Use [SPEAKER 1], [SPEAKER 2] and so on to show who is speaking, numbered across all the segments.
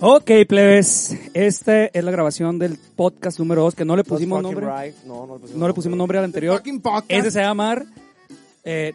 [SPEAKER 1] Ok, plebes. Esta es la grabación del podcast número 2 que no le pusimos
[SPEAKER 2] Fucking
[SPEAKER 1] nombre.
[SPEAKER 2] right. No, no le pusimos
[SPEAKER 1] No le pusimos nombre al anterior.
[SPEAKER 3] Fucking podcast.
[SPEAKER 1] Ese se va a llamar. eh,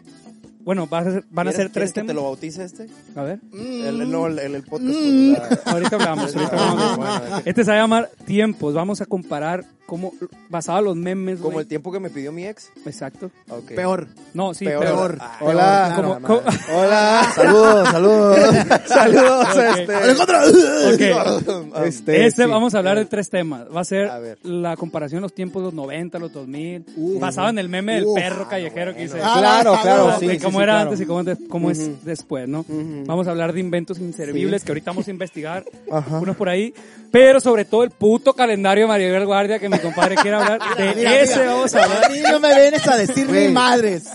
[SPEAKER 1] bueno, va a ser- van a
[SPEAKER 2] ¿Quieres-
[SPEAKER 1] ser tres
[SPEAKER 2] quieres que te
[SPEAKER 1] temas.
[SPEAKER 2] lo bautice este?
[SPEAKER 1] A ver,
[SPEAKER 2] El, el- no, el, el- el podcast.
[SPEAKER 3] Mm.
[SPEAKER 2] pues, la-
[SPEAKER 1] ahorita hablamos. ahorita hablamos.
[SPEAKER 2] Bueno, es que-
[SPEAKER 1] Este se va a llamar Tiempos. Vamos a comparar cómo, basado en los memes.
[SPEAKER 2] Como
[SPEAKER 1] güey.
[SPEAKER 2] el tiempo que me pidió mi ex.
[SPEAKER 1] Exacto.
[SPEAKER 2] Okay.
[SPEAKER 3] Peor.
[SPEAKER 1] No, sí,
[SPEAKER 2] Peor.
[SPEAKER 1] peor.
[SPEAKER 2] Ah,
[SPEAKER 4] Hola.
[SPEAKER 1] Como-
[SPEAKER 2] Claro,
[SPEAKER 1] como-
[SPEAKER 2] madre.
[SPEAKER 4] Hola. Saludos, saludos.
[SPEAKER 2] Saludos,
[SPEAKER 1] Ok.
[SPEAKER 2] este.
[SPEAKER 1] Ok.
[SPEAKER 2] Ah,
[SPEAKER 4] Este,
[SPEAKER 1] Este
[SPEAKER 4] sí.
[SPEAKER 1] vamos a hablar de tres temas. Va a ser
[SPEAKER 2] A ver.
[SPEAKER 1] la comparación de los tiempos de los 90, los 2000.
[SPEAKER 3] Uf.
[SPEAKER 1] basado en el meme del
[SPEAKER 3] Uf.
[SPEAKER 1] perro callejero que hice.
[SPEAKER 3] Ah,
[SPEAKER 4] Claro,
[SPEAKER 1] Ah,
[SPEAKER 4] claro,
[SPEAKER 1] de
[SPEAKER 4] sí.
[SPEAKER 1] cómo
[SPEAKER 4] sí,
[SPEAKER 1] era
[SPEAKER 4] claro.
[SPEAKER 1] antes y cómo, de- cómo es después, ¿no? Vamos a hablar de inventos inservibles que ahorita vamos a investigar
[SPEAKER 4] Ajá.
[SPEAKER 1] unos por ahí, pero sobre todo el puto calendario de Maribel Guardia que mi compadre quiere hablar. De
[SPEAKER 3] Mira,
[SPEAKER 1] ese
[SPEAKER 3] mira.
[SPEAKER 1] vamos a hablar.
[SPEAKER 3] A mí no me vienes a decir ni
[SPEAKER 4] Güey.
[SPEAKER 3] madres.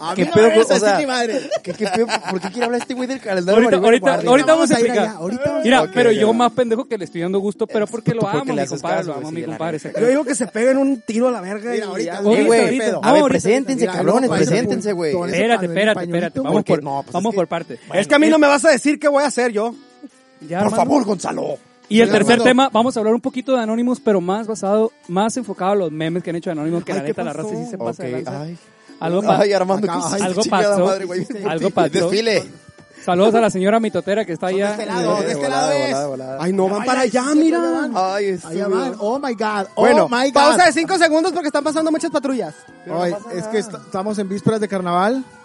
[SPEAKER 3] A mí
[SPEAKER 4] ¿Qué
[SPEAKER 3] no
[SPEAKER 4] pedo,
[SPEAKER 3] me vienes a
[SPEAKER 4] o sea,
[SPEAKER 3] decir ni madres.
[SPEAKER 4] ¿Qué, qué pedo? ¿Por qué quiere hablar este güey del calendario?
[SPEAKER 1] Ahorita,
[SPEAKER 4] Maribel
[SPEAKER 1] ahorita,
[SPEAKER 4] Guardia?
[SPEAKER 1] ahorita vamos a
[SPEAKER 3] Vamos a ir
[SPEAKER 1] explicar.
[SPEAKER 3] allá, ahorita vamos a ir
[SPEAKER 1] Mira,
[SPEAKER 2] allá.
[SPEAKER 1] pero
[SPEAKER 2] Ok,
[SPEAKER 1] yo
[SPEAKER 2] ya.
[SPEAKER 1] más pendejo que le estoy dando gusto, pero porque lo
[SPEAKER 2] porque
[SPEAKER 1] amo,
[SPEAKER 2] le
[SPEAKER 1] mi
[SPEAKER 2] haces
[SPEAKER 1] compadre,
[SPEAKER 2] caso,
[SPEAKER 1] lo amo,
[SPEAKER 2] güey,
[SPEAKER 1] mi
[SPEAKER 2] sí, la
[SPEAKER 1] compadre. se
[SPEAKER 5] Yo
[SPEAKER 1] cree.
[SPEAKER 5] digo que se peguen un tiro a la verga.
[SPEAKER 3] Mira,
[SPEAKER 5] y
[SPEAKER 3] ahorita,
[SPEAKER 5] ya.
[SPEAKER 1] ahorita,
[SPEAKER 4] Eh, güey,
[SPEAKER 1] ahorita.
[SPEAKER 4] a ver,
[SPEAKER 1] No, ahorita,
[SPEAKER 4] preséntense,
[SPEAKER 3] Mira,
[SPEAKER 4] cabrones,
[SPEAKER 3] luego,
[SPEAKER 4] preséntense,
[SPEAKER 3] luego,
[SPEAKER 4] güey.
[SPEAKER 3] luego, luego.
[SPEAKER 1] Espérate, espérate,
[SPEAKER 3] pañuelito,
[SPEAKER 1] espérate.
[SPEAKER 3] güey.
[SPEAKER 1] Vamos por,
[SPEAKER 4] No, pues es
[SPEAKER 1] vamos
[SPEAKER 4] que-
[SPEAKER 1] por parte.
[SPEAKER 5] Es que a mí no me vas a decir qué voy a hacer yo.
[SPEAKER 1] Ya,
[SPEAKER 4] Por
[SPEAKER 1] Armando.
[SPEAKER 4] favor, Gonzalo.
[SPEAKER 1] Y el
[SPEAKER 3] Ya,
[SPEAKER 1] tercer
[SPEAKER 3] Armando.
[SPEAKER 1] tema, vamos a hablar un poquito de Anónimos, pero más basado, más enfocado a los memes que han hecho de Anónimos, que la
[SPEAKER 5] Ay, ¿qué
[SPEAKER 1] neta la
[SPEAKER 5] pasó?
[SPEAKER 1] raza sí se pasa de
[SPEAKER 2] Ok,
[SPEAKER 1] lanza.
[SPEAKER 2] ay.
[SPEAKER 1] Algo pa-
[SPEAKER 2] Ay, Armando,
[SPEAKER 3] Acá,
[SPEAKER 2] qué
[SPEAKER 3] ay,
[SPEAKER 1] algo
[SPEAKER 2] chingada
[SPEAKER 1] pasó.
[SPEAKER 2] madre, güey.
[SPEAKER 1] Algo pasó.
[SPEAKER 2] Desfile.
[SPEAKER 1] Saludos a la señora mitotera que está
[SPEAKER 3] de
[SPEAKER 1] allá.
[SPEAKER 3] este lado, de este lado es.
[SPEAKER 5] Ay, no, van
[SPEAKER 3] Ay,
[SPEAKER 5] para
[SPEAKER 3] ay,
[SPEAKER 5] allá,
[SPEAKER 3] sí,
[SPEAKER 5] mira.
[SPEAKER 3] allá van.
[SPEAKER 2] Ay,
[SPEAKER 3] Allá
[SPEAKER 2] estúpido.
[SPEAKER 3] van. Oh my god. Oh
[SPEAKER 5] Bueno,
[SPEAKER 3] my god.
[SPEAKER 5] pausa de 5 segundos porque están pasando muchas patrullas.
[SPEAKER 3] Ay,
[SPEAKER 2] no pasa
[SPEAKER 3] es
[SPEAKER 2] nada.
[SPEAKER 3] que est- estamos en vísperas de carnaval
[SPEAKER 2] Sí,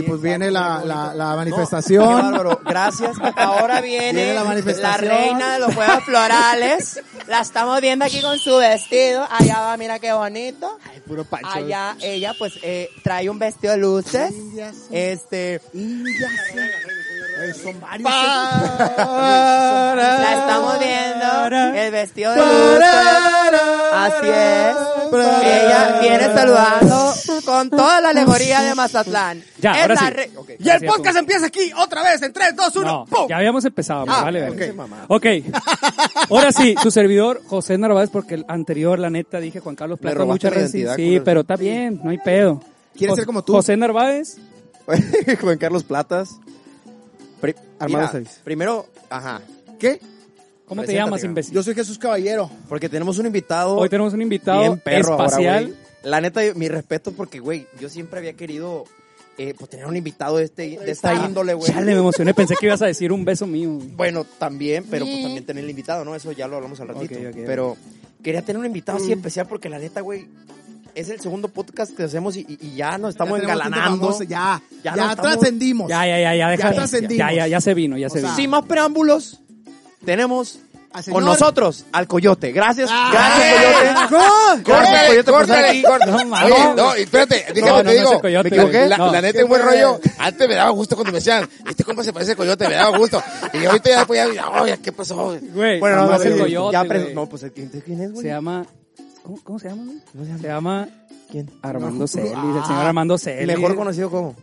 [SPEAKER 3] y pues
[SPEAKER 2] exacto,
[SPEAKER 3] viene la,
[SPEAKER 2] bonito.
[SPEAKER 3] la, la
[SPEAKER 2] No,
[SPEAKER 3] manifestación.
[SPEAKER 2] qué bárbaro. Gracias.
[SPEAKER 6] Ahora viene,
[SPEAKER 3] Viene la
[SPEAKER 6] la,
[SPEAKER 3] manifestación.
[SPEAKER 6] reina de los juegos florales. La estamos viendo aquí con su vestido. Allá va, mira qué bonito.
[SPEAKER 3] Ay, puro pancho.
[SPEAKER 6] Allá ella pues eh, trae un vestido de luces.
[SPEAKER 3] Indias.
[SPEAKER 6] Este,
[SPEAKER 3] Indias. Eh, Son varios.
[SPEAKER 6] la estamos viendo el vestido de luces. Así es. Ella viene saludando con toda la alegoría de Mazatlán.
[SPEAKER 1] Ya,
[SPEAKER 6] Es
[SPEAKER 1] ahora
[SPEAKER 6] la
[SPEAKER 1] sí.
[SPEAKER 6] re-
[SPEAKER 2] Ok.
[SPEAKER 5] Y el podcast empieza aquí, otra vez, en 3, 2, 1.
[SPEAKER 1] No,
[SPEAKER 5] ¡Pum!
[SPEAKER 1] ya habíamos empezado, me
[SPEAKER 5] Ah,
[SPEAKER 1] vale, verga.
[SPEAKER 2] ok. Mamá.
[SPEAKER 1] ok. Ahora sí, su servidor, José Narváez, porque el anterior, la neta, dije Juan Carlos
[SPEAKER 2] Me
[SPEAKER 1] Plata,
[SPEAKER 2] robaste
[SPEAKER 1] muchas
[SPEAKER 2] la
[SPEAKER 1] veces. Sí,
[SPEAKER 2] identidad,
[SPEAKER 1] sí,
[SPEAKER 2] culero.
[SPEAKER 1] pero está bien, no hay pedo.
[SPEAKER 3] ¿Quieres
[SPEAKER 1] Jos-
[SPEAKER 3] ser como tú?
[SPEAKER 1] José Narváez,
[SPEAKER 2] Juan Carlos Platas. Pri-
[SPEAKER 4] Armando
[SPEAKER 2] mira,
[SPEAKER 4] Seis.
[SPEAKER 2] Primero, ajá.
[SPEAKER 3] ¿Qué?
[SPEAKER 1] ¿cómo te
[SPEAKER 2] Preséntate,
[SPEAKER 1] llamas,
[SPEAKER 2] cabrón.
[SPEAKER 1] imbécil?
[SPEAKER 3] Yo soy Jesús Caballero.
[SPEAKER 2] Porque tenemos un invitado.
[SPEAKER 1] Hoy tenemos un invitado
[SPEAKER 2] bien perro ahora,
[SPEAKER 1] espacial.
[SPEAKER 2] güey. la neta, mi respeto porque, güey, yo siempre había querido eh, pues, tener un invitado de, este, de esta índole, güey.
[SPEAKER 1] Ah, Chale, me emocioné, pensé que ibas a decir un beso mío. güey.
[SPEAKER 2] Bueno, también, pero pues también tener el invitado, ¿no? Eso ya lo hablamos al ratito.
[SPEAKER 1] Ok, ok, ok.
[SPEAKER 2] Pero quería tener un invitado así
[SPEAKER 3] Mm.
[SPEAKER 2] especial porque la neta, güey, es el segundo podcast que hacemos y, y- y ya nos estamos
[SPEAKER 3] Ya tenemos gente
[SPEAKER 2] engalanando.
[SPEAKER 3] famosa, Ya, ya,
[SPEAKER 2] Ya no estamos-
[SPEAKER 3] trascendimos.
[SPEAKER 1] Ya, ya, ya, ya, deja.
[SPEAKER 3] trascendimos.
[SPEAKER 1] Ya, ya, ya se vino, ya
[SPEAKER 3] O
[SPEAKER 1] se
[SPEAKER 3] sea,
[SPEAKER 1] vino.
[SPEAKER 2] Sin más preámbulos, tenemos
[SPEAKER 3] Al
[SPEAKER 2] con
[SPEAKER 3] señor-
[SPEAKER 2] nosotros al Coyote. Gracias,
[SPEAKER 3] Ah,
[SPEAKER 2] gracias, Coyote. Gracias, Coyote,
[SPEAKER 7] Córtale,
[SPEAKER 2] por estar
[SPEAKER 7] córtale,
[SPEAKER 2] aquí.
[SPEAKER 7] córtale.
[SPEAKER 1] No mames.
[SPEAKER 7] Oye, no, y espérate, déjame
[SPEAKER 1] No, no, no
[SPEAKER 7] te digo,
[SPEAKER 1] soy coyote,
[SPEAKER 7] me equivoqué,
[SPEAKER 1] güey.
[SPEAKER 7] la,
[SPEAKER 1] No.
[SPEAKER 7] la neta es buen rollo. Antes me daba gusto cuando me decían, este compa se parece a coyote, me daba gusto. Y ahorita ya después ya, digo, "Ay, ¿qué pasó?
[SPEAKER 1] Güey,
[SPEAKER 2] Bueno, no,
[SPEAKER 1] nomás
[SPEAKER 2] no,
[SPEAKER 1] el
[SPEAKER 2] sí,
[SPEAKER 1] coyote,
[SPEAKER 2] ya
[SPEAKER 1] güey.
[SPEAKER 2] pres- No, pues ¿quién quién es,
[SPEAKER 1] Se
[SPEAKER 2] güey?
[SPEAKER 1] llama. ¿Cómo, cómo se llama, güey? Se llama
[SPEAKER 2] ¿Quién?
[SPEAKER 1] Armando Celis, el señor Armando Celis.
[SPEAKER 2] Mejor conocido como.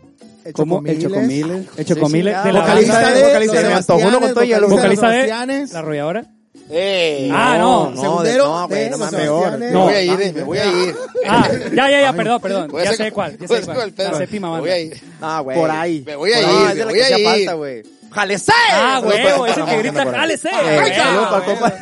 [SPEAKER 3] El
[SPEAKER 1] como el
[SPEAKER 3] Chocomiles.
[SPEAKER 1] Chocomile. El Chocomile
[SPEAKER 2] Sí, sí,
[SPEAKER 1] de la
[SPEAKER 2] ya.
[SPEAKER 1] banda-
[SPEAKER 3] Vocalista
[SPEAKER 2] Vocalista
[SPEAKER 3] de
[SPEAKER 2] de-
[SPEAKER 3] vocalista
[SPEAKER 2] se
[SPEAKER 3] de
[SPEAKER 2] me antojó uno con todo y el
[SPEAKER 3] Sebastianes,
[SPEAKER 1] vocalista de
[SPEAKER 3] Sebastianes,
[SPEAKER 1] la arrolladora.
[SPEAKER 7] Eh,
[SPEAKER 1] Ah, no.
[SPEAKER 2] no,
[SPEAKER 3] segundero
[SPEAKER 2] de- no, güey,
[SPEAKER 3] de
[SPEAKER 2] no mames.
[SPEAKER 3] Sebastianes.
[SPEAKER 7] me
[SPEAKER 1] No.
[SPEAKER 7] voy a ir, me voy a ir.
[SPEAKER 1] Ah, ya, ya, ya, perdón, perdón.
[SPEAKER 7] Voy a
[SPEAKER 1] Ya
[SPEAKER 7] hacer-
[SPEAKER 1] sé cuál, ya
[SPEAKER 7] voy a
[SPEAKER 1] sé
[SPEAKER 7] hacer
[SPEAKER 1] cuál.
[SPEAKER 7] el pedo.
[SPEAKER 1] La séptima
[SPEAKER 7] Voy a
[SPEAKER 1] banda.
[SPEAKER 7] ir,
[SPEAKER 2] Ah, güey.
[SPEAKER 3] Por ahí.
[SPEAKER 7] me voy a
[SPEAKER 2] No, es
[SPEAKER 7] ir,
[SPEAKER 2] de
[SPEAKER 7] me
[SPEAKER 2] la
[SPEAKER 7] voy
[SPEAKER 2] que
[SPEAKER 7] a
[SPEAKER 2] hacía
[SPEAKER 7] ir.
[SPEAKER 2] falta, güey. ¡Jalese!
[SPEAKER 1] Ah,
[SPEAKER 2] Saludos
[SPEAKER 1] huevo,
[SPEAKER 2] para-
[SPEAKER 1] ese que grita,
[SPEAKER 2] para-
[SPEAKER 1] ¡jálese!
[SPEAKER 2] Eh, saludos para el compa.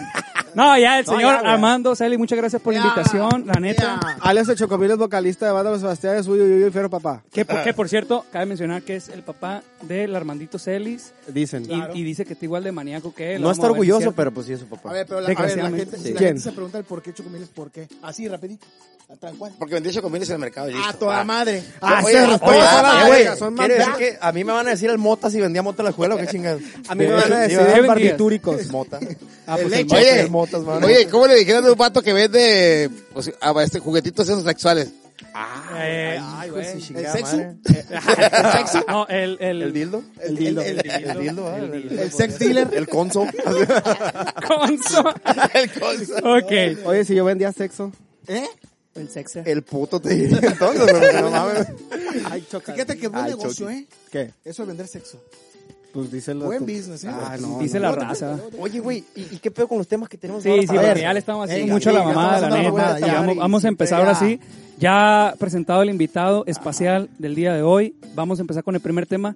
[SPEAKER 1] No, ya, el
[SPEAKER 2] No, ya,
[SPEAKER 1] señor
[SPEAKER 2] güey.
[SPEAKER 1] Armando Celis, muchas gracias por la
[SPEAKER 3] Ya,
[SPEAKER 1] invitación, la neta.
[SPEAKER 3] ya.
[SPEAKER 5] Alias el Chocomiles, vocalista de Banda Los Sebastianes, Uy, Uy, Uy, Fiero Papá.
[SPEAKER 1] Que por, que, por cierto, cabe mencionar que es el papá del Armandito Celis
[SPEAKER 5] Dicen.
[SPEAKER 1] y, y dice que está igual de maníaco que él.
[SPEAKER 2] No
[SPEAKER 1] Vamos a ver si
[SPEAKER 2] está
[SPEAKER 1] es
[SPEAKER 2] orgulloso,
[SPEAKER 1] cierto.
[SPEAKER 2] pero pues sí es su papá.
[SPEAKER 3] A ver, pero la, a ver, la
[SPEAKER 1] Desgraciadamente,
[SPEAKER 3] gente,
[SPEAKER 2] sí.
[SPEAKER 3] la
[SPEAKER 5] ¿Quién?
[SPEAKER 3] gente se pregunta el por qué Chocomiles, por qué. Así, rapidito. Tal cual.
[SPEAKER 7] Porque vendí chocomiles en el mercado y
[SPEAKER 3] A
[SPEAKER 7] listo.
[SPEAKER 3] toda
[SPEAKER 7] Ah.
[SPEAKER 3] madre.
[SPEAKER 5] Ah,
[SPEAKER 7] Oye,
[SPEAKER 5] se
[SPEAKER 7] oye,
[SPEAKER 5] respeta,
[SPEAKER 7] ah,
[SPEAKER 5] la
[SPEAKER 2] Eh, güey,
[SPEAKER 5] verga, son
[SPEAKER 2] quiere decir
[SPEAKER 5] más-
[SPEAKER 2] que a mí me van a decir el mota si vendía mota en la escuela o qué chingados.
[SPEAKER 5] A mí me
[SPEAKER 1] Sí,
[SPEAKER 5] van a
[SPEAKER 1] sí,
[SPEAKER 5] decir
[SPEAKER 1] ¿qué vendías?
[SPEAKER 5] barbitúricos.
[SPEAKER 2] Mota.
[SPEAKER 1] Ah, pues
[SPEAKER 3] el
[SPEAKER 1] el
[SPEAKER 3] hecho-
[SPEAKER 1] Mota.
[SPEAKER 7] Oye,
[SPEAKER 2] motos, mano.
[SPEAKER 7] oye, ¿cómo le dijeron de un vato que vende pues, a este, juguetitos esos sexuales?
[SPEAKER 1] Eh,
[SPEAKER 2] Ay, güey, su chingada
[SPEAKER 3] ¿El sexo?
[SPEAKER 2] madre.
[SPEAKER 1] No, el, el,
[SPEAKER 2] ¿El dildo?
[SPEAKER 1] El dildo.
[SPEAKER 3] El-
[SPEAKER 2] El dildo, ah, el-
[SPEAKER 3] El sex dealer.
[SPEAKER 2] El conso.
[SPEAKER 1] Conso.
[SPEAKER 7] El cosa.
[SPEAKER 1] Ok.
[SPEAKER 5] Oye, si yo vendía sexo.
[SPEAKER 3] ¿Eh?
[SPEAKER 1] El sexo.
[SPEAKER 2] El puto te diría entonces, pero no mames.
[SPEAKER 5] Ay, choca.
[SPEAKER 3] Fíjate que buen
[SPEAKER 2] Ay,
[SPEAKER 3] negocio,
[SPEAKER 2] Chucky.
[SPEAKER 3] ¿eh?
[SPEAKER 5] ¿Qué?
[SPEAKER 3] Eso de vender sexo.
[SPEAKER 5] Pues dice la...
[SPEAKER 3] Buen business, ¿eh?
[SPEAKER 5] Ah, no.
[SPEAKER 1] Dice la raza.
[SPEAKER 2] Oye, güey, ¿y, y qué pedo con los temas que tenemos
[SPEAKER 1] Sí,
[SPEAKER 2] ahora
[SPEAKER 1] sí,
[SPEAKER 2] para
[SPEAKER 1] porque
[SPEAKER 2] ver?
[SPEAKER 1] ya le estamos haciendo
[SPEAKER 3] Venga,
[SPEAKER 1] mucho a la
[SPEAKER 3] venga,
[SPEAKER 1] mamada, la
[SPEAKER 3] estamos dando la
[SPEAKER 1] neta.
[SPEAKER 3] vuelta,
[SPEAKER 1] Y
[SPEAKER 3] ya,
[SPEAKER 1] vamos,
[SPEAKER 3] y
[SPEAKER 1] vamos a
[SPEAKER 3] se
[SPEAKER 1] empezar
[SPEAKER 3] pega.
[SPEAKER 1] ahora sí. Ya presentado el invitado espacial del día de hoy, vamos a empezar con el primer tema.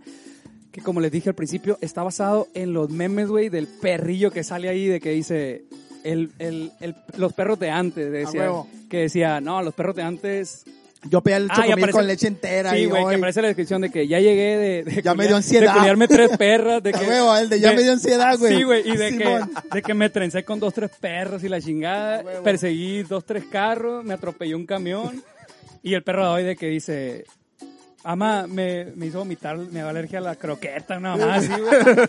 [SPEAKER 1] que como les dije al principio, está basado en los memes, güey, del perrillo que sale ahí de que dice el, el, el- los perros de antes, decía-
[SPEAKER 3] huevo.
[SPEAKER 1] que decía, no, los perros de antes...
[SPEAKER 3] Yo pedí el
[SPEAKER 1] Ah, y
[SPEAKER 3] chocomil
[SPEAKER 1] aparece-
[SPEAKER 3] con leche entera.
[SPEAKER 1] Sí,
[SPEAKER 3] y
[SPEAKER 1] güey, que
[SPEAKER 3] hoy-
[SPEAKER 1] aparece la descripción de que ya llegué de... de
[SPEAKER 3] Ya me dio
[SPEAKER 1] culiar-
[SPEAKER 3] ansiedad.
[SPEAKER 1] De culiarme tres perras, de
[SPEAKER 3] A
[SPEAKER 1] que...
[SPEAKER 3] huevo, el de ya me dio ansiedad, güey.
[SPEAKER 1] Sí, güey, y de que,
[SPEAKER 3] Simón.
[SPEAKER 1] de que me trencé con dos, tres perros y la chingada, perseguí dos, tres carros, me atropelló un camión y el perro de hoy de que dice, ama, me, me hizo vomitar, me da alergia a la croqueta, nada más,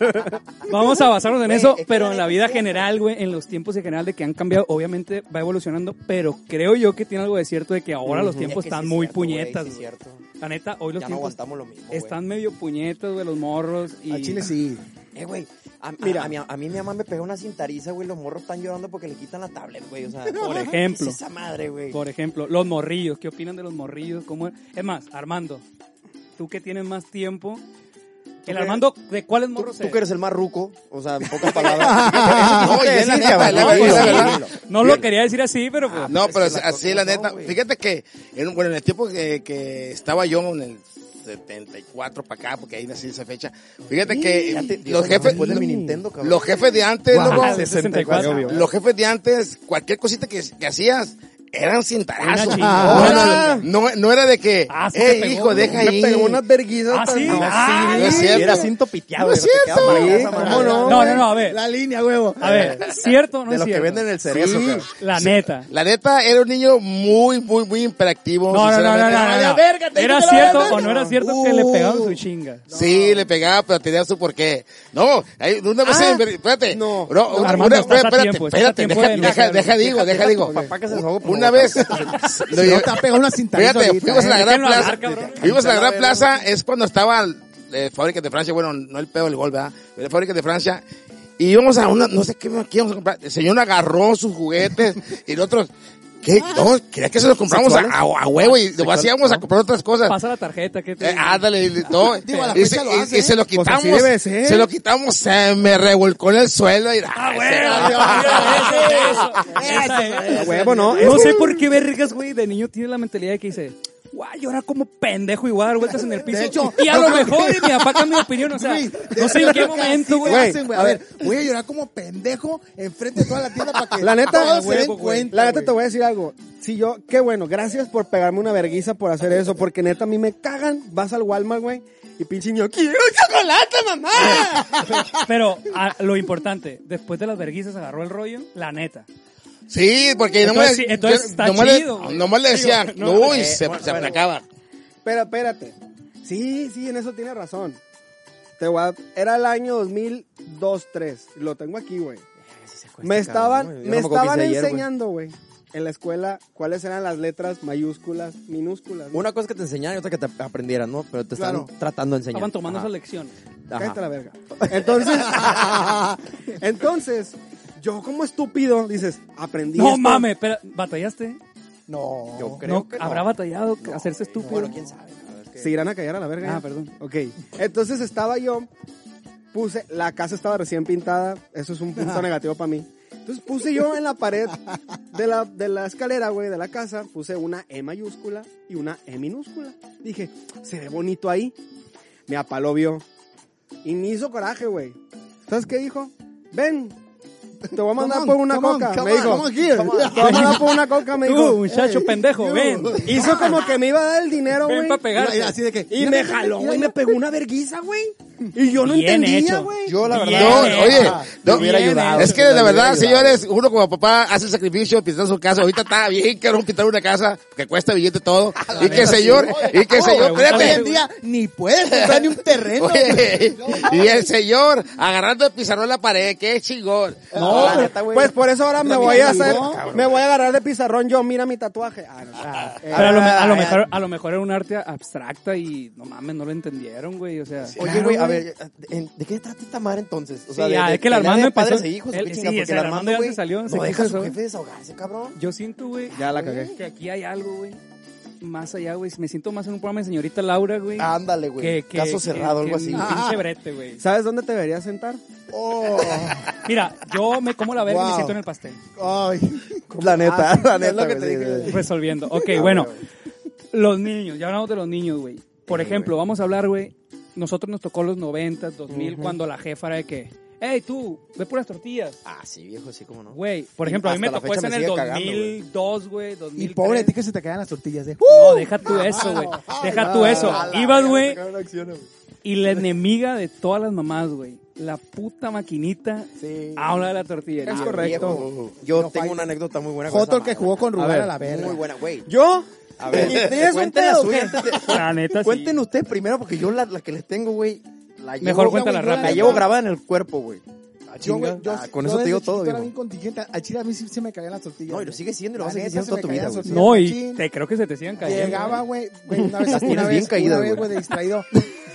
[SPEAKER 1] Vamos a basarnos en
[SPEAKER 6] Güey,
[SPEAKER 1] eso,
[SPEAKER 6] es que
[SPEAKER 1] pero
[SPEAKER 6] la
[SPEAKER 1] en la
[SPEAKER 6] neta
[SPEAKER 1] vida
[SPEAKER 6] sí,
[SPEAKER 1] general, güey, en los tiempos en general de que han cambiado, obviamente va evolucionando, pero creo yo que tiene algo de cierto de que ahora los tiempos
[SPEAKER 6] Es que
[SPEAKER 1] están
[SPEAKER 6] sí es
[SPEAKER 1] muy
[SPEAKER 6] cierto, güey,
[SPEAKER 1] puñetas.
[SPEAKER 6] sí es
[SPEAKER 1] güey.
[SPEAKER 6] cierto.
[SPEAKER 1] la neta, hoy los
[SPEAKER 2] Ya no
[SPEAKER 1] tiempos
[SPEAKER 2] aguantamos lo mismo. güey.
[SPEAKER 1] están medio puñetas, de los morros. Y...
[SPEAKER 3] A Chile sí.
[SPEAKER 2] Eh, güey. A, a-
[SPEAKER 3] Mira.
[SPEAKER 2] a mi, a mí mi mamá me pegó una cintariza, güey. Los morros están llorando porque le quitan la tablet, güey. O sea,
[SPEAKER 1] Por ejemplo.
[SPEAKER 2] ¿qué es esa madre, güey.
[SPEAKER 1] Por ejemplo, los morrillos. ¿Qué opinan de los morrillos? ¿Cómo es? es más, Armando, tú que tienes más tiempo. El Armando, ¿de cuáles
[SPEAKER 2] Tú,
[SPEAKER 1] morros
[SPEAKER 2] tú
[SPEAKER 1] es?
[SPEAKER 2] que eres el más ruco, o sea, en pocas palabras.
[SPEAKER 7] No, y es la neta,
[SPEAKER 2] cabrón.
[SPEAKER 7] la neta,
[SPEAKER 2] Dilo,
[SPEAKER 7] es la
[SPEAKER 2] dilo,
[SPEAKER 7] neta.
[SPEAKER 2] dilo.
[SPEAKER 1] No lo quería decir así, pero pues,
[SPEAKER 7] Ah, No, pero
[SPEAKER 2] es que la
[SPEAKER 7] así la
[SPEAKER 2] cosa no,
[SPEAKER 7] neta.
[SPEAKER 2] güey.
[SPEAKER 7] Fíjate que, en, bueno, en el tiempo que, que estaba yo, en el 74 para acá, porque ahí nací esa fecha, fíjate
[SPEAKER 2] Ya te-
[SPEAKER 7] que
[SPEAKER 2] Dios,
[SPEAKER 7] los jefes,
[SPEAKER 2] después de mi Nintendo, cabrón.
[SPEAKER 7] los jefes de antes, loco,
[SPEAKER 1] Ah, 64.
[SPEAKER 4] obvio.
[SPEAKER 7] los jefes de antes, cualquier cosita que, que hacías, eran
[SPEAKER 1] Una
[SPEAKER 7] cintarazos. No,
[SPEAKER 1] chingada.
[SPEAKER 7] no, no, no era de que,
[SPEAKER 1] Ah, sí
[SPEAKER 7] "Ey,
[SPEAKER 1] te pegó,
[SPEAKER 7] hijo,
[SPEAKER 1] ¿no?
[SPEAKER 7] deja ahí.
[SPEAKER 4] verguizas.
[SPEAKER 1] Ah, sí.
[SPEAKER 4] tan-
[SPEAKER 1] Ah,
[SPEAKER 7] No es cierto.
[SPEAKER 2] Era cinto piteado,
[SPEAKER 7] No
[SPEAKER 2] güey,
[SPEAKER 7] es
[SPEAKER 2] te quedaba
[SPEAKER 7] cierto.
[SPEAKER 2] para allá,
[SPEAKER 7] Sí,
[SPEAKER 2] para
[SPEAKER 4] cómo
[SPEAKER 2] allá.
[SPEAKER 4] no.
[SPEAKER 1] No, no, no, a ver.
[SPEAKER 3] La línea, huevo.
[SPEAKER 1] A ver, ¿cierto o no
[SPEAKER 2] De
[SPEAKER 1] es
[SPEAKER 2] los que
[SPEAKER 1] cierto?
[SPEAKER 2] venden el cerezo,
[SPEAKER 7] Sí.
[SPEAKER 2] cabrón.
[SPEAKER 1] La neta.
[SPEAKER 7] La neta, era un niño muy, muy, muy
[SPEAKER 1] No,
[SPEAKER 7] imperactivo.
[SPEAKER 1] no, no, no,
[SPEAKER 7] sinceramente.
[SPEAKER 1] no, no.
[SPEAKER 3] la verga, te
[SPEAKER 1] ¿Era
[SPEAKER 3] dije que la
[SPEAKER 1] cierto
[SPEAKER 3] verga.
[SPEAKER 1] o no era cierto que le pegaban su chinga?
[SPEAKER 7] Sí, le pegaba, pero tenía su porqué. No, hay- una vez,
[SPEAKER 4] Ah,
[SPEAKER 7] se- espérate.
[SPEAKER 4] no.
[SPEAKER 7] no, una-
[SPEAKER 1] Armando,
[SPEAKER 7] espérate,
[SPEAKER 1] estás a
[SPEAKER 7] espérate,
[SPEAKER 1] tiempo, estás a
[SPEAKER 7] espérate,
[SPEAKER 1] tiempo
[SPEAKER 7] deja,
[SPEAKER 1] de
[SPEAKER 7] deja,
[SPEAKER 1] analizar.
[SPEAKER 7] deja digo, deja digo.
[SPEAKER 2] Papá que se desahogó por
[SPEAKER 7] Una
[SPEAKER 2] boca.
[SPEAKER 7] vez, lo
[SPEAKER 3] No
[SPEAKER 7] llevé-
[SPEAKER 3] te ha pegado una cintariza
[SPEAKER 7] fíjate,
[SPEAKER 3] ahorita,
[SPEAKER 7] fuimos a la
[SPEAKER 3] eh.
[SPEAKER 7] Gran
[SPEAKER 1] Déjenlo hablar,
[SPEAKER 7] Plaza,
[SPEAKER 1] cabrón.
[SPEAKER 7] fuimos a la Gran Plaza, es cuando estaba eh, Fábricas de Francia, bueno, no el pedo del gol, ¿verdad? Pero Fábricas de Francia, y íbamos a una, no sé qué, qué íbamos a comprar, el señor agarró sus juguetes, y nosotros, ¿qué? No, creía que se los compramos a, a- a huevo, y lo hacíamos a comprar otras cosas.
[SPEAKER 1] Pasa la tarjeta, ¿qué te
[SPEAKER 7] Eh,
[SPEAKER 1] digo?
[SPEAKER 7] ándale, y- no,
[SPEAKER 3] Digo, a la
[SPEAKER 7] y,
[SPEAKER 3] fecha
[SPEAKER 7] se,
[SPEAKER 3] lo
[SPEAKER 7] y-
[SPEAKER 3] hace,
[SPEAKER 7] y se lo
[SPEAKER 3] ¿eh? Pues
[SPEAKER 7] quitamos,
[SPEAKER 3] así debe ser.
[SPEAKER 7] se lo quitamos, se me revolcó en el suelo y ah,
[SPEAKER 1] Ah, güey, eso, eso, eso,
[SPEAKER 4] A
[SPEAKER 1] eso.
[SPEAKER 4] huevo, ¿no?
[SPEAKER 1] No sé por qué vergas, güey, de niño tiene la mentalidad de que dice, guau, yo era como pendejo y voy a dar vueltas en el piso.
[SPEAKER 3] hecho,
[SPEAKER 1] y a lo mejor y mi papá cambia de opinión, o sea,
[SPEAKER 3] Güey,
[SPEAKER 1] no sé en qué momento,
[SPEAKER 3] ¿Qué
[SPEAKER 1] güey.
[SPEAKER 3] hacen, güey? A ver, voy a llorar como pendejo enfrente de toda la tienda para que
[SPEAKER 5] La neta,
[SPEAKER 3] todos se den
[SPEAKER 5] güey.
[SPEAKER 3] cuenta.
[SPEAKER 5] La neta te
[SPEAKER 3] güey.
[SPEAKER 5] voy a decir algo. Si yo, qué bueno, gracias por pegarme una verguiza por hacer eso, porque neta a mí me cagan. Vas al Walmart, güey, y pinche niño, quiero chocolate, mamá.
[SPEAKER 1] Pero ah, lo importante, después de las verguizas agarró el rollo, la neta.
[SPEAKER 7] Sí, porque no
[SPEAKER 1] Entonces,
[SPEAKER 7] me
[SPEAKER 1] sí, entonces está chido, güey.
[SPEAKER 7] nomás le
[SPEAKER 1] Digo,
[SPEAKER 7] decían,
[SPEAKER 1] no,
[SPEAKER 7] uy,
[SPEAKER 1] eh,
[SPEAKER 7] se,
[SPEAKER 1] bueno,
[SPEAKER 7] se
[SPEAKER 1] bueno.
[SPEAKER 7] aplacaba.
[SPEAKER 5] Pero espérate. Sí, sí, en eso tiene razón. Te voy a- Era el año 2002-3. Lo tengo aquí, güey.
[SPEAKER 2] Este Pues
[SPEAKER 5] Me estaban,
[SPEAKER 2] Yo no
[SPEAKER 5] me
[SPEAKER 2] me acuerdo qué
[SPEAKER 5] estaban
[SPEAKER 2] hice ayer, güey.
[SPEAKER 5] enseñando, güey, en la escuela, cuáles eran las letras mayúsculas, minúsculas. ¿no?
[SPEAKER 2] Una cosa que te enseñaran y otra que te aprendieran, ¿no? Pero te están
[SPEAKER 3] Claro.
[SPEAKER 2] tratando de enseñar.
[SPEAKER 1] Estaban tomando
[SPEAKER 2] Ajá.
[SPEAKER 1] esas lecciones.
[SPEAKER 2] Ajá.
[SPEAKER 5] Cállate la verga. Entonces, entonces, yo como estúpido, dices, aprendí.
[SPEAKER 1] No
[SPEAKER 5] esto.
[SPEAKER 1] mames, pero ¿batallaste?
[SPEAKER 3] No.
[SPEAKER 2] Yo creo
[SPEAKER 1] No,
[SPEAKER 2] que no.
[SPEAKER 1] ¿Habrá batallado hacerse estúpido?
[SPEAKER 2] Bueno, quién sabe.
[SPEAKER 5] Se irán a callar a la verga.
[SPEAKER 1] Ah, perdón.
[SPEAKER 5] Ok. Entonces estaba yo, puse, la casa estaba recién pintada, eso es un punto negativo para mí. Entonces puse yo en la pared de la, de la escalera, güey, de la casa, puse una E mayúscula y una E minúscula. Dije, se ve bonito ahí. Me apaló vio. Y me hizo coraje, güey. ¿Sabes qué dijo? Ven, te voy a mandar
[SPEAKER 3] on,
[SPEAKER 5] por una
[SPEAKER 3] come on,
[SPEAKER 5] coca.
[SPEAKER 3] come on,
[SPEAKER 5] me dijo,
[SPEAKER 3] come on here.
[SPEAKER 5] "Te voy a mandar por una coca, me dijo.
[SPEAKER 1] Tú, muchacho pendejo, ven.
[SPEAKER 5] Hizo como que me iba a dar el dinero,
[SPEAKER 1] Ven
[SPEAKER 5] güey.
[SPEAKER 1] pa' pegar.
[SPEAKER 3] Mira, Así de que.
[SPEAKER 5] Y me jaló, güey, me pegó una verguiza, güey. Y yo no
[SPEAKER 1] Bien
[SPEAKER 5] entendía,
[SPEAKER 1] hecho.
[SPEAKER 5] güey.
[SPEAKER 4] Yo, la
[SPEAKER 1] Bien,
[SPEAKER 4] verdad.
[SPEAKER 7] No, oye,
[SPEAKER 1] ah,
[SPEAKER 7] no, eh,
[SPEAKER 1] te hubiera ayudado.
[SPEAKER 7] es que la verdad, señores, uno como papá hace el sacrificio de pintar su casa. Ahorita está bien que pintar una casa que cuesta billete todo. Y que el señor, y que el señor,
[SPEAKER 3] Hoy
[SPEAKER 7] espérate,
[SPEAKER 3] en día ni puedes comprar ni un terreno.
[SPEAKER 7] Oye, y el señor agarrando el pizarrón en la pared, qué chingón.
[SPEAKER 5] No,
[SPEAKER 2] la
[SPEAKER 5] pues,
[SPEAKER 2] neta, güey.
[SPEAKER 5] pues por eso ahora me
[SPEAKER 3] La
[SPEAKER 5] voy
[SPEAKER 3] vida
[SPEAKER 5] a hacer,
[SPEAKER 3] ayudó,
[SPEAKER 5] me voy a agarrar de pizarrón yo, mira mi tatuaje. Ah, no, ah, eh,
[SPEAKER 1] Pero a lo, me- a lo
[SPEAKER 2] Ah, ya.
[SPEAKER 1] mejor, a lo mejor era un arte abstracta y no mames, no lo entendieron, güey. O sea,
[SPEAKER 2] Oye, güey, a ver, ¿en- ¿de qué trata esta madre entonces? O sea,
[SPEAKER 1] Sí,
[SPEAKER 2] de,
[SPEAKER 1] ah,
[SPEAKER 2] de
[SPEAKER 1] es que el
[SPEAKER 2] pelea
[SPEAKER 1] Armando
[SPEAKER 2] de padres
[SPEAKER 1] empezó-
[SPEAKER 2] e hijos,
[SPEAKER 1] él-
[SPEAKER 2] qué
[SPEAKER 1] sí,
[SPEAKER 2] chingada,
[SPEAKER 1] es
[SPEAKER 2] porque
[SPEAKER 1] el
[SPEAKER 2] el
[SPEAKER 1] Armando
[SPEAKER 2] Armando,
[SPEAKER 1] ya se
[SPEAKER 2] güey,
[SPEAKER 1] salió, se
[SPEAKER 2] no deja
[SPEAKER 1] quiso
[SPEAKER 2] a
[SPEAKER 1] desahogar.
[SPEAKER 2] su jefe desahogarse, cabrón.
[SPEAKER 1] yo siento, güey,
[SPEAKER 5] ya la cagué.
[SPEAKER 1] que aquí hay algo, güey. Más allá, güey. Me siento más en un programa de señorita Laura, güey.
[SPEAKER 2] Ándale, Ah, güey.
[SPEAKER 1] que- que-
[SPEAKER 2] Caso
[SPEAKER 1] que-
[SPEAKER 2] cerrado,
[SPEAKER 1] que
[SPEAKER 2] algo así. Ah.
[SPEAKER 1] un Pinche brete, güey.
[SPEAKER 5] ¿Sabes dónde te deberías sentar?
[SPEAKER 1] Mira, yo me como la verga y me
[SPEAKER 3] Wow.
[SPEAKER 1] siento en el pastel.
[SPEAKER 3] Ay.
[SPEAKER 2] La neta, la
[SPEAKER 5] Ah, es lo
[SPEAKER 2] neta.
[SPEAKER 5] que te
[SPEAKER 2] güey,
[SPEAKER 5] dije.
[SPEAKER 2] sí, sí.
[SPEAKER 1] Resolviendo. Ok, bueno. Los niños, ya hablamos de los niños, güey. Por ejemplo, vamos a hablar, güey, nosotros nos tocó los 90, 2000, cuando la jefa era de que, hey tú, ve puras tortillas.
[SPEAKER 2] Ah, sí, viejo, sí, cómo no.
[SPEAKER 1] Güey, por ejemplo, a mí
[SPEAKER 2] Hasta
[SPEAKER 1] me
[SPEAKER 2] la
[SPEAKER 1] tocó eso
[SPEAKER 2] fecha
[SPEAKER 1] en
[SPEAKER 2] me
[SPEAKER 1] el
[SPEAKER 2] sigue cagando, güey.
[SPEAKER 1] 2002, güey, 2003.
[SPEAKER 8] Y pobre de ti que se te caen las tortillas, ¿eh?
[SPEAKER 1] No, deja tú eso, güey. Deja tú eso. Ibas, güey, y la enemiga de todas las mamás, güey. La puta maquinita
[SPEAKER 8] Sí.
[SPEAKER 1] habla de la tortillería.
[SPEAKER 5] Es correcto.
[SPEAKER 2] Viejo, yo
[SPEAKER 8] No
[SPEAKER 2] tengo
[SPEAKER 8] falla.
[SPEAKER 2] una anécdota muy buena. con
[SPEAKER 8] Joto
[SPEAKER 2] esa
[SPEAKER 8] que
[SPEAKER 2] madre.
[SPEAKER 8] jugó con
[SPEAKER 5] A
[SPEAKER 8] Rubén
[SPEAKER 5] ver,
[SPEAKER 8] a la verga.
[SPEAKER 2] Muy buena, güey.
[SPEAKER 5] Yo,
[SPEAKER 2] A
[SPEAKER 5] ¿Y tienes
[SPEAKER 2] ver,
[SPEAKER 5] un
[SPEAKER 2] cuenten la
[SPEAKER 5] pedo,
[SPEAKER 2] suya
[SPEAKER 5] qué?
[SPEAKER 2] antes de-
[SPEAKER 1] La neta, sí.
[SPEAKER 2] Cuenten ustedes primero, porque yo la, la que les tengo, güey, la llevo,
[SPEAKER 1] Mejor cuéntala
[SPEAKER 2] la,
[SPEAKER 1] rápido.
[SPEAKER 2] llevo grabada en el cuerpo, güey.
[SPEAKER 8] Yo, güey, yo-
[SPEAKER 2] Ah, con
[SPEAKER 8] yo
[SPEAKER 2] eso te
[SPEAKER 8] desde
[SPEAKER 2] digo todo,
[SPEAKER 8] chiquito Era
[SPEAKER 2] viejo.
[SPEAKER 8] bien contingente. A Chile a mí sí se me caían las tortillas.
[SPEAKER 2] No, y lo
[SPEAKER 8] güey.
[SPEAKER 2] sigues siendo, y lo
[SPEAKER 8] La
[SPEAKER 2] vas a seguir
[SPEAKER 8] neta,
[SPEAKER 2] siendo toda
[SPEAKER 8] se
[SPEAKER 2] tu
[SPEAKER 8] me
[SPEAKER 2] vida,
[SPEAKER 8] caían
[SPEAKER 2] güey.
[SPEAKER 8] las
[SPEAKER 1] No, y
[SPEAKER 8] machín.
[SPEAKER 1] te creo que se te sigan cayendo.
[SPEAKER 8] Llegaba, güey, güey, una vez,
[SPEAKER 2] tienes
[SPEAKER 8] una
[SPEAKER 2] bien
[SPEAKER 8] vez,
[SPEAKER 2] caídas,
[SPEAKER 8] una vez,
[SPEAKER 2] güey.
[SPEAKER 8] güey, de distraído,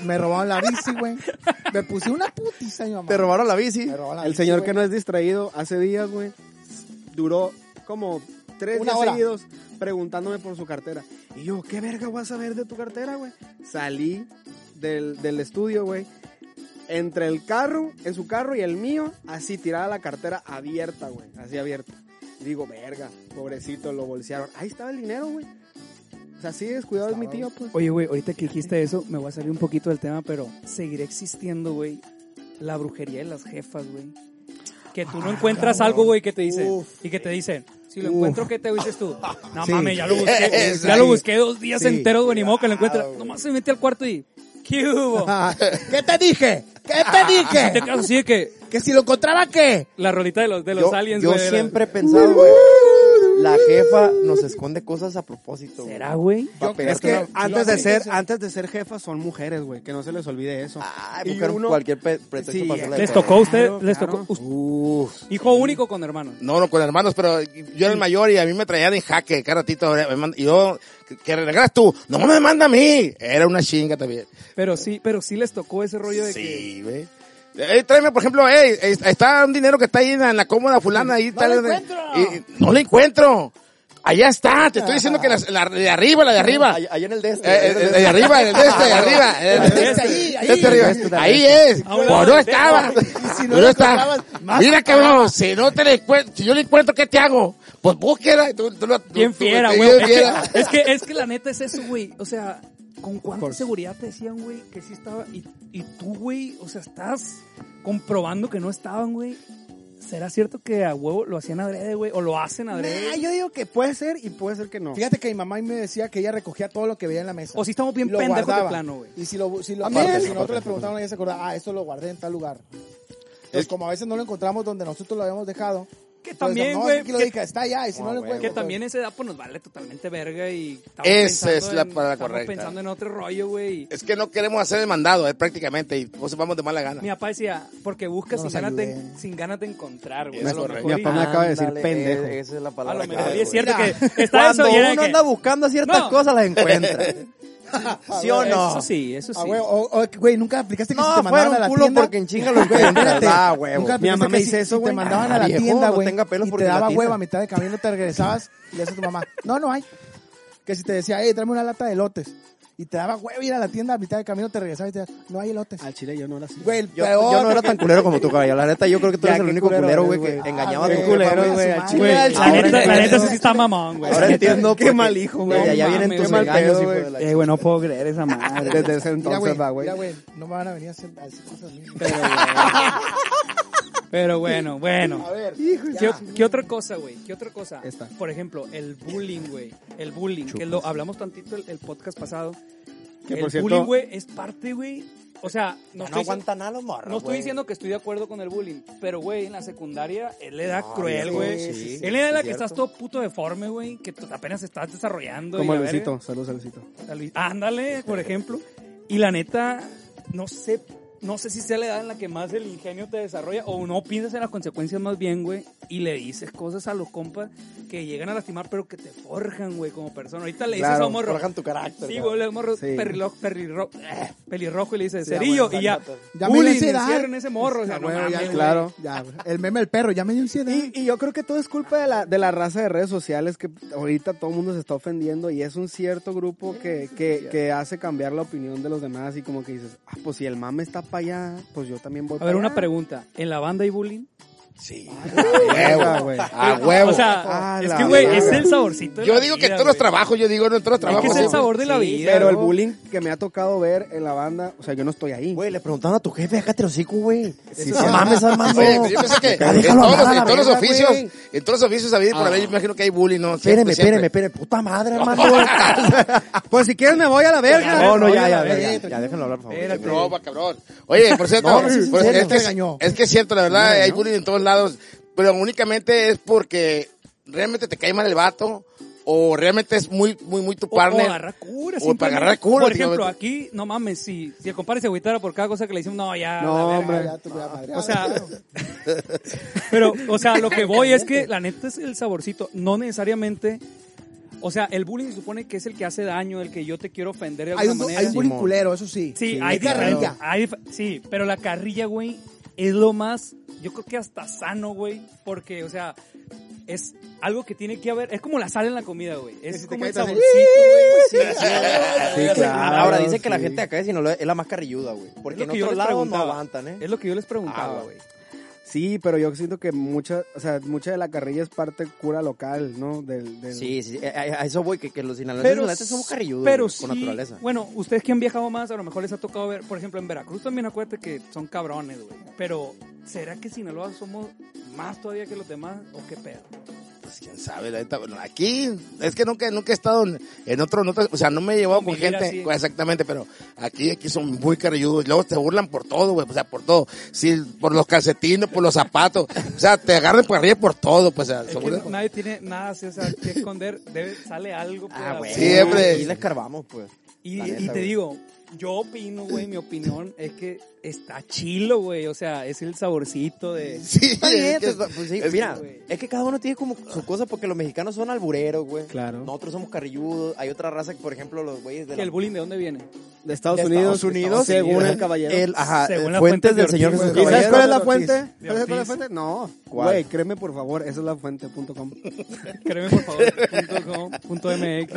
[SPEAKER 8] me robaron la bici, güey. Me puse una putiza, mi mamá.
[SPEAKER 2] Te robaron la bici.
[SPEAKER 8] Me robaron la
[SPEAKER 5] el
[SPEAKER 8] bici,
[SPEAKER 5] señor
[SPEAKER 8] güey.
[SPEAKER 5] que no es distraído, hace días, güey, duró como tres
[SPEAKER 8] Una
[SPEAKER 5] días
[SPEAKER 8] hora.
[SPEAKER 5] seguidos preguntándome por su cartera. Y yo, ¿qué verga vas a ver de tu cartera, güey? Salí del, del estudio, güey. Entre el carro, en su carro y el mío, así tirada la cartera abierta, güey. Así abierta. Y digo, verga, pobrecito, lo bolsearon. Ahí estaba el dinero, güey. O sea, sí, descuidado es mi tío, pues.
[SPEAKER 1] Oye, güey, ahorita que dijiste eso, me voy a salir un poquito del tema, pero seguirá existiendo, güey, la brujería de las jefas, güey. Que tú
[SPEAKER 8] Ah,
[SPEAKER 1] no encuentras algo, güey, que te dicen. Y que te dicen, si lo encuentro, ¿qué te dices tú? No mames, ya lo busqué.
[SPEAKER 7] Es
[SPEAKER 1] ya
[SPEAKER 7] ahí.
[SPEAKER 1] lo busqué dos días
[SPEAKER 8] Sí.
[SPEAKER 1] enteros, güey, ni modo que lo encuentres. Nomás se mete al cuarto y, ¿qué hubo?
[SPEAKER 8] Ah, ¿Qué te dije? ¿Qué te
[SPEAKER 1] Y te
[SPEAKER 8] dije?
[SPEAKER 1] quedas así de que
[SPEAKER 8] Que si lo encontraba, ¿qué?
[SPEAKER 1] la rolita de los, de los
[SPEAKER 2] Yo,
[SPEAKER 1] aliens,
[SPEAKER 2] yo
[SPEAKER 1] güey. era-
[SPEAKER 2] siempre he pensado, güey, la jefa nos esconde cosas a propósito, güey.
[SPEAKER 1] ¿Será, güey?
[SPEAKER 2] Pa'
[SPEAKER 5] Es
[SPEAKER 2] pegarte
[SPEAKER 5] que
[SPEAKER 2] una-
[SPEAKER 5] antes de ser, antes de ser jefas son mujeres, güey, que no se les olvide eso.
[SPEAKER 2] Ay,
[SPEAKER 5] Y
[SPEAKER 2] buscaron
[SPEAKER 5] uno-
[SPEAKER 2] cualquier pe- pretexto
[SPEAKER 5] Sí,
[SPEAKER 2] para hacerla de
[SPEAKER 1] ¿Les
[SPEAKER 2] pedo.
[SPEAKER 1] tocó a ustedes?
[SPEAKER 5] Claro,
[SPEAKER 1] ¿Les
[SPEAKER 5] claro.
[SPEAKER 1] tocó? Hijo único con hermano.
[SPEAKER 7] No, no, con hermanos, pero yo era el mayor y a mí me traían en jaque cada ratito. me mand- Y yo, que- que regresas tú, no me manda a mí. Era una chinga también.
[SPEAKER 1] Pero sí, pero sí les tocó ese rollo de que...
[SPEAKER 7] Sí, güey. Eh, tráeme, por ejemplo, eh, eh, está un dinero que está ahí en la cómoda fulana. Ahí, no
[SPEAKER 8] lo encuentro.
[SPEAKER 7] no lo encuentro. Allá está, te estoy diciendo que las- la, de arriba, la de arriba.
[SPEAKER 2] Ahí, ahí en el de este.
[SPEAKER 7] Eh,
[SPEAKER 2] en
[SPEAKER 7] eh,
[SPEAKER 2] el de
[SPEAKER 7] de
[SPEAKER 2] este.
[SPEAKER 7] arriba, el de este, de arriba. el de
[SPEAKER 1] Este,
[SPEAKER 7] este, este arriba. Ahí es.
[SPEAKER 1] A un lado
[SPEAKER 7] Pues no
[SPEAKER 1] del
[SPEAKER 7] estaba.
[SPEAKER 8] si no
[SPEAKER 7] Pues
[SPEAKER 8] lo
[SPEAKER 7] no estaba.
[SPEAKER 8] encontrabas, más
[SPEAKER 7] Mira, cabrón, si no te la encuentro, si yo le encuentro, ¿qué te hago? Pues búsquela. y Tú, tú, lo- tú-
[SPEAKER 1] Bien
[SPEAKER 7] tú-
[SPEAKER 1] fiera,
[SPEAKER 7] tú-
[SPEAKER 1] güey.
[SPEAKER 7] bien
[SPEAKER 1] Es
[SPEAKER 7] fiera.
[SPEAKER 1] que, es que es que la neta es eso, güey. O sea, con cuánta seguridad te decían, güey, que sí estaba. Y, y tú, güey, o sea, estás comprobando que no estaban, güey. ¿Será cierto que a huevo lo hacían adrede, güey? ¿O lo hacen adrede?
[SPEAKER 5] Nah, yo digo que puede ser y puede ser que no.
[SPEAKER 8] Fíjate que mi mamá me decía que ella recogía todo lo que veía en la mesa.
[SPEAKER 1] o si estamos bien
[SPEAKER 8] Y lo
[SPEAKER 1] pendejos de
[SPEAKER 8] guardaba.
[SPEAKER 1] plano, güey.
[SPEAKER 8] Y si lo, si lo,
[SPEAKER 2] Aparte, aparte,
[SPEAKER 8] si nosotros
[SPEAKER 2] aparte.
[SPEAKER 8] le preguntamos, ella se acordaba, ah, esto lo guardé en tal lugar. Entonces, como a veces no lo encontramos donde nosotros lo habíamos dejado.
[SPEAKER 1] Que
[SPEAKER 8] entonces,
[SPEAKER 1] también,
[SPEAKER 8] no,
[SPEAKER 1] güey,
[SPEAKER 8] aquí lo
[SPEAKER 1] que-
[SPEAKER 8] dije, está allá, y
[SPEAKER 2] Ah,
[SPEAKER 8] si no, lo encuentro.
[SPEAKER 1] Que también esa edad pues, nos vale totalmente verga y estamos
[SPEAKER 7] Esa
[SPEAKER 1] pensando
[SPEAKER 7] es la
[SPEAKER 1] en-
[SPEAKER 7] palabra
[SPEAKER 1] estamos
[SPEAKER 7] correcta.
[SPEAKER 1] pensando en otro rollo, güey.
[SPEAKER 7] Es que no queremos hacer el mandado, eh, prácticamente, y pues vamos de mala gana.
[SPEAKER 1] Mi papá decía, porque buscas
[SPEAKER 8] No
[SPEAKER 1] sin,
[SPEAKER 8] nos
[SPEAKER 1] ganas de,
[SPEAKER 8] ayudé.
[SPEAKER 1] sin ganas de encontrar, güey.
[SPEAKER 7] Es
[SPEAKER 1] A lo
[SPEAKER 7] correcto.
[SPEAKER 1] mejor
[SPEAKER 5] Mi
[SPEAKER 1] y-
[SPEAKER 5] papá me acaba de decir
[SPEAKER 2] Ándale,
[SPEAKER 5] pendejo.
[SPEAKER 2] eh, Esa es la
[SPEAKER 1] A
[SPEAKER 2] palabra.
[SPEAKER 1] lo
[SPEAKER 2] clave,
[SPEAKER 1] mejor, y es
[SPEAKER 2] güey.
[SPEAKER 1] cierto que está
[SPEAKER 2] Cuando
[SPEAKER 1] eso y era
[SPEAKER 2] uno
[SPEAKER 1] que-
[SPEAKER 2] anda buscando ciertas
[SPEAKER 1] No.
[SPEAKER 2] cosas, las encuentra. ¿Sí o no?
[SPEAKER 1] Eso sí, eso sí.
[SPEAKER 8] Ah, güey, o- o que, güey, nunca aplicaste que
[SPEAKER 2] No,
[SPEAKER 8] si te mandaban
[SPEAKER 2] fuera
[SPEAKER 8] a
[SPEAKER 2] un
[SPEAKER 8] la
[SPEAKER 2] culo
[SPEAKER 8] tienda.
[SPEAKER 2] porque en chinga lo encuentras.
[SPEAKER 8] Espérate,
[SPEAKER 2] Ah, huevo.
[SPEAKER 8] nunca
[SPEAKER 5] Mi
[SPEAKER 8] aplicaste
[SPEAKER 5] mamá me
[SPEAKER 8] que
[SPEAKER 5] dice
[SPEAKER 8] si-
[SPEAKER 5] eso,
[SPEAKER 8] si
[SPEAKER 5] güey.
[SPEAKER 8] Te mandaban a la
[SPEAKER 2] Viejo,
[SPEAKER 8] tienda,
[SPEAKER 2] no
[SPEAKER 8] güey.
[SPEAKER 2] tenga pelos
[SPEAKER 8] y
[SPEAKER 2] porque
[SPEAKER 8] te daba
[SPEAKER 2] latiza.
[SPEAKER 8] hueva a mitad de camino, te regresabas y le decías a tu mamá, no, no hay. Que si te decía, hey, tráeme una lata de elotes. Y te daba hueva ir a la tienda a mitad de camino, te regresabas y te decía, no hay elotes.
[SPEAKER 5] Al chile yo no era así.
[SPEAKER 8] Güey, el
[SPEAKER 2] Yo,
[SPEAKER 8] peor.
[SPEAKER 2] yo no era tan culero como tú, caballo. La neta, yo creo que tú
[SPEAKER 5] Ya,
[SPEAKER 2] eres el
[SPEAKER 5] qué
[SPEAKER 2] único
[SPEAKER 5] culero
[SPEAKER 2] culero,
[SPEAKER 5] eres,
[SPEAKER 2] güey, que
[SPEAKER 5] güey.
[SPEAKER 2] engañaba a
[SPEAKER 8] Ah,
[SPEAKER 2] tu
[SPEAKER 8] qué
[SPEAKER 2] culero.
[SPEAKER 8] culero,
[SPEAKER 5] güey, al chile.
[SPEAKER 1] Güey, la
[SPEAKER 2] Ahora
[SPEAKER 1] neta,
[SPEAKER 2] entiendo-
[SPEAKER 1] la neta, eso sí está mamón, güey.
[SPEAKER 2] Ahora entiendo
[SPEAKER 5] Qué
[SPEAKER 2] por
[SPEAKER 5] mal hijo, güey.
[SPEAKER 2] De allá
[SPEAKER 1] No
[SPEAKER 2] vienen
[SPEAKER 1] mames,
[SPEAKER 2] tus
[SPEAKER 1] qué mal
[SPEAKER 2] engaños,
[SPEAKER 5] pedo,
[SPEAKER 2] hijo
[SPEAKER 5] güey.
[SPEAKER 2] de la
[SPEAKER 1] Eh, güey, no puedo creer esa madre.
[SPEAKER 5] Desde ese
[SPEAKER 8] Mira, güey,
[SPEAKER 5] entonces va, güey.
[SPEAKER 8] mira, güey, no me van a venir a hacer a hacer cosas mías.
[SPEAKER 1] Pero, güey. Pero bueno, bueno.
[SPEAKER 8] A ver,
[SPEAKER 1] ¿Qué, qué otra cosa, güey? ¿Qué otra cosa?
[SPEAKER 5] Esta.
[SPEAKER 1] Por ejemplo, el bullying, güey. El bullying, que lo hablamos tantito el, el podcast pasado.
[SPEAKER 5] Que,
[SPEAKER 1] el
[SPEAKER 5] por cierto-
[SPEAKER 1] bullying, güey, es parte, güey. O sea, no,
[SPEAKER 2] No
[SPEAKER 1] estoy,
[SPEAKER 2] aguantan a los morros,
[SPEAKER 1] no estoy
[SPEAKER 2] güey.
[SPEAKER 1] diciendo que estoy de acuerdo con el bullying, pero, güey, en la secundaria él era
[SPEAKER 2] No,
[SPEAKER 1] cruel,
[SPEAKER 2] sí,
[SPEAKER 1] güey.
[SPEAKER 2] sí, sí,
[SPEAKER 1] él era
[SPEAKER 2] es
[SPEAKER 1] la que
[SPEAKER 2] cierto.
[SPEAKER 1] estás todo puto deforme, güey, que t- apenas estás desarrollando.
[SPEAKER 5] Como
[SPEAKER 1] y la
[SPEAKER 5] Luisito, saludos a Luisito.
[SPEAKER 1] verga. Al- Ándale, por ejemplo. Y la neta, no sé, no sé si sea la edad en la que más el ingenio te desarrolla o no piensas en las consecuencias más bien, güey, y le dices cosas a los compas que llegan a lastimar, pero que te forjan, güey, como persona. Ahorita le dices
[SPEAKER 5] Claro,
[SPEAKER 1] a un morro,
[SPEAKER 2] Forjan tu carácter.
[SPEAKER 1] Sí,
[SPEAKER 2] cabrón.
[SPEAKER 1] güey, el morro
[SPEAKER 5] Sí.
[SPEAKER 1] perrilo- perriro- eh, pelirrojo y le dice cerillo
[SPEAKER 2] bueno,
[SPEAKER 1] y ya.
[SPEAKER 2] exacto.
[SPEAKER 8] Ya me dio
[SPEAKER 1] bullying,
[SPEAKER 8] ansiedad.
[SPEAKER 1] encierren ese morro. O sea,
[SPEAKER 8] Ya,
[SPEAKER 1] no
[SPEAKER 8] güey, ya,
[SPEAKER 1] mames, güey.
[SPEAKER 5] Claro.
[SPEAKER 8] ya, güey. el meme del perro, ya me dio ansiedad.
[SPEAKER 5] Y, y yo creo que todo es culpa de la, de la raza de redes sociales que ahorita todo el mundo se está ofendiendo y es un cierto grupo que, que, que hace cambiar la opinión de los demás y como que dices, ah, pues si el mame está para allá, pues yo también voy
[SPEAKER 1] A
[SPEAKER 5] para
[SPEAKER 1] ver,
[SPEAKER 5] allá.
[SPEAKER 1] una pregunta. ¿En la banda hay bullying?
[SPEAKER 7] Sí. A huevo.
[SPEAKER 5] Ah, güey.
[SPEAKER 7] A huevo.
[SPEAKER 1] O sea,
[SPEAKER 5] Ah,
[SPEAKER 1] es
[SPEAKER 5] la
[SPEAKER 1] que, güey,
[SPEAKER 5] verga.
[SPEAKER 1] es el saborcito. de
[SPEAKER 7] yo
[SPEAKER 1] la
[SPEAKER 7] digo que
[SPEAKER 1] vida,
[SPEAKER 7] en todos los
[SPEAKER 1] güey.
[SPEAKER 7] trabajos, yo digo en todos los
[SPEAKER 5] Ah,
[SPEAKER 1] Es
[SPEAKER 7] trabajos.
[SPEAKER 1] que es el
[SPEAKER 7] siempre-
[SPEAKER 1] sabor de la vida.
[SPEAKER 5] Pero el
[SPEAKER 1] güey.
[SPEAKER 5] bullying que me ha tocado ver en la banda, o sea, yo no estoy ahí.
[SPEAKER 2] Güey, le preguntaron a tu jefe, acá te hocico, güey.
[SPEAKER 5] Sí,
[SPEAKER 2] no
[SPEAKER 5] sí.
[SPEAKER 2] mames, Armando.
[SPEAKER 7] Oye, pero yo pensé que en
[SPEAKER 2] Ya
[SPEAKER 7] todos,
[SPEAKER 2] déjalo hablar a
[SPEAKER 7] los,
[SPEAKER 2] la
[SPEAKER 7] en todos los
[SPEAKER 2] verga,
[SPEAKER 7] oficios,
[SPEAKER 2] güey.
[SPEAKER 7] en todos los oficios había y por ahí, yo imagino que hay bullying, ¿no?
[SPEAKER 2] Espéreme,
[SPEAKER 7] Siempre,
[SPEAKER 2] espéreme,
[SPEAKER 7] siempre.
[SPEAKER 2] espéreme. Puta madre, Armando.
[SPEAKER 5] Pues si quieres me voy a la verga.
[SPEAKER 2] No, no, ya,
[SPEAKER 5] Oye,
[SPEAKER 2] ya,
[SPEAKER 5] la
[SPEAKER 2] ya,
[SPEAKER 5] verga.
[SPEAKER 2] ya, ya, déjenlo hablar, por favor.
[SPEAKER 7] No, va, cabrón. Oye, por cierto,
[SPEAKER 2] No,
[SPEAKER 7] por-
[SPEAKER 2] es
[SPEAKER 7] es,
[SPEAKER 2] en serio,
[SPEAKER 7] que es,
[SPEAKER 8] regañó.
[SPEAKER 7] es que es cierto, la verdad,
[SPEAKER 2] No,
[SPEAKER 7] hay
[SPEAKER 2] ¿no?
[SPEAKER 7] bullying en todos lados, pero únicamente es porque realmente te cae mal el vato o realmente es muy, muy, muy tu
[SPEAKER 1] O, o
[SPEAKER 7] partner.
[SPEAKER 1] agarrar cura.
[SPEAKER 7] O
[SPEAKER 1] simplemente.
[SPEAKER 7] para agarrar cura,
[SPEAKER 1] Por
[SPEAKER 7] tío.
[SPEAKER 1] ejemplo, aquí, no mames, si, si el compadre se agüitara por cada cosa que le hicimos, no, ya. la
[SPEAKER 5] No,
[SPEAKER 1] verga.
[SPEAKER 5] hombre.
[SPEAKER 8] Ya te voy a madrear.
[SPEAKER 1] O sea, pero, o sea, lo que voy es que la neta es el saborcito, no necesariamente. O sea, el bullying se supone que es el que hace daño, el que yo te quiero ofender de
[SPEAKER 8] hay
[SPEAKER 1] alguna
[SPEAKER 8] un,
[SPEAKER 1] manera.
[SPEAKER 8] hay un bullying culero, eso sí.
[SPEAKER 1] Sí, hay diferencia.
[SPEAKER 8] carrilla.
[SPEAKER 1] Hay dif- sí, pero la carrilla, güey, es lo más, yo creo que hasta sano, güey, porque, o sea, es algo que tiene que haber, es como la sal en la comida, güey. Es como el saborcito, güey. pues
[SPEAKER 5] Sí, claro,
[SPEAKER 2] Ahora dice que la
[SPEAKER 5] sí.
[SPEAKER 2] gente de acá de Sinaloa es la más carrilluda, güey. Porque
[SPEAKER 1] Es
[SPEAKER 2] en
[SPEAKER 1] lo que yo les
[SPEAKER 2] otros lados no
[SPEAKER 1] preguntaba.
[SPEAKER 2] aguantan, ¿eh?
[SPEAKER 1] Es lo que yo les preguntaba,
[SPEAKER 2] Ah,
[SPEAKER 1] güey.
[SPEAKER 5] Sí, pero yo siento que mucha, o sea, mucha de la carrilla es parte cura local, ¿no? Del, del-
[SPEAKER 2] Sí, sí, a, a- a eso voy, que, que los sinaloenses
[SPEAKER 1] Pero,
[SPEAKER 2] la neta, somos carrilludos
[SPEAKER 1] pero
[SPEAKER 2] güey, con
[SPEAKER 1] sí,
[SPEAKER 2] naturaleza.
[SPEAKER 1] Bueno, ustedes que han viajado más, a lo mejor les ha tocado ver, por ejemplo, en Veracruz también acuérdate que son cabrones, güey. Pero, ¿será que Sinaloa somos más todavía que los demás o qué pedo?
[SPEAKER 7] Pues quién sabe, la neta, bueno, aquí es que nunca, nunca he estado en, en otro, en otro- o sea, no me he llevado con
[SPEAKER 1] Convivir
[SPEAKER 7] gente,
[SPEAKER 1] así.
[SPEAKER 7] pues, exactamente, pero aquí, aquí son muy carrilludos, luego te burlan por todo, güey, o sea, por todo, sí, por los calcetines, por los zapatos, o sea, te agarran por arriba por todo, pues, o sea,
[SPEAKER 1] Es
[SPEAKER 7] se
[SPEAKER 1] que
[SPEAKER 7] burlan.
[SPEAKER 1] nadie tiene nada así, o sea, que esconder, debe- sale algo. por la-
[SPEAKER 2] güey.
[SPEAKER 7] Siempre.
[SPEAKER 2] Ah, Y les carbamos, pues.
[SPEAKER 1] Y,
[SPEAKER 2] La
[SPEAKER 1] y
[SPEAKER 2] neta,
[SPEAKER 1] te
[SPEAKER 2] güey.
[SPEAKER 1] digo, yo opino, güey, mi opinión es que está chilo, güey. O sea, es el saborcito de...
[SPEAKER 7] Sí,
[SPEAKER 2] Está
[SPEAKER 7] es
[SPEAKER 2] bien,
[SPEAKER 7] que-
[SPEAKER 2] pues, pues sí,
[SPEAKER 7] es
[SPEAKER 2] mira,
[SPEAKER 1] güey.
[SPEAKER 2] es que cada uno tiene como su cosa porque los mexicanos son albureros, güey.
[SPEAKER 5] Claro.
[SPEAKER 2] Nosotros somos carrilludos, hay otra raza que, por ejemplo, los güeyes de
[SPEAKER 1] ¿Que
[SPEAKER 2] la...
[SPEAKER 1] el bullying de dónde viene?
[SPEAKER 5] de Estados
[SPEAKER 2] de
[SPEAKER 5] Unidos.
[SPEAKER 2] Estados Unidos,
[SPEAKER 5] según
[SPEAKER 2] Unidos.
[SPEAKER 5] el caballero.
[SPEAKER 2] El, ajá,
[SPEAKER 1] Según
[SPEAKER 2] eh,
[SPEAKER 1] la fuente
[SPEAKER 2] fuentes
[SPEAKER 1] de
[SPEAKER 2] del Señor
[SPEAKER 1] Ortiz,
[SPEAKER 2] Jesús
[SPEAKER 5] ¿Y sabes cuál es
[SPEAKER 2] Caballero.
[SPEAKER 5] la
[SPEAKER 1] Ortiz.
[SPEAKER 5] fuente?
[SPEAKER 1] De
[SPEAKER 5] ¿Sabes cuál es la
[SPEAKER 1] Ortiz.
[SPEAKER 5] fuente? No.
[SPEAKER 2] ¿Cuál?
[SPEAKER 5] Güey, créeme por favor, esa es la fuente.com.
[SPEAKER 1] Créeme, por favor, punto com, punto MX.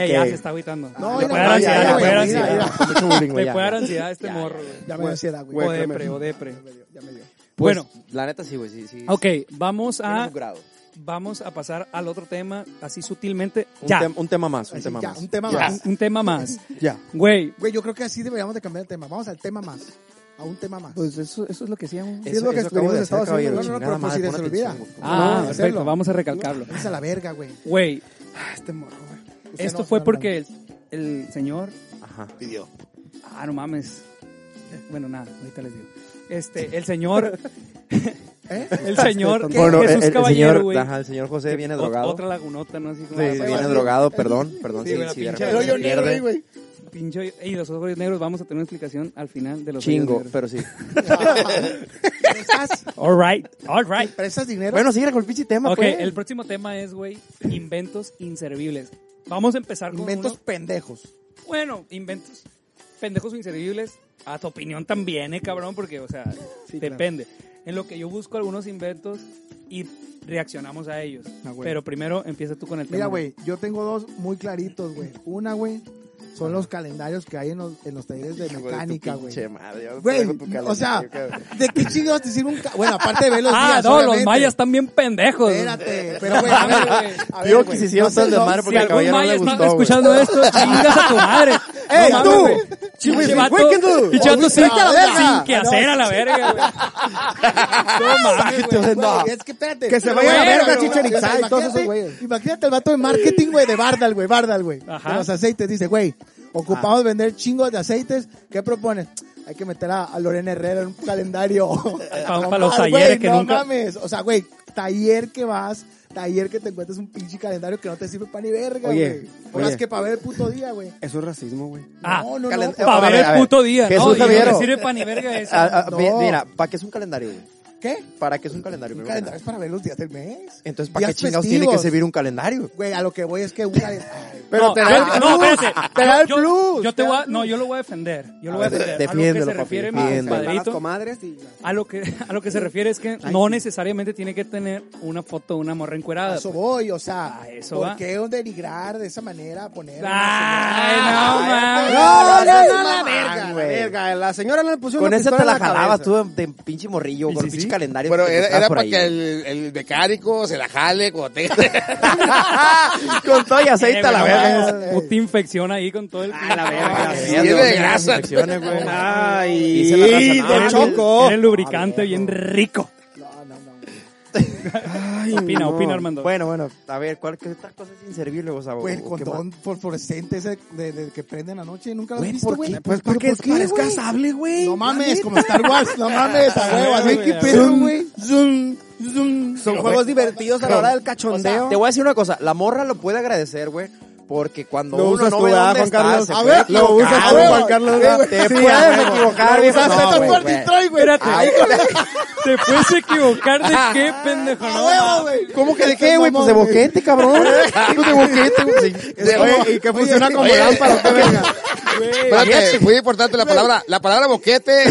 [SPEAKER 1] Eh, ya se está agüitando.
[SPEAKER 8] No,
[SPEAKER 1] Le
[SPEAKER 8] mira,
[SPEAKER 1] puede dar
[SPEAKER 8] no, ya,
[SPEAKER 1] ansiedad,
[SPEAKER 8] ya,
[SPEAKER 1] le puede dar
[SPEAKER 8] ya,
[SPEAKER 1] ansiedad.
[SPEAKER 8] ya,
[SPEAKER 2] Mucho bullying, güey,
[SPEAKER 1] Le
[SPEAKER 2] ya,
[SPEAKER 1] puede dar
[SPEAKER 2] ya.
[SPEAKER 1] ansiedad a este morro, güey.
[SPEAKER 8] Ya me dio ansiedad, güey. Pues,
[SPEAKER 1] O
[SPEAKER 5] Güey,
[SPEAKER 1] depre, o depre.
[SPEAKER 8] Ya me dio.
[SPEAKER 1] Bueno,
[SPEAKER 2] La neta sí, güey, sí, sí.
[SPEAKER 1] ok, vamos
[SPEAKER 2] Tiene
[SPEAKER 1] a,
[SPEAKER 2] un grado.
[SPEAKER 1] vamos a pasar al otro tema, así sutilmente.
[SPEAKER 2] Un,
[SPEAKER 1] Ya,
[SPEAKER 2] tem- un tema más, un
[SPEAKER 8] Así,
[SPEAKER 2] tema
[SPEAKER 8] ya,
[SPEAKER 2] más.
[SPEAKER 8] un tema
[SPEAKER 7] Ya.
[SPEAKER 8] más.
[SPEAKER 1] un tema más.
[SPEAKER 2] Ya.
[SPEAKER 1] Güey,
[SPEAKER 8] Güey, yo creo que así deberíamos de cambiar el tema. Vamos al tema más. A un tema más.
[SPEAKER 9] Pues eso, eso es lo que hacíamos.
[SPEAKER 2] Eso,
[SPEAKER 8] es lo que
[SPEAKER 2] eso acabo de hacer,
[SPEAKER 8] estuvimos estado
[SPEAKER 2] caballero,
[SPEAKER 8] haciendo. No,
[SPEAKER 2] chingada
[SPEAKER 8] no, no, pero por si
[SPEAKER 2] madre,
[SPEAKER 8] se
[SPEAKER 2] pon
[SPEAKER 8] olvida.
[SPEAKER 2] atención, por favor.
[SPEAKER 1] ah,
[SPEAKER 8] no,
[SPEAKER 1] perfecto,
[SPEAKER 8] hacerlo.
[SPEAKER 1] vamos a recalcarlo.
[SPEAKER 8] Es a la verga, güey.
[SPEAKER 1] Güey,
[SPEAKER 5] Este morro, güey.
[SPEAKER 8] Usted
[SPEAKER 1] esto
[SPEAKER 8] no-
[SPEAKER 1] fue
[SPEAKER 8] no, no.
[SPEAKER 1] porque el, el señor
[SPEAKER 2] Ajá.
[SPEAKER 7] pidió.
[SPEAKER 1] Ah, no mames. Bueno, nada, ahorita les digo. Este, el señor.
[SPEAKER 8] ¿Eh?
[SPEAKER 1] El señor
[SPEAKER 8] ¿Qué? Bueno,
[SPEAKER 1] Jesús
[SPEAKER 2] el, el
[SPEAKER 1] Caballero,
[SPEAKER 2] señor,
[SPEAKER 1] güey.
[SPEAKER 2] ajá, el señor José viene
[SPEAKER 1] Ot-
[SPEAKER 2] drogado.
[SPEAKER 1] Otra lagunota, ¿no? Así
[SPEAKER 2] Sí,
[SPEAKER 1] como. ah,
[SPEAKER 2] viene
[SPEAKER 1] bueno,
[SPEAKER 2] drogado, perdón, perdón,
[SPEAKER 1] Sí,
[SPEAKER 2] sí,
[SPEAKER 1] güey, la
[SPEAKER 2] sí, de
[SPEAKER 1] pinche-
[SPEAKER 2] repente
[SPEAKER 1] El hoyo
[SPEAKER 2] pierde
[SPEAKER 1] pincho- y los ojos negros, vamos a tener una explicación al final de los
[SPEAKER 2] Chingo,
[SPEAKER 1] hoyos negros.
[SPEAKER 2] pero sí.
[SPEAKER 8] ¿Prestas?
[SPEAKER 1] All right, all right.
[SPEAKER 8] ¿Prestas dinero?
[SPEAKER 2] Bueno, sigue con el pinche tema,
[SPEAKER 1] Ok,
[SPEAKER 2] pues.
[SPEAKER 1] el próximo tema es, güey, inventos inservibles. Vamos a empezar con
[SPEAKER 8] Inventos
[SPEAKER 1] uno-
[SPEAKER 8] pendejos.
[SPEAKER 1] Bueno, inventos pendejos o inservibles. A tu opinión también, eh, cabrón, porque, o sea, depende. En lo que yo busco algunos inventos y reaccionamos a ellos.
[SPEAKER 5] Ah, güey.
[SPEAKER 1] Pero primero empieza tú con el tema.
[SPEAKER 8] Mira, güey, yo tengo dos muy claritos, güey. Una, güey, son los calendarios que hay en los, en los talleres de
[SPEAKER 2] Hijo de tu
[SPEAKER 8] mecánica, güey.
[SPEAKER 2] pinche madre, ya me
[SPEAKER 8] Güey,
[SPEAKER 2] traigo tu
[SPEAKER 8] o sea,
[SPEAKER 2] calendario, cabrón.
[SPEAKER 8] ¿de qué chingados te sirve un... ca- Bueno, aparte de ver los
[SPEAKER 1] Ah,
[SPEAKER 8] días,
[SPEAKER 1] no, los
[SPEAKER 8] obviamente.
[SPEAKER 1] mayas están bien pendejos.
[SPEAKER 8] Espérate, pero güey, a ver, güey, a ver,
[SPEAKER 2] Yo
[SPEAKER 8] güey,
[SPEAKER 2] que se hicieron
[SPEAKER 8] no
[SPEAKER 2] todo el
[SPEAKER 8] sé, no-
[SPEAKER 2] desmadre
[SPEAKER 1] Si
[SPEAKER 2] porque al
[SPEAKER 1] algún
[SPEAKER 2] caballero no
[SPEAKER 1] maya
[SPEAKER 2] le
[SPEAKER 1] está
[SPEAKER 2] gustó, güey.
[SPEAKER 1] escuchando esto, chingas a tu madre.
[SPEAKER 8] ¡Ey,
[SPEAKER 1] mames,
[SPEAKER 8] tú!
[SPEAKER 1] güey. Pinche vato- pinche vato sin-
[SPEAKER 8] Vete a la verga.
[SPEAKER 1] sin que hacer a la verga, güey.
[SPEAKER 5] Ah,
[SPEAKER 1] No mames, güey.
[SPEAKER 2] Entonces, no.
[SPEAKER 8] Güey, es que espérate.
[SPEAKER 5] Que se vaya a la
[SPEAKER 8] Güey,
[SPEAKER 5] verga,
[SPEAKER 8] güey,
[SPEAKER 5] Chichen
[SPEAKER 8] güey,
[SPEAKER 5] Itzá
[SPEAKER 8] o sea,
[SPEAKER 5] y todos esos
[SPEAKER 8] imagínate-
[SPEAKER 5] güeyes.
[SPEAKER 8] Imagínate el vato de marketing, güey, de Bardal, güey, Bardal, güey.
[SPEAKER 1] Ajá.
[SPEAKER 8] De los aceites, dice, güey, ocupamos vender chingos de aceites. ¿Qué propones? Hay que meter a, a Lorena Herrera en un calendario.
[SPEAKER 1] Pa- pa'
[SPEAKER 8] Ah,
[SPEAKER 1] los
[SPEAKER 8] güey,
[SPEAKER 1] talleres que
[SPEAKER 8] no
[SPEAKER 1] nunca-
[SPEAKER 8] mames. O sea, güey, taller que vas, taller que te encuentras un pinche calendario que no te sirve para ni verga,
[SPEAKER 5] Oye,
[SPEAKER 8] güey. Horas
[SPEAKER 5] oye.
[SPEAKER 8] que para ver el puto día, güey.
[SPEAKER 5] Eso es racismo, güey.
[SPEAKER 1] Ah,
[SPEAKER 8] No, Eh, no, no.
[SPEAKER 2] Calen-
[SPEAKER 1] para
[SPEAKER 2] A
[SPEAKER 1] ver
[SPEAKER 2] ver, a
[SPEAKER 1] el
[SPEAKER 2] ver.
[SPEAKER 1] puto día.
[SPEAKER 2] Jesús
[SPEAKER 1] No, y no
[SPEAKER 2] Javier.
[SPEAKER 1] me sirve para ni verga eso.
[SPEAKER 2] Ah, ah, mi-
[SPEAKER 8] No.
[SPEAKER 2] Mira, ¿para qué es un calendario, güey?
[SPEAKER 8] ¿Qué?
[SPEAKER 2] ¿Para qué es un calendario?
[SPEAKER 8] Un
[SPEAKER 2] primero que
[SPEAKER 8] calendario
[SPEAKER 2] nada?
[SPEAKER 8] es para ver los días del mes.
[SPEAKER 2] Entonces, ¿para qué
[SPEAKER 8] Días
[SPEAKER 2] chingados tiene que
[SPEAKER 8] festivos.
[SPEAKER 2] servir un calendario?
[SPEAKER 8] Güey, a lo que voy es que un calendario...
[SPEAKER 1] no, yo- no, espérate.
[SPEAKER 2] Te da el
[SPEAKER 1] Yo-
[SPEAKER 2] plus.
[SPEAKER 1] Yo te voy a, no, yo lo voy a defender. Yo lo voy a
[SPEAKER 2] A ver,
[SPEAKER 1] defender. a lo que
[SPEAKER 2] defiéndelo,
[SPEAKER 1] se
[SPEAKER 2] papi,
[SPEAKER 1] refiere mi
[SPEAKER 2] defiéndelo.
[SPEAKER 5] Van las
[SPEAKER 1] compadrito,
[SPEAKER 5] comadres y...
[SPEAKER 1] a lo que a lo que se refiere es que no necesariamente tiene que tener una foto de una morra
[SPEAKER 8] A
[SPEAKER 1] encuerada.
[SPEAKER 8] eso
[SPEAKER 1] pues.
[SPEAKER 8] voy, o sea,
[SPEAKER 1] A eso
[SPEAKER 8] ¿por
[SPEAKER 1] va.
[SPEAKER 8] qué denigrar de esa manera? Poner
[SPEAKER 1] Ay, no mames.
[SPEAKER 5] No, no, no,
[SPEAKER 8] no,
[SPEAKER 5] la verga, la verga. La señora le pusieron
[SPEAKER 2] Con
[SPEAKER 5] una
[SPEAKER 2] ese
[SPEAKER 5] pistola
[SPEAKER 2] te
[SPEAKER 5] en
[SPEAKER 2] la
[SPEAKER 5] cabeza.
[SPEAKER 2] jalabas tú de, de pinche morrillo, con el pinche esos calendarios.
[SPEAKER 7] Pero
[SPEAKER 2] que te
[SPEAKER 7] era,
[SPEAKER 2] estás
[SPEAKER 7] era
[SPEAKER 2] por
[SPEAKER 7] para
[SPEAKER 2] ahí.
[SPEAKER 7] que el, el becárico se la jale cuando tenga.
[SPEAKER 2] Con todo y aceite a la
[SPEAKER 1] güey,
[SPEAKER 2] verga.
[SPEAKER 1] no, Puta infección ahí con todo el. Ah,
[SPEAKER 2] A Ah, la verga.
[SPEAKER 7] Sí,
[SPEAKER 2] mierda,
[SPEAKER 7] es de
[SPEAKER 2] güey,
[SPEAKER 7] grasa.
[SPEAKER 2] infecciones, güey.
[SPEAKER 5] Ay,
[SPEAKER 2] Y se la razonaban.
[SPEAKER 5] de choco.
[SPEAKER 1] Era el lubricante bien rico. opina, opina, Armando.
[SPEAKER 2] Bueno, bueno, a ver, ¿cuál que estas cosas inservibles, vos
[SPEAKER 8] Güey, el condón fosforescente ese de, de- que prende en la noche, nunca lo has visto, güey.
[SPEAKER 5] Pues para que
[SPEAKER 8] qué, güey?
[SPEAKER 5] parezca sable, güey.
[SPEAKER 8] No mames, como Star Wars, no mames, a huevo, así
[SPEAKER 1] güey,
[SPEAKER 8] que
[SPEAKER 1] a
[SPEAKER 8] pedo, güey.
[SPEAKER 5] Son juegos divertidos a la hora del cachondeo.
[SPEAKER 2] Te voy a decir una cosa, la morra lo puede agradecer, güey, porque cuando
[SPEAKER 5] Lo
[SPEAKER 2] uno
[SPEAKER 5] usas
[SPEAKER 2] no
[SPEAKER 5] tú,
[SPEAKER 2] ve
[SPEAKER 5] ¿verdad,
[SPEAKER 2] dónde
[SPEAKER 5] Juan
[SPEAKER 2] está,
[SPEAKER 5] Carlos?
[SPEAKER 2] se
[SPEAKER 5] A
[SPEAKER 2] puede
[SPEAKER 5] ver, lo
[SPEAKER 2] equivocar,
[SPEAKER 5] usas tú,
[SPEAKER 2] güey.
[SPEAKER 5] Juan Carlos, ¿verdad?
[SPEAKER 2] Te
[SPEAKER 5] Sí, a
[SPEAKER 2] puedes
[SPEAKER 5] huevo.
[SPEAKER 2] equivocar,
[SPEAKER 5] Lo
[SPEAKER 2] viejo.
[SPEAKER 5] usaste
[SPEAKER 2] No,
[SPEAKER 5] tú,
[SPEAKER 2] güey,
[SPEAKER 5] Juan
[SPEAKER 2] güey.
[SPEAKER 1] Espérate. ¿Te puedes equivocar de
[SPEAKER 5] Ah,
[SPEAKER 1] qué, pendejo? No,
[SPEAKER 5] ¿Cómo que de qué, güey? Pues de boquete, cabrón. de boquete, güey. Y que funciona como
[SPEAKER 7] oye.
[SPEAKER 5] lámpara, qué verga.
[SPEAKER 7] Espérate, muy importante la palabra, la palabra boquete.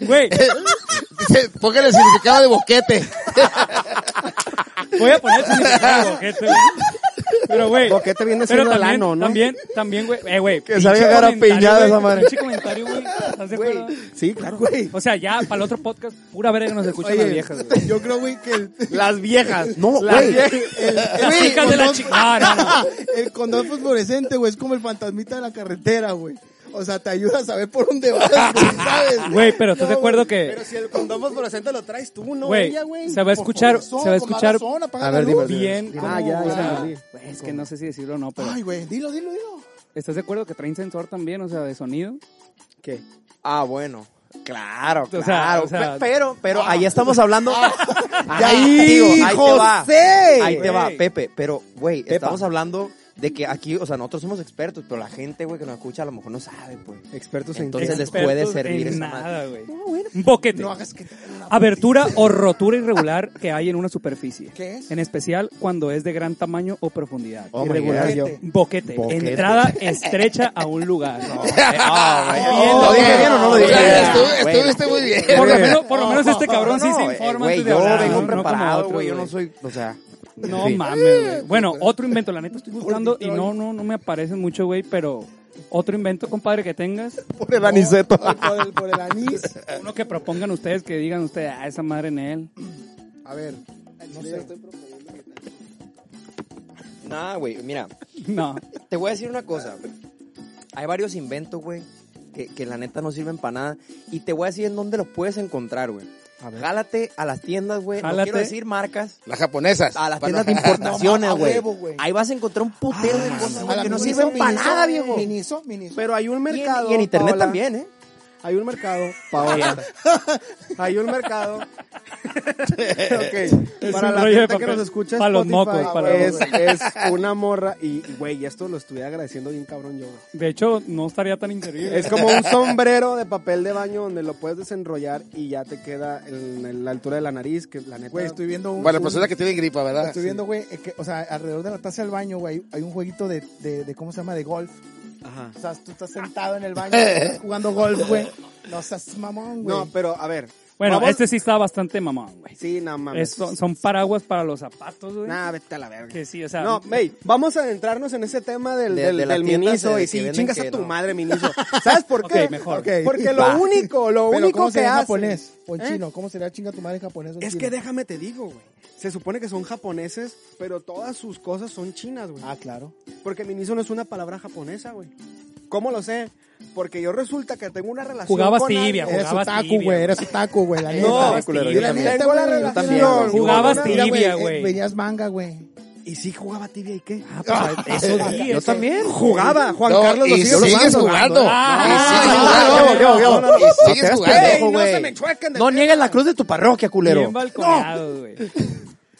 [SPEAKER 1] güey.
[SPEAKER 7] Dice, Póngale el significado de boquete.
[SPEAKER 1] Voy a poner ese significado, boquete, güey. Pero, güey.
[SPEAKER 5] Boquete viene
[SPEAKER 1] Pero
[SPEAKER 5] siendo
[SPEAKER 1] también,
[SPEAKER 5] lano, ¿no?
[SPEAKER 1] También, también, güey. Eh, güey. Que
[SPEAKER 5] salga cara piñada esa madre.
[SPEAKER 1] Pinche comentario, güey. ¿Estás de acuerdo?
[SPEAKER 5] Sí, claro, güey.
[SPEAKER 1] O sea, ya, para el otro podcast, pura verga nos escuchan las viejas, güey.
[SPEAKER 8] Yo creo, güey, que el,
[SPEAKER 5] Las viejas. No,
[SPEAKER 2] La
[SPEAKER 5] güey.
[SPEAKER 2] vieja-
[SPEAKER 1] Las hijas de la chingada. no, no.
[SPEAKER 8] el condón fosforescente, güey, es como el fantasmita de la carretera, güey. O sea, te ayuda a saber por dónde vas, güey, ¿sabes?
[SPEAKER 1] Güey, pero estás de acuerdo que,
[SPEAKER 5] Pero si el condón fluorescente lo traes tú, no
[SPEAKER 1] Güey,
[SPEAKER 5] ella, güey.
[SPEAKER 1] se va a escuchar, se va a escuchar
[SPEAKER 8] a ver,
[SPEAKER 1] bien.
[SPEAKER 5] Ah,
[SPEAKER 1] como,
[SPEAKER 5] ya,
[SPEAKER 1] o
[SPEAKER 5] ya
[SPEAKER 1] sea,
[SPEAKER 5] entendí.
[SPEAKER 1] güey, es que no sé si decirlo o no, pero
[SPEAKER 8] Ay, güey, dilo, dilo, dilo.
[SPEAKER 1] ¿estás de acuerdo que traen sensor también, o sea, de sonido?
[SPEAKER 5] ¿Qué?
[SPEAKER 2] Ah, bueno. Claro,
[SPEAKER 1] O sea,
[SPEAKER 2] claro.
[SPEAKER 1] o sea- Ah.
[SPEAKER 2] Pe- pero, pero ahí estamos hablando. ahí,
[SPEAKER 5] ¡Ay,
[SPEAKER 2] digo, ahí te va.
[SPEAKER 5] José!
[SPEAKER 2] Ahí te va,
[SPEAKER 1] Güey.
[SPEAKER 2] Pepe. Pero, güey, estamos hablando de que aquí, o sea, nosotros somos expertos, pero la gente, güey, que nos escucha a lo mejor no sabe, pues.
[SPEAKER 5] Expertos en
[SPEAKER 2] Entonces les
[SPEAKER 1] Expertos
[SPEAKER 2] puede servir
[SPEAKER 1] en
[SPEAKER 2] esa
[SPEAKER 1] nada,
[SPEAKER 2] madre.
[SPEAKER 1] güey. Un boquete. Abertura o rotura irregular que hay en una superficie.
[SPEAKER 8] ¿Qué es?
[SPEAKER 1] En especial cuando es de gran tamaño o profundidad.
[SPEAKER 5] Oh, irregular yo.
[SPEAKER 1] Boquete.
[SPEAKER 2] Boquete.
[SPEAKER 1] Entrada estrecha a un lugar.
[SPEAKER 2] ¿Lo dije bien o no lo dije?
[SPEAKER 7] Claro, estu-
[SPEAKER 2] Bueno.
[SPEAKER 7] Estuviste muy bien.
[SPEAKER 1] Por lo menos, por lo menos este cabrón sí se
[SPEAKER 2] No, eh,
[SPEAKER 1] informa
[SPEAKER 2] güey,
[SPEAKER 1] antes de
[SPEAKER 2] yo
[SPEAKER 1] hablar,
[SPEAKER 2] vengo
[SPEAKER 1] no como
[SPEAKER 2] preparado,
[SPEAKER 1] otros,
[SPEAKER 2] güey. Yo no soy, o sea.
[SPEAKER 1] No
[SPEAKER 2] Sí.
[SPEAKER 1] mames,
[SPEAKER 5] Eh,
[SPEAKER 1] güey. Bueno, otro invento, la neta estoy buscando y no, no, no me aparecen mucho, güey, pero otro invento, compadre, que tengas,
[SPEAKER 5] Por el aniceto.
[SPEAKER 8] Por el, por el anís.
[SPEAKER 5] Eh.
[SPEAKER 1] uno que propongan ustedes, que digan ustedes, ah, esa madre en él.
[SPEAKER 8] A ver, no sé.
[SPEAKER 2] Nah, güey, mira.
[SPEAKER 1] No,
[SPEAKER 2] Te voy a decir una cosa. Hay varios inventos, güey, que, que la neta no sirven para nada. Y te voy a decir en dónde los puedes encontrar, güey. Jálate a las tiendas, güey. No
[SPEAKER 1] Jálate.
[SPEAKER 2] quiero decir marcas.
[SPEAKER 7] Las japonesas.
[SPEAKER 2] A las
[SPEAKER 7] Para-
[SPEAKER 2] tiendas de importaciones,
[SPEAKER 8] No, a
[SPEAKER 2] güey.
[SPEAKER 8] huevo, güey.
[SPEAKER 2] Ahí vas a encontrar un putero de cosas,
[SPEAKER 8] A
[SPEAKER 2] güey,
[SPEAKER 8] la
[SPEAKER 2] que Ah, no
[SPEAKER 8] Miniso,
[SPEAKER 2] sirven para
[SPEAKER 8] Miniso,
[SPEAKER 2] nada, viejo. Y en,
[SPEAKER 8] Miniso, Miniso.
[SPEAKER 5] Pero hay un mercado.
[SPEAKER 2] y en internet
[SPEAKER 5] Paola.
[SPEAKER 2] también, ¿eh?
[SPEAKER 5] Hay un mercado, Paola. hay un mercado. Ok,
[SPEAKER 1] Es
[SPEAKER 5] Para
[SPEAKER 1] un
[SPEAKER 5] la
[SPEAKER 1] rollo de
[SPEAKER 5] gente que
[SPEAKER 1] papel.
[SPEAKER 5] nos escucha,
[SPEAKER 1] Pa' los
[SPEAKER 5] Spotify,
[SPEAKER 1] mocos, pa' los
[SPEAKER 5] es,
[SPEAKER 1] mocos.
[SPEAKER 5] es una morra. Y, y, güey, esto lo estuve agradeciendo bien, cabrón, yo, güey.
[SPEAKER 1] de hecho, no estaría tan inservible.
[SPEAKER 5] Es como un sombrero de papel de baño donde lo puedes desenrollar y ya te queda en, en la altura de la nariz, que la neta.
[SPEAKER 8] Güey, estoy viendo un...
[SPEAKER 7] Para las
[SPEAKER 8] un-
[SPEAKER 7] personas que tienen gripa, ¿verdad?
[SPEAKER 8] Estoy viendo, güey, eh, que, o sea, alrededor de la taza del baño, güey, hay un jueguito de, de, de, ¿cómo se llama? De golf.
[SPEAKER 5] Ajá.
[SPEAKER 8] O sea, tú estás sentado en el baño jugando golf, güey. No seas mamón, güey.
[SPEAKER 5] No, pero a ver.
[SPEAKER 1] Bueno,
[SPEAKER 5] Eh, vamos-
[SPEAKER 1] este sí está bastante mamón, güey.
[SPEAKER 5] Sí, nada
[SPEAKER 1] Es-
[SPEAKER 5] más.
[SPEAKER 1] son, son paraguas para los zapatos, güey.
[SPEAKER 5] Nah, vete a la verga.
[SPEAKER 1] Que sí, o sea,
[SPEAKER 5] No, mey, vamos a adentrarnos en ese tema del,
[SPEAKER 2] De-
[SPEAKER 5] del,
[SPEAKER 2] de las
[SPEAKER 5] del
[SPEAKER 2] tiendas
[SPEAKER 5] Miniso.
[SPEAKER 2] de
[SPEAKER 5] Y
[SPEAKER 2] que
[SPEAKER 5] sí,
[SPEAKER 2] venden
[SPEAKER 5] chingas
[SPEAKER 2] que
[SPEAKER 5] a tu
[SPEAKER 2] no.
[SPEAKER 5] madre, Miniso. ¿Sabes por qué?
[SPEAKER 1] Ok, mejor.
[SPEAKER 8] Ok.
[SPEAKER 5] Porque lo
[SPEAKER 2] Va.
[SPEAKER 5] único, lo
[SPEAKER 8] Pero,
[SPEAKER 5] único
[SPEAKER 8] ¿cómo
[SPEAKER 5] que
[SPEAKER 8] sería en
[SPEAKER 5] hace
[SPEAKER 8] japonés o en
[SPEAKER 5] ¿Eh?
[SPEAKER 8] chino? ¿Cómo sería chinga tu madre en japonés o en
[SPEAKER 5] Es
[SPEAKER 8] chino?
[SPEAKER 5] que déjame te digo, güey. Se supone que son japoneses, pero todas sus cosas son chinas, güey.
[SPEAKER 8] Ah, claro.
[SPEAKER 5] Porque Miniso no es una palabra japonesa, güey. ¿Cómo lo sé? Porque yo resulta que tengo una relación
[SPEAKER 1] Jugabas
[SPEAKER 5] con
[SPEAKER 1] tibia,
[SPEAKER 5] alguien-
[SPEAKER 8] Eres
[SPEAKER 1] Jugabas
[SPEAKER 8] otaku,
[SPEAKER 1] tibia,
[SPEAKER 8] güey. Eres otaku, güey. La
[SPEAKER 5] No,
[SPEAKER 8] neta.
[SPEAKER 5] yo
[SPEAKER 2] yo
[SPEAKER 5] la
[SPEAKER 2] también.
[SPEAKER 5] tengo la
[SPEAKER 8] Yo también,
[SPEAKER 5] relación.
[SPEAKER 8] güey.
[SPEAKER 1] Jugabas
[SPEAKER 5] Una-
[SPEAKER 1] tibia,
[SPEAKER 8] Mira,
[SPEAKER 1] güey.
[SPEAKER 8] eh, Veías manga, güey.
[SPEAKER 5] Y sí jugaba tibia, ¿y qué?
[SPEAKER 1] eso sí,
[SPEAKER 2] Yo
[SPEAKER 1] eso-
[SPEAKER 2] también.
[SPEAKER 5] Jugaba, Juan
[SPEAKER 7] No,
[SPEAKER 5] Carlos lo
[SPEAKER 7] y
[SPEAKER 5] sigue
[SPEAKER 7] sigues jugando.
[SPEAKER 5] Ah,
[SPEAKER 7] Y sigues
[SPEAKER 5] no,
[SPEAKER 7] jugando.
[SPEAKER 5] no, no, no.
[SPEAKER 7] Y sigues
[SPEAKER 2] No te hagas
[SPEAKER 7] jugando.
[SPEAKER 2] pendejo,
[SPEAKER 5] Ey, no
[SPEAKER 2] güey.
[SPEAKER 5] se me chuequen de
[SPEAKER 2] No
[SPEAKER 5] pena.
[SPEAKER 2] niegues la cruz de tu parroquia, culero.
[SPEAKER 1] Bien balconeado, güey.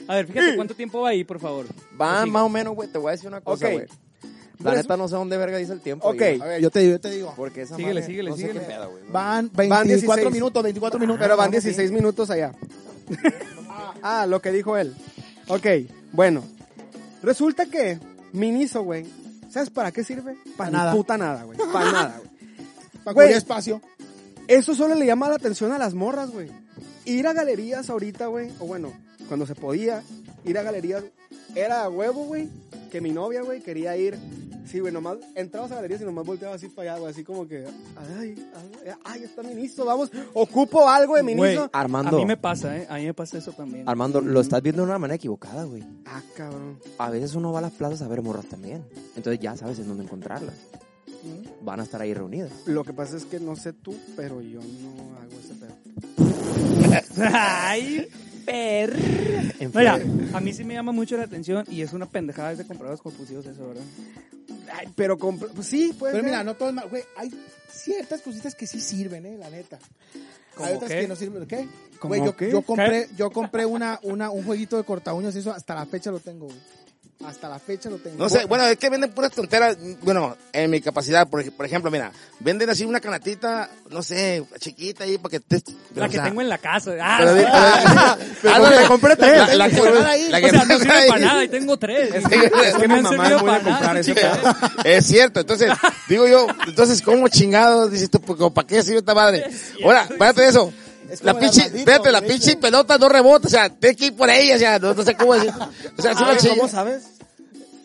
[SPEAKER 1] A ver, fíjate cuánto tiempo va ahí, por favor.
[SPEAKER 2] Va
[SPEAKER 1] Prosigue.
[SPEAKER 2] más o menos, güey. Te voy a decir una cosa,
[SPEAKER 5] Ok.
[SPEAKER 2] güey. La
[SPEAKER 5] Pues-
[SPEAKER 2] neta no sé dónde verga dice el tiempo.
[SPEAKER 5] Ok.
[SPEAKER 2] güey.
[SPEAKER 8] A ver, yo te digo, yo te digo.
[SPEAKER 2] Porque esa
[SPEAKER 1] Síguele,
[SPEAKER 2] madre,
[SPEAKER 1] síguele,
[SPEAKER 2] no sé
[SPEAKER 1] síguele.
[SPEAKER 2] qué pedo, güey.
[SPEAKER 8] Van
[SPEAKER 5] Van Ah,
[SPEAKER 8] 24
[SPEAKER 5] 16.
[SPEAKER 8] minutos, 24 minutos.
[SPEAKER 5] Pero van
[SPEAKER 8] Vamos, sí.
[SPEAKER 5] 16 minutos allá. ah, lo que dijo él. Ok, bueno. Resulta que Miniso, güey, ¿sabes para qué sirve? Para
[SPEAKER 8] nada.
[SPEAKER 5] puta nada, güey. Para nada, güey.
[SPEAKER 8] Para
[SPEAKER 5] Güey.
[SPEAKER 8] cubrir espacio.
[SPEAKER 5] Eso solo le llama la atención a las morras, güey. Ir a galerías ahorita, güey, o bueno, cuando se podía, ir a galerías, era a huevo, güey, que mi novia, güey, quería ir Sí, güey, nomás entrabas a galerías y nomás volteabas así para allá, güey, así como que, ay, ay, ay, está ministro, vamos, ocupo algo de
[SPEAKER 1] Güey,
[SPEAKER 5] ministro.
[SPEAKER 2] Armando.
[SPEAKER 1] A mí me pasa, ¿eh? A mí me pasa eso también.
[SPEAKER 2] Armando, lo estás viendo de una manera equivocada, güey.
[SPEAKER 5] Ah, cabrón.
[SPEAKER 2] A veces uno va a las plazas a ver morras también. Entonces ya sabes en dónde encontrarlas.
[SPEAKER 5] Mm.
[SPEAKER 2] Van a estar ahí reunidas.
[SPEAKER 5] Lo que pasa es que no sé tú, pero yo no hago ese pedo.
[SPEAKER 1] Ay, perro.
[SPEAKER 2] En
[SPEAKER 1] Mira,
[SPEAKER 2] fin.
[SPEAKER 1] a mí sí me llama mucho la atención y es una pendejada de compradores confusivos eso, ¿verdad?
[SPEAKER 5] Ay, pero compra- pues sí, pues.
[SPEAKER 8] Pero mira, no todo es mal. Güey, hay ciertas cositas que sí sirven, eh, la neta.
[SPEAKER 1] ¿Cómo
[SPEAKER 8] Hay otras
[SPEAKER 1] qué?
[SPEAKER 8] que no sirven. ¿Qué?
[SPEAKER 5] ¿Cómo
[SPEAKER 8] Güey, yo,
[SPEAKER 5] qué?
[SPEAKER 8] yo compré, yo compré una, una, un jueguito de corta uñas, eso hasta la fecha lo tengo, güey. Hasta la fecha lo tengo.
[SPEAKER 7] No sé, bueno, es que venden puras tonteras. Bueno, en mi capacidad, por, ej- por ejemplo, mira, venden así una canatita, no sé, chiquita ahí para que te.
[SPEAKER 1] La que tengo en la casa. Ah,
[SPEAKER 7] Pero,
[SPEAKER 1] sí.
[SPEAKER 7] di- Ándale, La, la que la
[SPEAKER 1] o sea, no
[SPEAKER 7] que tengo ahí.
[SPEAKER 1] sirve para nada y tengo tres.
[SPEAKER 7] Sí, es
[SPEAKER 1] No
[SPEAKER 7] que
[SPEAKER 1] me
[SPEAKER 7] mi
[SPEAKER 1] han
[SPEAKER 7] mamá
[SPEAKER 1] servido
[SPEAKER 7] es muy
[SPEAKER 1] para
[SPEAKER 7] de
[SPEAKER 1] nada,
[SPEAKER 7] comprar
[SPEAKER 1] esas
[SPEAKER 7] ese
[SPEAKER 1] chingaderas.
[SPEAKER 7] pedo. Es cierto, entonces, digo yo, entonces, ¿cómo chingados? Dices tú, pues, ¿para qué sirve esta madre? Ahora, espérate de eso.
[SPEAKER 8] Es
[SPEAKER 7] La
[SPEAKER 8] como el
[SPEAKER 7] pinche,
[SPEAKER 8] armadito,
[SPEAKER 7] espérate, la
[SPEAKER 8] de
[SPEAKER 7] pinche
[SPEAKER 8] hecho.
[SPEAKER 7] pelota no rebota, o sea, tienes que ir por ella, o sea, no, no sé cómo decir. O
[SPEAKER 1] Ah,
[SPEAKER 7] sea, es una chilla.
[SPEAKER 5] ¿Cómo sabes?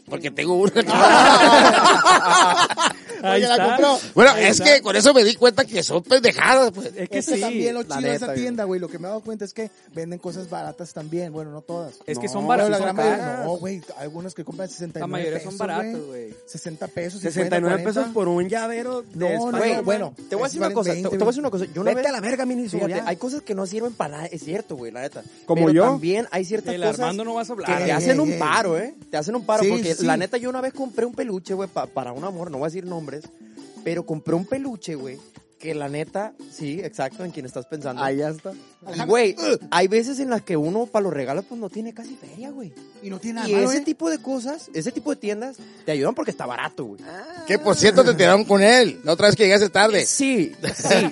[SPEAKER 7] Porque tengo una.
[SPEAKER 1] Ahí
[SPEAKER 8] Oye, la
[SPEAKER 1] está.
[SPEAKER 8] compró.
[SPEAKER 7] bueno,
[SPEAKER 1] Ahí
[SPEAKER 7] es
[SPEAKER 1] está.
[SPEAKER 7] que con eso me di cuenta que son pendejadas, pues.
[SPEAKER 1] Es que
[SPEAKER 5] Este
[SPEAKER 8] Es que
[SPEAKER 1] sí.
[SPEAKER 8] también lo chido de esa
[SPEAKER 5] neta,
[SPEAKER 8] tienda, güey. Lo que me he dado cuenta es que venden cosas baratas también. Bueno, no todas.
[SPEAKER 1] Es que
[SPEAKER 5] No,
[SPEAKER 1] son
[SPEAKER 8] Pero
[SPEAKER 1] baratos.
[SPEAKER 8] la
[SPEAKER 1] son
[SPEAKER 8] gran mayoría,
[SPEAKER 1] caras.
[SPEAKER 8] no, güey. Algunas que compran 69
[SPEAKER 1] La mayoría
[SPEAKER 8] pesos,
[SPEAKER 1] son baratos, güey.
[SPEAKER 8] 60 pesos.
[SPEAKER 5] 69
[SPEAKER 8] 50, 40.
[SPEAKER 5] pesos por un llavero de
[SPEAKER 8] No, no,
[SPEAKER 5] Spider-Man.
[SPEAKER 8] no, bueno.
[SPEAKER 2] Te voy a decir una
[SPEAKER 8] valen
[SPEAKER 2] cosa, te,
[SPEAKER 8] 20,
[SPEAKER 2] te voy a decir una cosa. Yo una
[SPEAKER 5] Vete
[SPEAKER 2] vez-
[SPEAKER 5] a la verga, ministro.
[SPEAKER 2] Fíjate,
[SPEAKER 5] ya.
[SPEAKER 2] hay cosas que no sirven para nada, es cierto, güey, la neta.
[SPEAKER 5] ¿Como
[SPEAKER 2] Pero
[SPEAKER 5] yo?
[SPEAKER 2] también hay ciertas
[SPEAKER 1] El
[SPEAKER 2] cosas
[SPEAKER 1] Armando no vas a
[SPEAKER 2] que
[SPEAKER 1] hablar.
[SPEAKER 2] te
[SPEAKER 8] Ey,
[SPEAKER 2] hacen
[SPEAKER 8] ey,
[SPEAKER 2] un
[SPEAKER 8] ey.
[SPEAKER 2] paro, ¿eh? Te hacen un paro,
[SPEAKER 8] Sí,
[SPEAKER 2] porque
[SPEAKER 8] sí.
[SPEAKER 2] la neta yo una vez compré un peluche, güey, pa- para un amor, no voy a decir nombres, pero compré un peluche, güey, que la neta, sí, exacto, en quien estás pensando.
[SPEAKER 5] Ahí ya está.
[SPEAKER 2] Y, güey, hay veces en las que uno para los regalos pues no tiene casi feria, güey.
[SPEAKER 8] Y no tiene nada
[SPEAKER 2] Y
[SPEAKER 8] malo,
[SPEAKER 2] ese
[SPEAKER 8] ¿eh?
[SPEAKER 2] tipo de cosas, ese tipo de tiendas te ayudan porque está barato, güey.
[SPEAKER 7] Que por cierto te tiraron con él, la otra vez que llegaste tarde.
[SPEAKER 2] Sí, sí,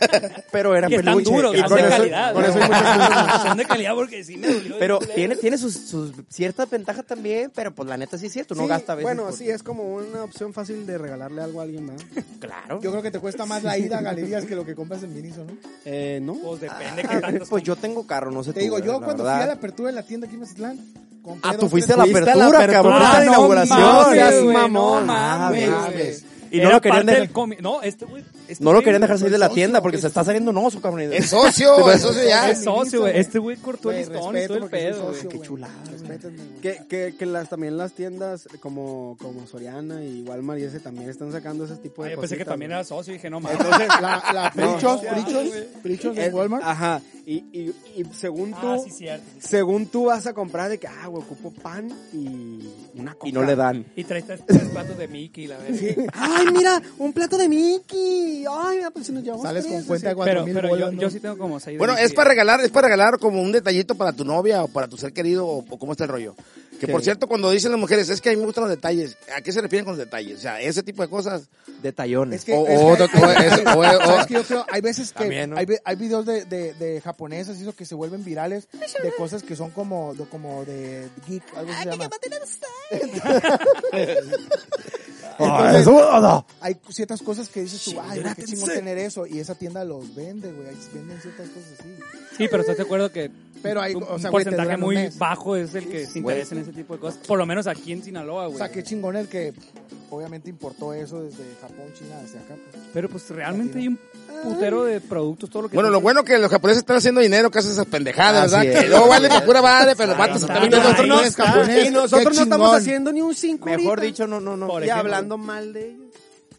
[SPEAKER 2] pero era
[SPEAKER 1] Que están
[SPEAKER 2] peluche.
[SPEAKER 1] duros,
[SPEAKER 2] era
[SPEAKER 1] son de
[SPEAKER 2] peluche.
[SPEAKER 1] calidad.
[SPEAKER 5] con
[SPEAKER 1] ¿no?
[SPEAKER 5] eso hay
[SPEAKER 1] Son de calidad porque sí me dolió.
[SPEAKER 2] Pero tiene, tiene sus, sus ciertas ventajas también, pero pues la neta sí es cierto, no
[SPEAKER 5] Sí,
[SPEAKER 2] gasta a veces. pues,
[SPEAKER 5] Bueno,
[SPEAKER 2] por-
[SPEAKER 5] sí, es como una opción fácil de regalarle algo a alguien, ¿verdad?
[SPEAKER 2] Claro.
[SPEAKER 8] Yo creo que te cuesta más la ida a galerías que lo que compras en Miniso, ¿no?
[SPEAKER 5] Eh, no.
[SPEAKER 1] Pues depende
[SPEAKER 2] Ah,
[SPEAKER 1] que tantas
[SPEAKER 2] pues yo tengo carro, no sé
[SPEAKER 8] Te
[SPEAKER 2] tú,
[SPEAKER 8] digo,
[SPEAKER 2] güey,
[SPEAKER 8] yo
[SPEAKER 2] la
[SPEAKER 8] cuando fui
[SPEAKER 2] verdad.
[SPEAKER 8] a la apertura de la tienda aquí en Mazatlán. compré
[SPEAKER 2] Ah, tú
[SPEAKER 8] dos,
[SPEAKER 2] fuiste a
[SPEAKER 8] tres
[SPEAKER 2] la
[SPEAKER 8] cosas.
[SPEAKER 2] apertura, cabrón,
[SPEAKER 1] Ah,
[SPEAKER 2] fuiste a la
[SPEAKER 1] no
[SPEAKER 2] inauguración.
[SPEAKER 1] mames,
[SPEAKER 2] Seas
[SPEAKER 1] güey,
[SPEAKER 2] mamón.
[SPEAKER 1] no mames,
[SPEAKER 2] Ah,
[SPEAKER 1] güey.
[SPEAKER 2] ves. Y no
[SPEAKER 1] Era
[SPEAKER 2] lo querían
[SPEAKER 1] parte
[SPEAKER 2] dejar-
[SPEAKER 1] del cómic. No, este güey. este
[SPEAKER 2] No lo
[SPEAKER 1] güey-
[SPEAKER 2] querían dejar salir de la
[SPEAKER 8] socio,
[SPEAKER 2] tienda porque se
[SPEAKER 8] soy
[SPEAKER 2] está saliendo un oso, cabrón.
[SPEAKER 7] Es socio, es socio ya.
[SPEAKER 1] Es socio, güey. Este güey cortó el
[SPEAKER 8] Güey,
[SPEAKER 1] listón y
[SPEAKER 8] respeto
[SPEAKER 1] todo el
[SPEAKER 8] porque soy
[SPEAKER 1] pedo.
[SPEAKER 8] socio,
[SPEAKER 1] güey.
[SPEAKER 8] güey. Respétenme, güey.
[SPEAKER 5] Que, que, que las, también las tiendas como, como Soriana y Walmart y ese también están sacando ese tipo
[SPEAKER 1] Ah,
[SPEAKER 5] de
[SPEAKER 1] Yo
[SPEAKER 5] cosas.
[SPEAKER 1] pensé que también era socio y dije, no mames.
[SPEAKER 5] Entonces,
[SPEAKER 8] La, la
[SPEAKER 5] No.
[SPEAKER 8] Prichos, Prichos, Prichos de
[SPEAKER 5] eh,
[SPEAKER 8] Walmart.
[SPEAKER 5] Ajá. Y, y, y según tú,
[SPEAKER 1] Ah, sí, cierto. sí.
[SPEAKER 5] según tú vas a comprar de que, ah, güey, ocupo pan y una coca.
[SPEAKER 2] Y no le dan.
[SPEAKER 1] Y trae tres, tres platos de Mickey, la verdad.
[SPEAKER 5] Sí. Ay, mira, un plato de Mickey. Ay, mira, pues si nos llevamos
[SPEAKER 8] Sales con
[SPEAKER 5] tres,
[SPEAKER 8] cuenta de
[SPEAKER 5] así.
[SPEAKER 8] 4
[SPEAKER 1] Pero,
[SPEAKER 8] mil
[SPEAKER 1] pero yo,
[SPEAKER 8] bolas. ¿no?
[SPEAKER 1] yo sí tengo como seis. de
[SPEAKER 7] Bueno,
[SPEAKER 1] Mickey.
[SPEAKER 7] es para regalar, es para regalar como un detallito para tu novia o para tu ser querido o, o cómo está el rollo. Que por cierto, cuando dicen las mujeres, es que a mí me gustan los detalles. ¿A qué se refieren con los detalles? O sea, ese tipo de cosas.
[SPEAKER 2] Detallones.
[SPEAKER 8] Es que,
[SPEAKER 7] O-
[SPEAKER 8] es
[SPEAKER 7] o
[SPEAKER 8] que-
[SPEAKER 7] otro- o- es- o- o-
[SPEAKER 8] ¿sabes qué? yo creo, hay veces que
[SPEAKER 2] También, ¿no?
[SPEAKER 8] hay, ve- hay videos de, de, de japonesas y eso que se vuelven virales de cosas que son como, de- como de geek, algo así se llama.
[SPEAKER 1] Ah,
[SPEAKER 8] Entonces, hay ciertas cosas que dices tú, ay, güey, qué chingón tener eso. Y esa tienda los vende, güey. ahí Venden ciertas cosas así.
[SPEAKER 1] Sí, pero estás de acuerdo que
[SPEAKER 8] Pero hay,
[SPEAKER 1] un,
[SPEAKER 8] o sea,
[SPEAKER 1] un
[SPEAKER 8] güey, te
[SPEAKER 1] porcentaje
[SPEAKER 8] duran un
[SPEAKER 1] muy
[SPEAKER 8] mes.
[SPEAKER 1] bajo es el que se interesa en ese tipo de cosas. Por lo menos aquí en Sinaloa, güey.
[SPEAKER 8] O sea, qué chingón el que obviamente importó eso desde Japón, China, hacia acá. pues.
[SPEAKER 1] Pero pues realmente hay un putero de productos, todo lo que...
[SPEAKER 7] Bueno, lo bueno que los japoneses están haciendo dinero que hacen esas pendejadas,
[SPEAKER 2] Así
[SPEAKER 7] ¿verdad?
[SPEAKER 2] es.
[SPEAKER 7] Que no vale para pura madre, pero los vatos se están
[SPEAKER 1] Claro,
[SPEAKER 7] metiendo
[SPEAKER 1] claro.
[SPEAKER 7] otro
[SPEAKER 1] Ahí
[SPEAKER 7] no.
[SPEAKER 1] está.
[SPEAKER 5] Y nosotros no estamos haciendo ni un 5
[SPEAKER 2] Mejor dicho, no, no, no.
[SPEAKER 1] Por
[SPEAKER 5] Y
[SPEAKER 1] ejemplo.
[SPEAKER 5] hablando mal de ellos.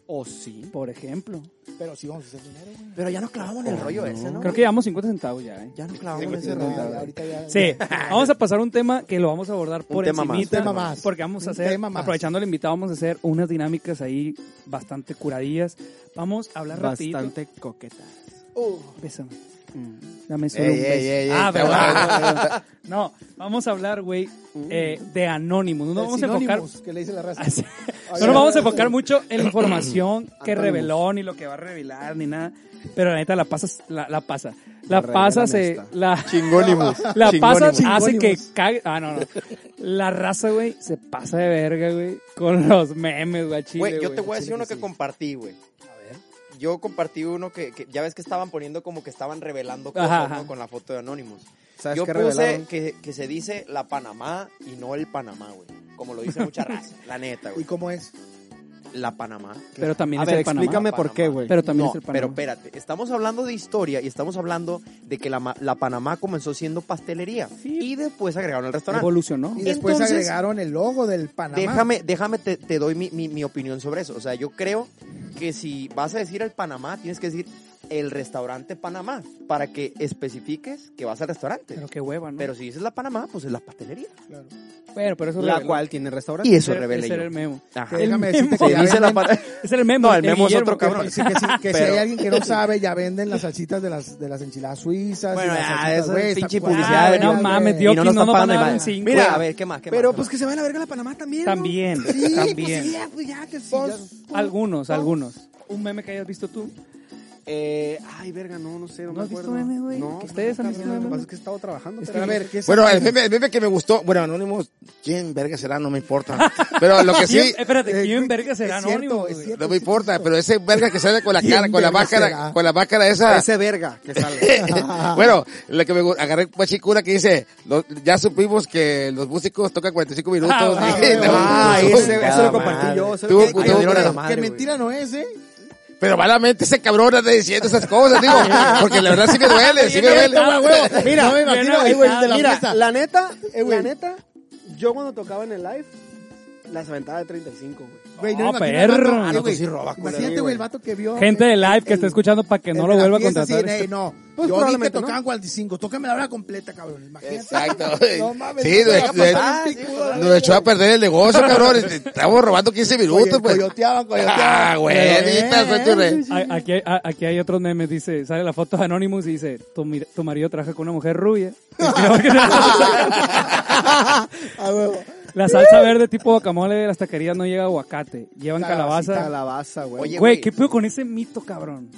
[SPEAKER 5] O sí.
[SPEAKER 1] Por ejemplo.
[SPEAKER 8] Pero sí vamos a hacer dinero, güey.
[SPEAKER 2] Pero ya nos clavamos en el rollo ese, Oh, ¿no?
[SPEAKER 1] Creo que llevamos 50 centavos ya, ¿eh?
[SPEAKER 2] Ya nos clavamos en ese
[SPEAKER 8] No,
[SPEAKER 2] rollo.
[SPEAKER 8] ya, ahorita ya-
[SPEAKER 1] Sí, vamos a pasar a un tema que lo vamos a abordar por
[SPEAKER 2] tema más,
[SPEAKER 1] encimita,
[SPEAKER 8] un tema más.
[SPEAKER 1] porque vamos a
[SPEAKER 8] Un
[SPEAKER 1] hacer,
[SPEAKER 8] tema más.
[SPEAKER 1] aprovechando el invitado, vamos a hacer unas dinámicas ahí bastante curadillas. Vamos a hablar rapidito.
[SPEAKER 5] Bastante coqueta.
[SPEAKER 8] Uh.
[SPEAKER 1] Bésame. Dame solo un
[SPEAKER 7] Ey,
[SPEAKER 1] beso.
[SPEAKER 7] ey, ey, ey,
[SPEAKER 1] ah,
[SPEAKER 7] te va.
[SPEAKER 1] verdad. no, vamos a hablar, güey, eh, de Anonymous. No
[SPEAKER 8] El
[SPEAKER 1] vamos a enfocar...
[SPEAKER 8] sinónimos que le dice la raza.
[SPEAKER 1] Así-
[SPEAKER 8] Ay,
[SPEAKER 1] No nos
[SPEAKER 8] ay,
[SPEAKER 1] vamos a
[SPEAKER 8] ay.
[SPEAKER 1] enfocar mucho en la información que
[SPEAKER 5] Anónimos.
[SPEAKER 1] reveló ni lo que va a revelar ni nada, pero la neta la pasas la, la pasa. La
[SPEAKER 5] Revelan
[SPEAKER 1] pasa se
[SPEAKER 5] esta.
[SPEAKER 1] la
[SPEAKER 2] Chingónimos.
[SPEAKER 1] la pasa
[SPEAKER 2] Chingónimos.
[SPEAKER 1] hace que
[SPEAKER 8] Chingónimos.
[SPEAKER 1] cague, ah no no. La raza güey se pasa de verga güey con los memes güey, al chile,
[SPEAKER 2] Güey, yo te
[SPEAKER 1] güey.
[SPEAKER 2] voy a decir uno que compartí, güey. Yo compartí uno que, que ya ves que estaban poniendo como que estaban revelando cosas
[SPEAKER 1] Ajá, ajá.
[SPEAKER 2] ¿no? con la foto de Anonymous.
[SPEAKER 5] ¿Sabes
[SPEAKER 2] Yo
[SPEAKER 5] qué
[SPEAKER 2] puse
[SPEAKER 5] revelaron?
[SPEAKER 2] que, que se dice la Panamá y no el Panamá, güey. Como lo dice mucha raza, la neta,
[SPEAKER 8] ¿Y
[SPEAKER 2] güey.
[SPEAKER 8] cómo es?
[SPEAKER 2] la Panamá.
[SPEAKER 1] Pero también
[SPEAKER 2] A
[SPEAKER 1] es
[SPEAKER 2] ver,
[SPEAKER 1] el Panamá.
[SPEAKER 5] Explícame por
[SPEAKER 2] Panamá.
[SPEAKER 5] qué, güey.
[SPEAKER 1] Pero también
[SPEAKER 2] No,
[SPEAKER 1] es el
[SPEAKER 2] pero
[SPEAKER 1] Panamá.
[SPEAKER 2] espérate, estamos hablando de historia y estamos hablando de que la, ma- la Panamá comenzó siendo pastelería y después agregaron el restaurante.
[SPEAKER 1] Evolucionó.
[SPEAKER 8] Y después
[SPEAKER 2] Entonces,
[SPEAKER 8] agregaron el logo del Panamá.
[SPEAKER 2] Déjame, déjame, te, te doy mi, mi- mi opinión sobre eso. O sea, yo creo que si vas a decir el Panamá, tienes que decir el restaurante Panamá para que especifiques que vas al restaurante.
[SPEAKER 1] Pero
[SPEAKER 2] Pero,
[SPEAKER 1] qué hueva, ¿no?
[SPEAKER 2] si dices la Panamá, pues es la pastelería.
[SPEAKER 1] Pero, pero eso
[SPEAKER 5] La
[SPEAKER 1] revela.
[SPEAKER 5] cual tiene restaurante.
[SPEAKER 2] Y eso
[SPEAKER 1] Ese-
[SPEAKER 2] revela
[SPEAKER 1] ese era el
[SPEAKER 2] yo.
[SPEAKER 1] memo.
[SPEAKER 2] Ajá.
[SPEAKER 8] Que déjame decirte
[SPEAKER 2] Si
[SPEAKER 8] que ya
[SPEAKER 2] dice la
[SPEAKER 8] venden-
[SPEAKER 2] Panamá.
[SPEAKER 1] Ese era el memo.
[SPEAKER 2] No, el memo es
[SPEAKER 1] Guillermo,
[SPEAKER 2] otro
[SPEAKER 1] que-
[SPEAKER 2] cabrón.
[SPEAKER 8] Sí, que, sí, que si
[SPEAKER 2] Pero-
[SPEAKER 8] hay alguien que no sabe, ya venden las salsitas de las, de las enchiladas suizas.
[SPEAKER 2] Bueno,
[SPEAKER 8] y
[SPEAKER 2] ya,
[SPEAKER 8] las salsitas,
[SPEAKER 2] eso es
[SPEAKER 8] güey, está
[SPEAKER 2] pinche
[SPEAKER 8] cual-
[SPEAKER 2] publicidad,
[SPEAKER 8] Ah,
[SPEAKER 1] no
[SPEAKER 8] güey.
[SPEAKER 1] mames,
[SPEAKER 2] Y
[SPEAKER 1] Dios.
[SPEAKER 2] no nos
[SPEAKER 1] no nos
[SPEAKER 2] están
[SPEAKER 1] van
[SPEAKER 2] pagando
[SPEAKER 1] a dar
[SPEAKER 2] imagen.
[SPEAKER 1] un cinco.
[SPEAKER 2] Mira,
[SPEAKER 1] Güey,
[SPEAKER 2] a ver, ¿qué más? ¿Qué más?
[SPEAKER 5] Pero
[SPEAKER 2] ¿Qué
[SPEAKER 5] pues
[SPEAKER 2] más?
[SPEAKER 5] que se vayan a la verga la Panamá también. ¿no?
[SPEAKER 1] También,
[SPEAKER 5] Sí,
[SPEAKER 1] también.
[SPEAKER 5] Pues, ya, pues ya, que sí,
[SPEAKER 8] Pues,
[SPEAKER 5] ya.
[SPEAKER 1] Algunos, algunos. Un meme que hayas visto tú.
[SPEAKER 5] Eh, ay, verga, no, no sé, no,
[SPEAKER 1] ¿No
[SPEAKER 5] me
[SPEAKER 1] has visto
[SPEAKER 5] acuerdo.
[SPEAKER 1] meme, güey?
[SPEAKER 5] No,
[SPEAKER 1] ¿Que ustedes han
[SPEAKER 5] no,
[SPEAKER 1] visto
[SPEAKER 5] cabrón,
[SPEAKER 1] meme?
[SPEAKER 5] Lo que pasa es que he estado trabajando.
[SPEAKER 8] Pero a ver, ¿qué es
[SPEAKER 7] Bueno, el meme, el meme que me gustó, bueno, Anónimos, ¿quién verga será? No me importa. Pero lo que sí,
[SPEAKER 1] ¿Quién- Espérate,
[SPEAKER 8] eh,
[SPEAKER 1] ¿quién
[SPEAKER 8] güey,
[SPEAKER 1] verga
[SPEAKER 8] es
[SPEAKER 1] será
[SPEAKER 8] cierto,
[SPEAKER 1] anónimo?
[SPEAKER 8] es
[SPEAKER 1] güey?
[SPEAKER 8] cierto.
[SPEAKER 7] no me importa, pero ese verga que sale con la cara,
[SPEAKER 8] ¿Quién
[SPEAKER 7] con la
[SPEAKER 8] verga
[SPEAKER 7] máscara,
[SPEAKER 8] será?
[SPEAKER 7] con la máscara esa.
[SPEAKER 5] Ese verga que sale.
[SPEAKER 7] bueno, lo que me gu- agarré fue Chicura que dice, lo- ya supimos que los músicos tocan 45 minutos.
[SPEAKER 1] Ah,
[SPEAKER 7] Y-
[SPEAKER 1] ah,
[SPEAKER 7] no,
[SPEAKER 5] ah,
[SPEAKER 7] no,
[SPEAKER 5] ese,
[SPEAKER 7] no,
[SPEAKER 5] eso lo
[SPEAKER 7] no,
[SPEAKER 5] compartí yo. eso
[SPEAKER 7] Tuvo-
[SPEAKER 5] lo-
[SPEAKER 7] tuvo-
[SPEAKER 5] Ay,
[SPEAKER 7] tuvo-
[SPEAKER 5] Dios,
[SPEAKER 2] la
[SPEAKER 5] Dios.
[SPEAKER 2] madre,
[SPEAKER 8] Que
[SPEAKER 2] güey.
[SPEAKER 8] mentira no es, ¿eh?
[SPEAKER 7] Pero malamente ese cabrón anda diciendo esas cosas, digo, porque la verdad sí me duele, sí me duele.
[SPEAKER 1] ah, Mira, me
[SPEAKER 5] Mira,
[SPEAKER 1] ahí,
[SPEAKER 5] güey,
[SPEAKER 1] de la
[SPEAKER 5] mira,
[SPEAKER 1] fiesta.
[SPEAKER 5] la neta, la neta, yo cuando tocaba en el live, las aventaba de 35, güey.
[SPEAKER 8] Güey,
[SPEAKER 1] No,
[SPEAKER 8] me imagino el vato-
[SPEAKER 1] perro.
[SPEAKER 8] Ah,
[SPEAKER 1] No,
[SPEAKER 8] güey.
[SPEAKER 2] sí roba, culero.
[SPEAKER 8] Imagínate, güey, el vato que vio.
[SPEAKER 1] Gente de
[SPEAKER 8] el-
[SPEAKER 1] live que
[SPEAKER 8] el-
[SPEAKER 1] está escuchando para que
[SPEAKER 8] el
[SPEAKER 1] no
[SPEAKER 8] de
[SPEAKER 1] lo
[SPEAKER 8] la
[SPEAKER 1] vuelva a
[SPEAKER 8] fiesta, sí,
[SPEAKER 1] contratar.
[SPEAKER 8] ey, no.
[SPEAKER 5] Pues
[SPEAKER 8] Yo vi que
[SPEAKER 5] probablemente no.
[SPEAKER 8] tocaban 45. Tócame la hora completa, cabrón. Imagínate.
[SPEAKER 7] Exacto.
[SPEAKER 8] No mames.
[SPEAKER 7] sí,
[SPEAKER 8] no
[SPEAKER 7] nos,
[SPEAKER 8] te va a
[SPEAKER 7] nos-
[SPEAKER 8] pasar un
[SPEAKER 2] sí,
[SPEAKER 8] pico,
[SPEAKER 2] joder.
[SPEAKER 8] güey.
[SPEAKER 7] nos echó a perder el negocio, cabrón. Estamos robando 15 minutos,
[SPEAKER 8] Coyo-
[SPEAKER 7] pues.
[SPEAKER 8] Coyoteaban, coyoteaban.
[SPEAKER 7] Ah, güey, ahorita soy tu rey.
[SPEAKER 1] A- Aquí, hay- a- aquí hay otros memes, dice, sale la foto de Anonymous y dice, tu, mi- tu marido trabaja con una mujer rubia.
[SPEAKER 8] A huevo.
[SPEAKER 1] la salsa verde tipo guacamole de las taquerías no lleva aguacate, llevan
[SPEAKER 5] Calabacita,
[SPEAKER 1] calabaza.
[SPEAKER 5] Calabaza, güey.
[SPEAKER 2] Oye,
[SPEAKER 1] Güey,
[SPEAKER 2] güey.
[SPEAKER 1] ¿qué pedo con ese mito, cabrón?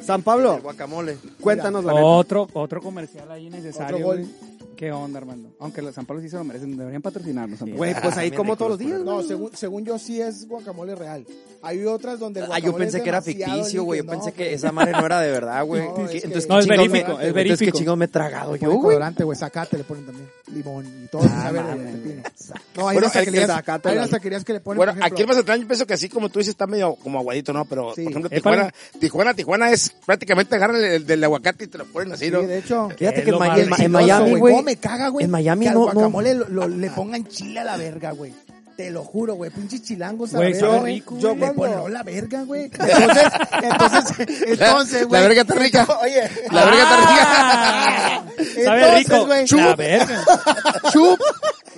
[SPEAKER 5] San
[SPEAKER 2] El
[SPEAKER 5] Pablo,
[SPEAKER 2] guacamole.
[SPEAKER 5] cuéntanos la neta.
[SPEAKER 1] Otro, otro comercial ahí innecesario.
[SPEAKER 8] Otro gol.
[SPEAKER 1] güey. ¿Qué onda, Armando? Aunque los San Pablo sí se lo merecen, deberían patrocinarnos. San Pablo.
[SPEAKER 5] Güey, pues ahí
[SPEAKER 2] también
[SPEAKER 5] como
[SPEAKER 2] hay
[SPEAKER 5] todos los días, güey.
[SPEAKER 8] No, según, según yo sí es guacamole real. Hay otras donde el
[SPEAKER 2] Ah,
[SPEAKER 8] guacamole
[SPEAKER 2] yo pensé
[SPEAKER 8] es
[SPEAKER 2] que era
[SPEAKER 8] demasiado
[SPEAKER 2] ficticio, güey. Yo
[SPEAKER 8] líquido.
[SPEAKER 2] pensé
[SPEAKER 8] No,
[SPEAKER 2] que esa madre no era de verdad, güey.
[SPEAKER 8] No,
[SPEAKER 2] ¿Qué-
[SPEAKER 8] es Pues,
[SPEAKER 2] qué-
[SPEAKER 8] que-
[SPEAKER 2] Entonces,
[SPEAKER 1] No, es
[SPEAKER 2] ¿qué chingos
[SPEAKER 1] verífico,
[SPEAKER 2] me-
[SPEAKER 1] es
[SPEAKER 2] Entonces, ¿qué
[SPEAKER 1] verífico.
[SPEAKER 2] chingos me he tragado yo,
[SPEAKER 8] Pone
[SPEAKER 2] güey?
[SPEAKER 8] colorante, güey, zacate le ponen también. Limón y todo. Ah,
[SPEAKER 1] mames,
[SPEAKER 8] No, hay
[SPEAKER 7] Bueno,
[SPEAKER 8] unas
[SPEAKER 7] el que
[SPEAKER 8] taquerías,
[SPEAKER 5] zacate,
[SPEAKER 8] hay
[SPEAKER 5] la-
[SPEAKER 8] unas taquerías que le ponen,
[SPEAKER 7] Bueno,
[SPEAKER 8] por
[SPEAKER 7] aquí en
[SPEAKER 8] ejemplo,
[SPEAKER 7] Mazatlán yo pienso que así como tú dices está medio como aguadito, ¿no? Pero,
[SPEAKER 8] Sí.
[SPEAKER 7] por ejemplo,
[SPEAKER 1] Épale.
[SPEAKER 7] Tijuana, Tijuana, Tijuana es prácticamente agarran el, el del aguacate y te lo ponen así,
[SPEAKER 1] Oh.
[SPEAKER 7] ¿no?
[SPEAKER 8] Sí, de hecho.
[SPEAKER 2] Fíjate
[SPEAKER 1] Es
[SPEAKER 2] que en,
[SPEAKER 1] lo
[SPEAKER 2] Ma-
[SPEAKER 1] más
[SPEAKER 2] en Ma- en
[SPEAKER 1] delicioso,
[SPEAKER 2] Miami, güey.
[SPEAKER 8] ¿Cómo me caga, güey?
[SPEAKER 2] En Miami
[SPEAKER 8] que al
[SPEAKER 2] no- no.
[SPEAKER 8] guacamole lo- lo- le pongan chile a la verga, güey. Te lo juro, güey. Pinches chilangos a la
[SPEAKER 1] Güey,
[SPEAKER 8] verga,
[SPEAKER 1] sabe
[SPEAKER 8] güey.
[SPEAKER 1] rico,
[SPEAKER 8] Yo
[SPEAKER 1] güey.
[SPEAKER 8] le pongo la verga, güey. Entonces, entonces,
[SPEAKER 7] La-
[SPEAKER 8] entonces, güey.
[SPEAKER 7] La verga está rica.
[SPEAKER 8] Oye.
[SPEAKER 7] La verga está rica.
[SPEAKER 1] Ah, Sabe
[SPEAKER 8] Entonces,
[SPEAKER 1] rico.
[SPEAKER 8] güey.
[SPEAKER 1] La verga.
[SPEAKER 8] chup.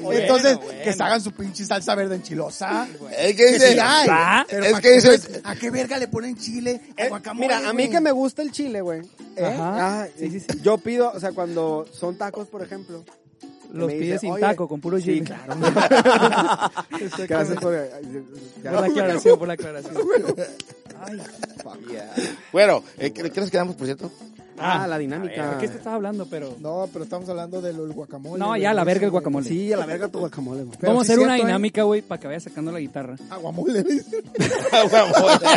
[SPEAKER 1] Bueno,
[SPEAKER 8] Entonces,
[SPEAKER 1] bueno.
[SPEAKER 8] que se hagan su pinche salsa verde enchilosa.
[SPEAKER 7] Es que dice,
[SPEAKER 8] sí hay,
[SPEAKER 1] ¿va?
[SPEAKER 8] pero
[SPEAKER 7] Es
[SPEAKER 8] ¿pa'
[SPEAKER 7] que
[SPEAKER 8] qué,
[SPEAKER 7] dices-
[SPEAKER 8] pues, ¿A qué verga le ponen chile? A
[SPEAKER 5] Eh,
[SPEAKER 8] guacamole,
[SPEAKER 5] Mira, a mí
[SPEAKER 8] güey?
[SPEAKER 5] que me gusta el chile, güey. ¿eh?
[SPEAKER 1] Ajá.
[SPEAKER 5] Ah, Yo pido, o sea, cuando son tacos, por ejemplo. que
[SPEAKER 1] Los
[SPEAKER 5] me dice,
[SPEAKER 1] pides sin
[SPEAKER 5] "Oye,
[SPEAKER 1] taco, con puro
[SPEAKER 5] Sí,
[SPEAKER 1] chile.
[SPEAKER 5] claro. güey. Gracias por...
[SPEAKER 1] Por la aclaración, por la aclaración.
[SPEAKER 7] bueno, eh, ¿qué, qué nos quedamos, por cierto?
[SPEAKER 5] Ah, la
[SPEAKER 1] A ver,
[SPEAKER 5] dinámica.
[SPEAKER 1] ¿Qué te estaba hablando? Pero.
[SPEAKER 8] No, pero estamos hablando del guacamole.
[SPEAKER 1] No,
[SPEAKER 8] güey,
[SPEAKER 1] ya, la
[SPEAKER 8] güey,
[SPEAKER 1] verga el
[SPEAKER 8] güey.
[SPEAKER 1] guacamole.
[SPEAKER 5] Sí, a la verga tu guacamole, güey.
[SPEAKER 8] Pero
[SPEAKER 1] Vamos
[SPEAKER 8] sí
[SPEAKER 1] a hacer
[SPEAKER 8] es
[SPEAKER 1] una
[SPEAKER 8] cierto, ¿eh?
[SPEAKER 1] dinámica, güey, para que vaya sacando la guitarra.
[SPEAKER 8] Aguamole, dice. Ah,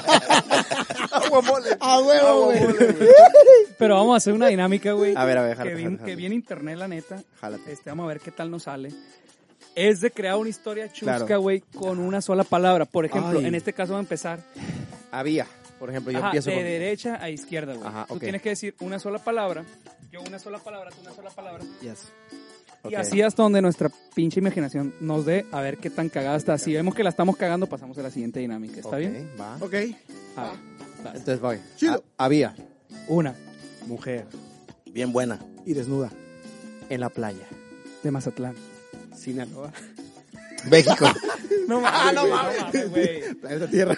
[SPEAKER 7] Guacamole.
[SPEAKER 8] A huevo, güey.
[SPEAKER 1] Pero vamos a hacer una dinámica, güey.
[SPEAKER 2] A ver, a ver, jálate,
[SPEAKER 1] que, bien,
[SPEAKER 2] jálate,
[SPEAKER 1] que
[SPEAKER 2] jálate.
[SPEAKER 1] bien internet, la neta.
[SPEAKER 2] Jálate.
[SPEAKER 1] Este, vamos a ver qué tal nos sale. Es de crear una historia chusca,
[SPEAKER 2] Claro.
[SPEAKER 1] güey, con una sola palabra. Por ejemplo,
[SPEAKER 2] Ay.
[SPEAKER 1] en este caso va a empezar
[SPEAKER 2] Había, por ejemplo, yo
[SPEAKER 1] ajá,
[SPEAKER 2] empiezo
[SPEAKER 1] de
[SPEAKER 2] con...
[SPEAKER 1] derecha a izquierda, güey.
[SPEAKER 2] Ajá,
[SPEAKER 1] Tú
[SPEAKER 2] ok.
[SPEAKER 1] tienes que decir una sola palabra, yo una sola palabra, tú una sola palabra.
[SPEAKER 2] Yes.
[SPEAKER 1] Y
[SPEAKER 2] Ok.
[SPEAKER 1] así hasta donde nuestra pinche imaginación nos dé a ver qué tan cagada está. Si vemos que la estamos cagando, pasamos a la siguiente dinámica. ¿Está
[SPEAKER 2] Ok,
[SPEAKER 1] bien?
[SPEAKER 2] Va.
[SPEAKER 1] A
[SPEAKER 8] Ok.
[SPEAKER 1] ver, vas.
[SPEAKER 2] Entonces voy.
[SPEAKER 8] Chido.
[SPEAKER 2] Ha- Había,
[SPEAKER 1] Una,
[SPEAKER 2] mujer,
[SPEAKER 7] Bien buena.
[SPEAKER 8] Y desnuda.
[SPEAKER 2] en la playa.
[SPEAKER 1] de Mazatlán.
[SPEAKER 5] Sinaloa.
[SPEAKER 7] México.
[SPEAKER 1] No mames, no mames, güey.
[SPEAKER 5] Planeta Tierra.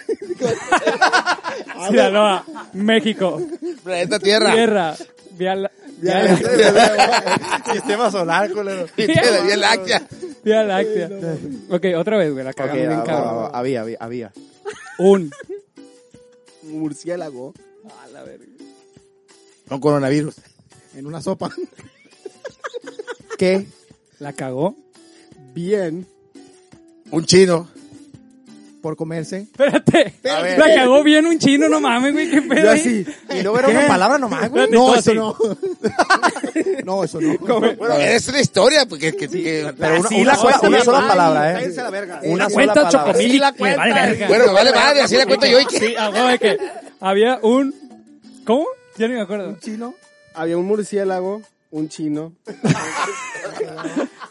[SPEAKER 1] Sinaloa, México,
[SPEAKER 7] Planeta Tierra.
[SPEAKER 1] tierra, vía, la- vía láctea,
[SPEAKER 2] Sistema solar, culero.
[SPEAKER 7] Tierra, bien láctea.
[SPEAKER 1] vía láctea. Ok, otra vez, güey, la
[SPEAKER 2] Ok,
[SPEAKER 1] cagamos bien
[SPEAKER 2] va, va,
[SPEAKER 1] cabrón.
[SPEAKER 2] va, va. Había, había, había.
[SPEAKER 1] Un,
[SPEAKER 5] Murciélago.
[SPEAKER 7] Con coronavirus.
[SPEAKER 8] En una sopa.
[SPEAKER 1] la cagó,
[SPEAKER 5] Bien.
[SPEAKER 7] Un chino.
[SPEAKER 8] por comerse.
[SPEAKER 1] Espérate.
[SPEAKER 7] A ver.
[SPEAKER 1] La cagó bien un chino, no mames, güey. Qué pedo.
[SPEAKER 8] Yo
[SPEAKER 1] ahí?
[SPEAKER 8] así.
[SPEAKER 2] Y luego era una palabra nomás, güey.
[SPEAKER 1] Espérate,
[SPEAKER 8] No,
[SPEAKER 1] todo
[SPEAKER 8] eso
[SPEAKER 1] así.
[SPEAKER 8] no. No, eso no.
[SPEAKER 7] Bueno, es una historia, porque que, que-
[SPEAKER 2] Pero una,
[SPEAKER 1] Así
[SPEAKER 2] una
[SPEAKER 1] la
[SPEAKER 2] sola,
[SPEAKER 1] cuenta,
[SPEAKER 2] una
[SPEAKER 1] mi
[SPEAKER 2] sola
[SPEAKER 1] hermano.
[SPEAKER 2] palabra, ¿eh?
[SPEAKER 5] Cállense la verga.
[SPEAKER 2] Una
[SPEAKER 1] la
[SPEAKER 2] sola
[SPEAKER 1] cuenta
[SPEAKER 2] palabra.
[SPEAKER 1] Chocomil
[SPEAKER 7] Sí,
[SPEAKER 1] y
[SPEAKER 7] la
[SPEAKER 1] me vale
[SPEAKER 7] cuenta.
[SPEAKER 1] verga.
[SPEAKER 7] Bueno, me vale madre, así la cuento yo y que-
[SPEAKER 1] Sí, a huevo de que había un... ¿Cómo? Ya ni me acuerdo.
[SPEAKER 8] Chino.
[SPEAKER 5] Había un murciélago, un chino.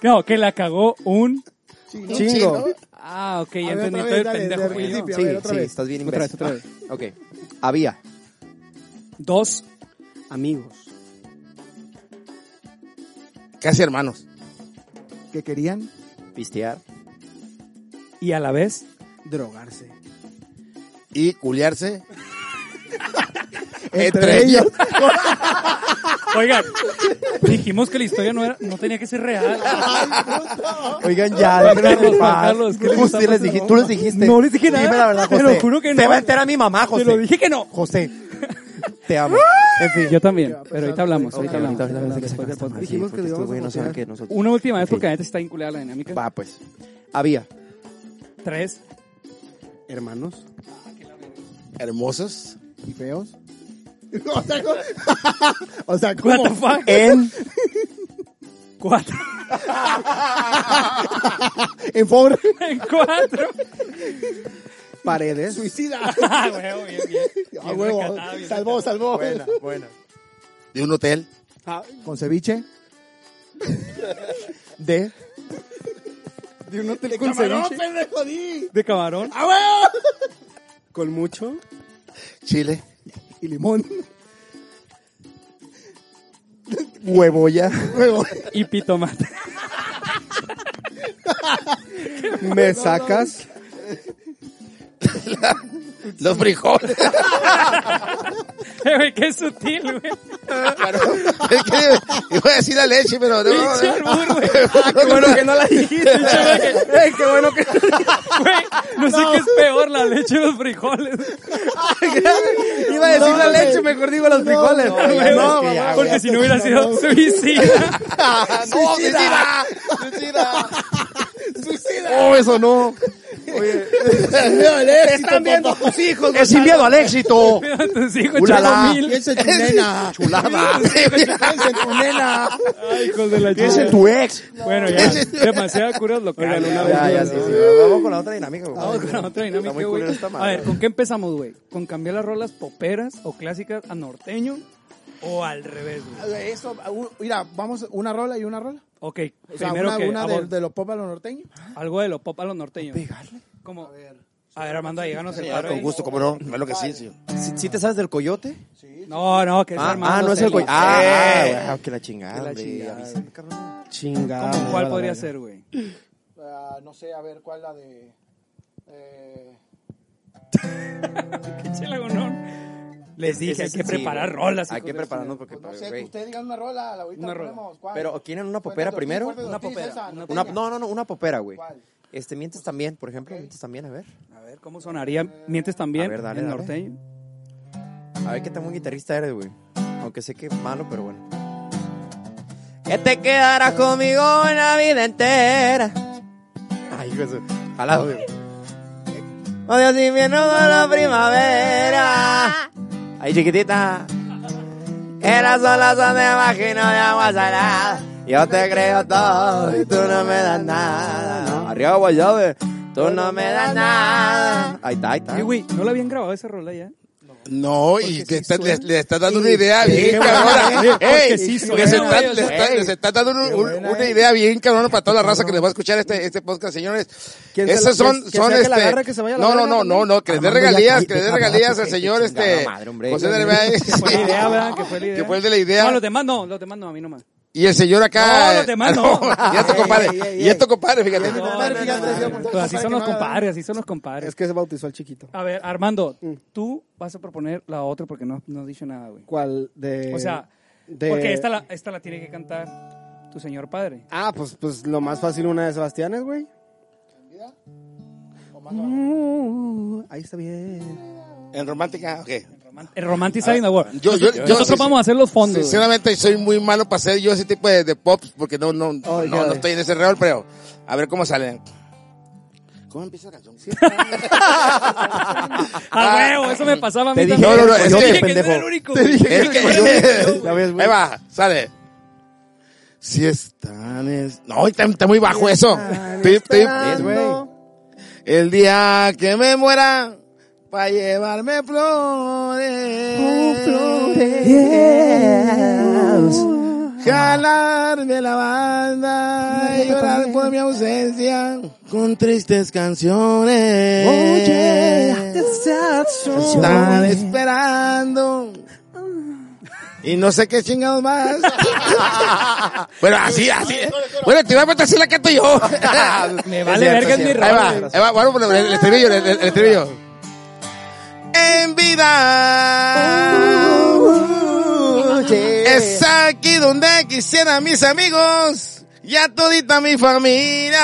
[SPEAKER 1] No, que la cagó un...
[SPEAKER 8] Chino.
[SPEAKER 5] Chingo.
[SPEAKER 1] Ah, ok, ya
[SPEAKER 8] A ver,
[SPEAKER 1] entendí.
[SPEAKER 8] otra
[SPEAKER 1] Todo
[SPEAKER 8] vez,
[SPEAKER 1] el
[SPEAKER 8] dale,
[SPEAKER 1] pendejo
[SPEAKER 8] desde el
[SPEAKER 1] fui yo.
[SPEAKER 8] principio.
[SPEAKER 2] Sí,
[SPEAKER 8] A ver, otra
[SPEAKER 2] sí,
[SPEAKER 8] vez.
[SPEAKER 2] estás bien
[SPEAKER 1] Otra vez,
[SPEAKER 2] imbécil.
[SPEAKER 1] otra vez.
[SPEAKER 2] Ok. Había.
[SPEAKER 1] Dos.
[SPEAKER 5] Amigos.
[SPEAKER 7] casi hermanos.
[SPEAKER 8] Que querían
[SPEAKER 2] Pistear.
[SPEAKER 1] Y a la vez...
[SPEAKER 5] Drogarse.
[SPEAKER 7] Y culiarse. entre,
[SPEAKER 8] ellos.
[SPEAKER 7] ellos.
[SPEAKER 1] Oigan, dijimos que la historia no, era, no tenía que ser real.
[SPEAKER 2] Oigan, ya,
[SPEAKER 1] Juan Carlos,
[SPEAKER 2] déjenme en
[SPEAKER 1] Juan
[SPEAKER 2] paz.
[SPEAKER 1] Carlos, ¿qué les
[SPEAKER 2] Pues
[SPEAKER 1] está
[SPEAKER 2] sí les
[SPEAKER 1] pasando?
[SPEAKER 2] dije- tú les dijiste.
[SPEAKER 1] No les dije nada.
[SPEAKER 2] Dime la verdad,
[SPEAKER 1] Te
[SPEAKER 2] José.
[SPEAKER 1] lo juro que
[SPEAKER 2] Te
[SPEAKER 1] no.
[SPEAKER 2] va a enterar mi mamá,
[SPEAKER 1] Te
[SPEAKER 2] José.
[SPEAKER 1] lo dije que no.
[SPEAKER 2] José, te amo. En fin.
[SPEAKER 1] Yo también, pero ahorita hablamos. Ahorita hablamos.
[SPEAKER 2] Ahorita hablamos de que se
[SPEAKER 1] Después del
[SPEAKER 2] cansan,
[SPEAKER 1] podcast.
[SPEAKER 2] sí,
[SPEAKER 5] Dijimos que
[SPEAKER 2] porque
[SPEAKER 5] le
[SPEAKER 2] estos
[SPEAKER 5] íbamos a
[SPEAKER 2] güeyes no saben
[SPEAKER 5] botear.
[SPEAKER 2] que nosotros-
[SPEAKER 1] Una última vez
[SPEAKER 2] Ok.
[SPEAKER 1] porque la neta está vinculada a la dinámica.
[SPEAKER 2] Va, pues. Había.
[SPEAKER 1] Tres.
[SPEAKER 5] Hermanos.
[SPEAKER 7] Hermosos.
[SPEAKER 8] y feos. O sea, ¿cómo? O sea, ¿cómo?
[SPEAKER 1] What the fuck?
[SPEAKER 2] En.
[SPEAKER 1] Cuatro.
[SPEAKER 8] En pobre.
[SPEAKER 1] En cuatro.
[SPEAKER 5] Paredes.
[SPEAKER 8] Suicida.
[SPEAKER 1] Ah, huevo, bien, bien. Bien
[SPEAKER 8] A huevo.
[SPEAKER 1] rescatado, bien
[SPEAKER 8] Salvó, salvó.
[SPEAKER 2] buena.
[SPEAKER 7] De un hotel.
[SPEAKER 8] Con ceviche.
[SPEAKER 2] De.
[SPEAKER 1] De un hotel con ceviche.
[SPEAKER 8] pendejo, di!
[SPEAKER 1] De camarón.
[SPEAKER 8] ¡A huevo!
[SPEAKER 5] Con mucho.
[SPEAKER 7] Chile.
[SPEAKER 8] Y limón.
[SPEAKER 2] Huevoya.
[SPEAKER 1] Y pitomate.
[SPEAKER 5] Me sacas.
[SPEAKER 7] Los frijoles.
[SPEAKER 1] Eh, güey, qué sutil, güey.
[SPEAKER 7] Claro. Es que iba a decir la leche, pero no.
[SPEAKER 1] Pinche albur, güey.
[SPEAKER 7] qué bueno que no la
[SPEAKER 1] Pinche güey que-
[SPEAKER 2] Ey, qué bueno que.
[SPEAKER 1] Güey, no sé qué es peor, la leche o los frijoles.
[SPEAKER 2] Iba a decir la leche, mejor digo los frijoles.
[SPEAKER 1] Ah,
[SPEAKER 2] güey,
[SPEAKER 1] güey,
[SPEAKER 2] no,
[SPEAKER 1] güey,
[SPEAKER 2] mamá.
[SPEAKER 1] porque si no hubiera sido suicida.
[SPEAKER 7] ¡No, suicida! ¡Suicida! ¡Oh, eso no!
[SPEAKER 2] Te están viendo tus hijos. Es sin miedo al éxito.
[SPEAKER 1] Mira tus hijos,
[SPEAKER 2] Ulala.
[SPEAKER 1] Chocomil.
[SPEAKER 8] Piensa en tu nena.
[SPEAKER 7] ¡Chulada!
[SPEAKER 8] Piensa en tu nena.
[SPEAKER 1] Ay, hijos de la
[SPEAKER 2] Piensa en
[SPEAKER 1] chingada.
[SPEAKER 2] tu ex.
[SPEAKER 1] Bueno, ya, demasiadas curas locales.
[SPEAKER 5] Oigan, una vez
[SPEAKER 2] Ya, ya, sí, sí. Vamos con la otra dinámica, güey.
[SPEAKER 1] Vamos con la otra dinámica,
[SPEAKER 2] Está muy
[SPEAKER 1] güey.
[SPEAKER 2] culero esta
[SPEAKER 1] A
[SPEAKER 2] madre.
[SPEAKER 1] ver, ¿con qué empezamos, güey? ¿Con cambiar las rolas poperas o clásicas a norteño o al revés, güey?
[SPEAKER 8] Eso, u- mira, vamos una rola y una rola.
[SPEAKER 1] Ok,
[SPEAKER 8] O sea,
[SPEAKER 1] primero
[SPEAKER 8] una,
[SPEAKER 1] que
[SPEAKER 8] una
[SPEAKER 1] a
[SPEAKER 8] de,
[SPEAKER 1] vos, Ah,
[SPEAKER 8] de los pop a los norteños.
[SPEAKER 1] algo de lo pop a los norteños. ¿Pegarle? Como, a ver, Armando, lleganos el paro.
[SPEAKER 7] Con
[SPEAKER 1] ahí.
[SPEAKER 7] gusto, como no. Es lo que sí, sí.
[SPEAKER 2] ¿Sí, sí te sabes del coyote?
[SPEAKER 1] No, no, que es
[SPEAKER 2] Ah,
[SPEAKER 1] Armando.
[SPEAKER 2] ah, no es
[SPEAKER 1] Celis.
[SPEAKER 2] el coyote. Ah, güey, ah, que la chingada.
[SPEAKER 1] Que la
[SPEAKER 2] hombre,
[SPEAKER 1] chingada,
[SPEAKER 2] avísame,
[SPEAKER 1] güey.
[SPEAKER 2] cabrón.
[SPEAKER 5] Chingada.
[SPEAKER 1] ¿Cómo cuál podría ser, güey?
[SPEAKER 8] Ah, no sé, a ver, ¿cuál la de...? Eh,
[SPEAKER 1] Qué chelagonón. Les dije, hay
[SPEAKER 2] Ese
[SPEAKER 1] que
[SPEAKER 2] sí,
[SPEAKER 1] preparar
[SPEAKER 2] güey.
[SPEAKER 1] rolas.
[SPEAKER 2] Hay
[SPEAKER 1] hijos
[SPEAKER 2] que
[SPEAKER 1] de
[SPEAKER 2] prepararnos porque...
[SPEAKER 8] pues no sé,
[SPEAKER 2] güey.
[SPEAKER 8] ustedes digan una rola, ahorita
[SPEAKER 1] Una rola.
[SPEAKER 8] ponemos, ¿cuál?
[SPEAKER 2] Pero ¿quieren una
[SPEAKER 8] Cuenta
[SPEAKER 2] popera
[SPEAKER 8] de Ortiz,
[SPEAKER 2] primero?
[SPEAKER 8] cuenta de
[SPEAKER 1] Una
[SPEAKER 8] Ortiz,
[SPEAKER 1] popera,
[SPEAKER 8] esa,
[SPEAKER 1] una-
[SPEAKER 2] Una,
[SPEAKER 8] norteña.
[SPEAKER 2] no, no, no, una popera, güey.
[SPEAKER 8] ¿Cuál?
[SPEAKER 2] Este, mientes también, por ejemplo, mientes también, a ver.
[SPEAKER 1] su- A ver, ¿cómo sonaría? Mientes también,
[SPEAKER 2] A ver, dale,
[SPEAKER 1] en
[SPEAKER 2] dale.
[SPEAKER 1] norteño.
[SPEAKER 2] A ver qué tan buen guitarrista eres, güey. Aunque sé que es malo, pero bueno. Que te quedarás conmigo la vida entera. Ay, hijo de su... Jalado, güey. Odio si invierno con la primavera. Ay, chiquitita. Que las olas son de vagino de agua salada. Yo te creo todo y tú no me das nada. Arriba, guayave. Tú no me das nada. Ahí está, ahí está.
[SPEAKER 1] Eh, güey, ¿no la habían grabado esa rola ya?
[SPEAKER 7] No, y te está- le, le estás dando una idea
[SPEAKER 1] sí,
[SPEAKER 7] bien
[SPEAKER 1] qué
[SPEAKER 7] cabrona.
[SPEAKER 1] buena, eh,
[SPEAKER 7] Ey,
[SPEAKER 1] porque sí
[SPEAKER 7] le
[SPEAKER 1] suena,
[SPEAKER 7] se está-
[SPEAKER 1] güey, o
[SPEAKER 7] le
[SPEAKER 1] sea,
[SPEAKER 7] está-
[SPEAKER 2] ey.
[SPEAKER 7] les está dando un- un-
[SPEAKER 8] buena,
[SPEAKER 7] una
[SPEAKER 8] eh.
[SPEAKER 7] idea bien cabrona para toda la raza que les va a escuchar este, este podcast, señores.
[SPEAKER 5] ¿Quién se
[SPEAKER 7] Esas
[SPEAKER 5] la-
[SPEAKER 7] son,
[SPEAKER 5] que- que
[SPEAKER 7] son
[SPEAKER 5] sea que la
[SPEAKER 7] este.
[SPEAKER 5] agarre, que se vaya a la
[SPEAKER 7] no, no,
[SPEAKER 5] verga
[SPEAKER 7] no, no,
[SPEAKER 5] también.
[SPEAKER 7] no, que les dé
[SPEAKER 2] Armando, ya
[SPEAKER 7] regalías,
[SPEAKER 2] cállate,
[SPEAKER 7] que les dé
[SPEAKER 2] cabrón,
[SPEAKER 7] regalías al
[SPEAKER 2] qué
[SPEAKER 7] señor
[SPEAKER 2] chingada
[SPEAKER 7] este.
[SPEAKER 2] madre, hombre.
[SPEAKER 7] José del Valle.
[SPEAKER 1] Que fue la idea, ¿verdad? Que fue la idea.
[SPEAKER 7] Que fue el de la idea.
[SPEAKER 1] No, los demás no, los demás no, a mí nomás.
[SPEAKER 7] Y el señor acá. ah,
[SPEAKER 1] No, los demás no.
[SPEAKER 7] Y esto compadre. Y esto compadre, Ah, fíjate.
[SPEAKER 1] No,
[SPEAKER 8] compadre,
[SPEAKER 1] no,
[SPEAKER 8] fíjate,
[SPEAKER 1] no, no.
[SPEAKER 8] yo, pues,
[SPEAKER 1] Pues así
[SPEAKER 8] compadre,
[SPEAKER 1] son
[SPEAKER 8] que
[SPEAKER 1] los
[SPEAKER 8] nada.
[SPEAKER 1] compadres, así son los compadres.
[SPEAKER 5] Es que se bautizó al chiquito.
[SPEAKER 1] A ver, Armando, tú vas a proponer la otra porque no, no has dicho nada, güey.
[SPEAKER 5] ¿Cuál? De.
[SPEAKER 1] O sea,
[SPEAKER 5] de-
[SPEAKER 1] porque esta la, esta la tiene que cantar tu señor padre.
[SPEAKER 5] Ah, pues, pues lo más fácil una de Sebastianes, güey. Mm, ahí está bien.
[SPEAKER 7] En romántica, ok.
[SPEAKER 1] El Romanticizing the World.
[SPEAKER 7] Yo- yo-
[SPEAKER 1] Nosotros,
[SPEAKER 7] yo-
[SPEAKER 1] nosotros
[SPEAKER 7] sí, sí.
[SPEAKER 1] vamos a hacer los fondos. güey.
[SPEAKER 7] Sinceramente, soy muy malo para hacer yo ese tipo
[SPEAKER 2] Oh,
[SPEAKER 7] de, de pops porque no, no,
[SPEAKER 5] Ay,
[SPEAKER 7] no, no
[SPEAKER 5] caray.
[SPEAKER 7] estoy en ese rol, pero a ver cómo salen. ¿Cómo empieza la canción?
[SPEAKER 1] A Ah, huevo, eso me pasaba a mí
[SPEAKER 2] Te dije,
[SPEAKER 1] también.
[SPEAKER 7] No, no, no, es
[SPEAKER 1] Yo
[SPEAKER 7] que-
[SPEAKER 1] dije que no era el
[SPEAKER 2] pendejo.
[SPEAKER 1] único.
[SPEAKER 2] Te dije
[SPEAKER 7] Es que-
[SPEAKER 2] Ya ves, güey.
[SPEAKER 7] Ahí va, sale. Si están... es- No, está, está muy bajo eso. Tip, tip.
[SPEAKER 2] Es, güey.
[SPEAKER 7] El día que me muera, para llevarme flores.
[SPEAKER 2] Oh,
[SPEAKER 7] Jalarme la banda y llorar por mi ausencia con tristes canciones. Están esperando. Y no sé qué chingados más. bueno, así, así. ¿eh? Bueno, te voy a meter así la canto yo.
[SPEAKER 1] Me vale verga es mi
[SPEAKER 7] Ahí va,
[SPEAKER 1] rol.
[SPEAKER 7] ahí va. Bueno, pero el el estribillo, el, el- el estribillo. En vida. Es aquí donde quisiera mis amigos y a todita mi familia.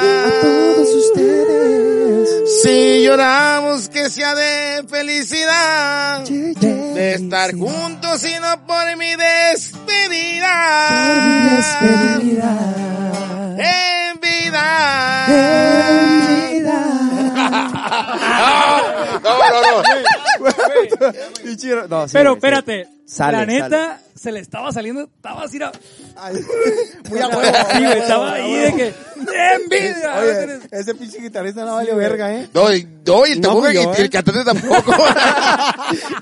[SPEAKER 7] A todos ustedes. Si lloramos que sea de felicidad. De estar juntos y no por mi despedida. En vida. En vida. no, no, no.
[SPEAKER 2] No, sí,
[SPEAKER 1] Pero
[SPEAKER 2] güey, sí.
[SPEAKER 1] espérate,
[SPEAKER 2] Sale,
[SPEAKER 1] la
[SPEAKER 2] sale.
[SPEAKER 1] neta se le estaba saliendo, estaba así, era-
[SPEAKER 8] Muy a huevo.
[SPEAKER 1] sí, güey, estaba ahí de que envidia.
[SPEAKER 8] Oye, ese pinche guitarrista no vale verga, ¿eh?
[SPEAKER 7] No, y, no, y el tampoco,
[SPEAKER 2] fui yo,
[SPEAKER 7] y, y el cantante tampoco.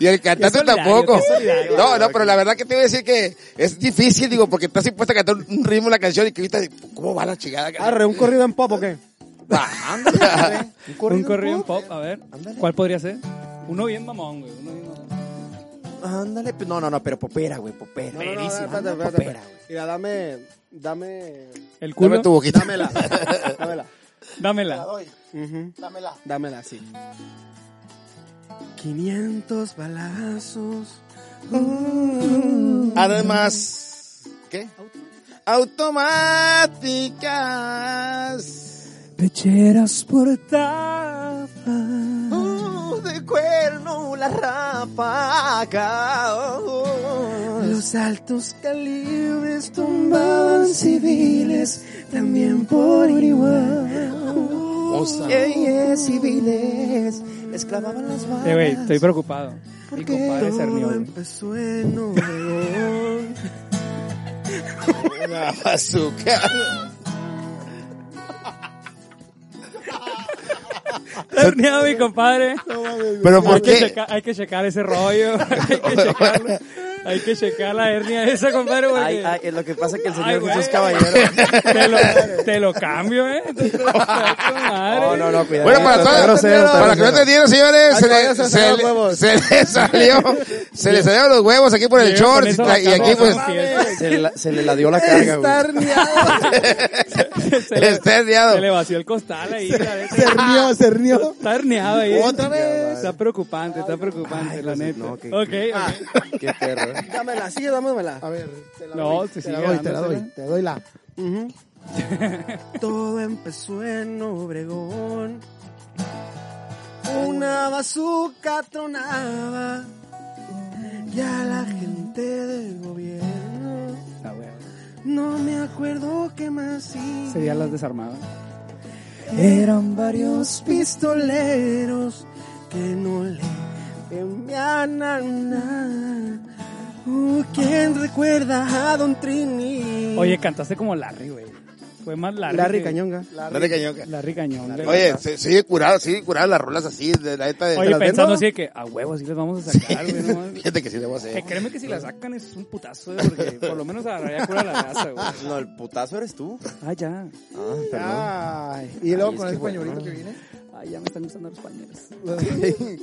[SPEAKER 7] y el
[SPEAKER 1] Qué
[SPEAKER 7] cantante
[SPEAKER 1] solidario,
[SPEAKER 7] tampoco.
[SPEAKER 1] qué solidario.
[SPEAKER 7] No, no, pero la verdad que te voy a decir que es difícil, digo, porque estás impuesta a cantar un un ritmo en la canción y que ahorita, ¿cómo va la chingada?
[SPEAKER 5] Arre, un corrido en pop, ¿o qué?
[SPEAKER 7] Ah,
[SPEAKER 1] Un corrido en pop, a ver, ¿cuál podría ser? Uno bien mamón, güey, uno bien mamón.
[SPEAKER 2] Ándale, pues, no, no, no, pero popera, güey, popera.
[SPEAKER 5] No, no, no, espérate, espérate, espérate. Mira, dame, dame,
[SPEAKER 1] El culo,
[SPEAKER 7] Dame tu boquita.
[SPEAKER 5] dámela, dámela,
[SPEAKER 1] dámela.
[SPEAKER 5] Ujú,
[SPEAKER 8] Dámela.
[SPEAKER 5] dámela, sí. 500 balazos.
[SPEAKER 7] Además, ¿qué? Automáticas.
[SPEAKER 1] Pecheras por tapas.
[SPEAKER 2] de cuerno la rapaca. Los altos calibres tumbaban civiles también por igual.
[SPEAKER 7] Osa.
[SPEAKER 2] civiles esclavaban las balas.
[SPEAKER 1] Eh, güey, estoy preocupado. Mi
[SPEAKER 2] Porque
[SPEAKER 1] compadre
[SPEAKER 2] todo
[SPEAKER 1] Cerniol, güey.
[SPEAKER 2] empezó en Obregón.
[SPEAKER 7] Una bazooka.
[SPEAKER 1] Cerniol, mi compadre.
[SPEAKER 7] Pero ¿por
[SPEAKER 1] hay Que
[SPEAKER 7] qué?
[SPEAKER 1] checa- hay que checar ese rollo. hay que checarlo. Hay que checar la hernia esa, compadre. Porque...
[SPEAKER 2] Ay, ay, lo que pasa es que el
[SPEAKER 1] Ay,
[SPEAKER 2] señor
[SPEAKER 1] güey.
[SPEAKER 2] Jesús Caballero.
[SPEAKER 1] Te lo, te lo cambio, ¿eh?
[SPEAKER 2] No, no, no, cuidado.
[SPEAKER 7] Bueno, para todos,
[SPEAKER 2] Grosero, está
[SPEAKER 7] para que no
[SPEAKER 2] grosero.
[SPEAKER 7] entendieron, señores, se
[SPEAKER 5] todavía
[SPEAKER 7] le,
[SPEAKER 5] se
[SPEAKER 7] se,
[SPEAKER 5] salieron
[SPEAKER 7] le-
[SPEAKER 5] huevos.
[SPEAKER 7] se le salió, se le salieron los huevos aquí por el short y, tra- y aquí pues,
[SPEAKER 2] Se le, la- se le la dio la carga, güey.
[SPEAKER 1] se, le,
[SPEAKER 7] está herniado.
[SPEAKER 1] se le vació el costal ahí. la neta.
[SPEAKER 8] Se rió, se rió.
[SPEAKER 1] Está herniado ahí.
[SPEAKER 8] Otra vez.
[SPEAKER 1] Está preocupante, está preocupante, la neta.
[SPEAKER 2] no,
[SPEAKER 1] ok,
[SPEAKER 2] qué-
[SPEAKER 1] ok.
[SPEAKER 2] Qué perro. eh.
[SPEAKER 5] Dámela, sí, dámela.
[SPEAKER 8] A ver, te la
[SPEAKER 1] No,
[SPEAKER 8] doy,
[SPEAKER 1] se
[SPEAKER 8] te la
[SPEAKER 1] sigue
[SPEAKER 8] doy, te la
[SPEAKER 1] dándosela.
[SPEAKER 8] doy, te doy la.
[SPEAKER 2] Todo empezó en Obregón. Una bazooka tronaba. Y a la gente del gobierno.
[SPEAKER 1] Ah, bueno.
[SPEAKER 2] No me acuerdo qué más hice.
[SPEAKER 1] Sería las desarmadas.
[SPEAKER 2] Eran varios pistoleros que no le temían a nada. Uh, ¿Quién recuerda a Don Trini?
[SPEAKER 1] Oye, cantaste como Larry, güey. Fue más Larry.
[SPEAKER 5] Larry
[SPEAKER 1] que-
[SPEAKER 5] Cañonga.
[SPEAKER 7] Dale cañón.
[SPEAKER 1] Larry Cañón. güey.
[SPEAKER 7] Oye, se, sigue curado, sigue curado las rolas así, de la neta de...
[SPEAKER 1] Oye,
[SPEAKER 7] ¿te las
[SPEAKER 1] pensando
[SPEAKER 7] vendo?
[SPEAKER 1] así de que a huevo sí les vamos a sacar, güey. no mames.
[SPEAKER 7] Fíjate que sí le voy a hacer.
[SPEAKER 1] Que créeme que si la sacan es un putazo, güey, porque por lo menos agarraría cura a la raza, güey.
[SPEAKER 2] No, el putazo eres tú.
[SPEAKER 1] Ah, ya.
[SPEAKER 2] Ah,
[SPEAKER 8] Ay, y luego
[SPEAKER 2] Ay, es
[SPEAKER 8] con
[SPEAKER 2] que
[SPEAKER 8] el
[SPEAKER 2] bueno.
[SPEAKER 8] pañuelito que viene.
[SPEAKER 1] Ah, ya me están gustando los pañales.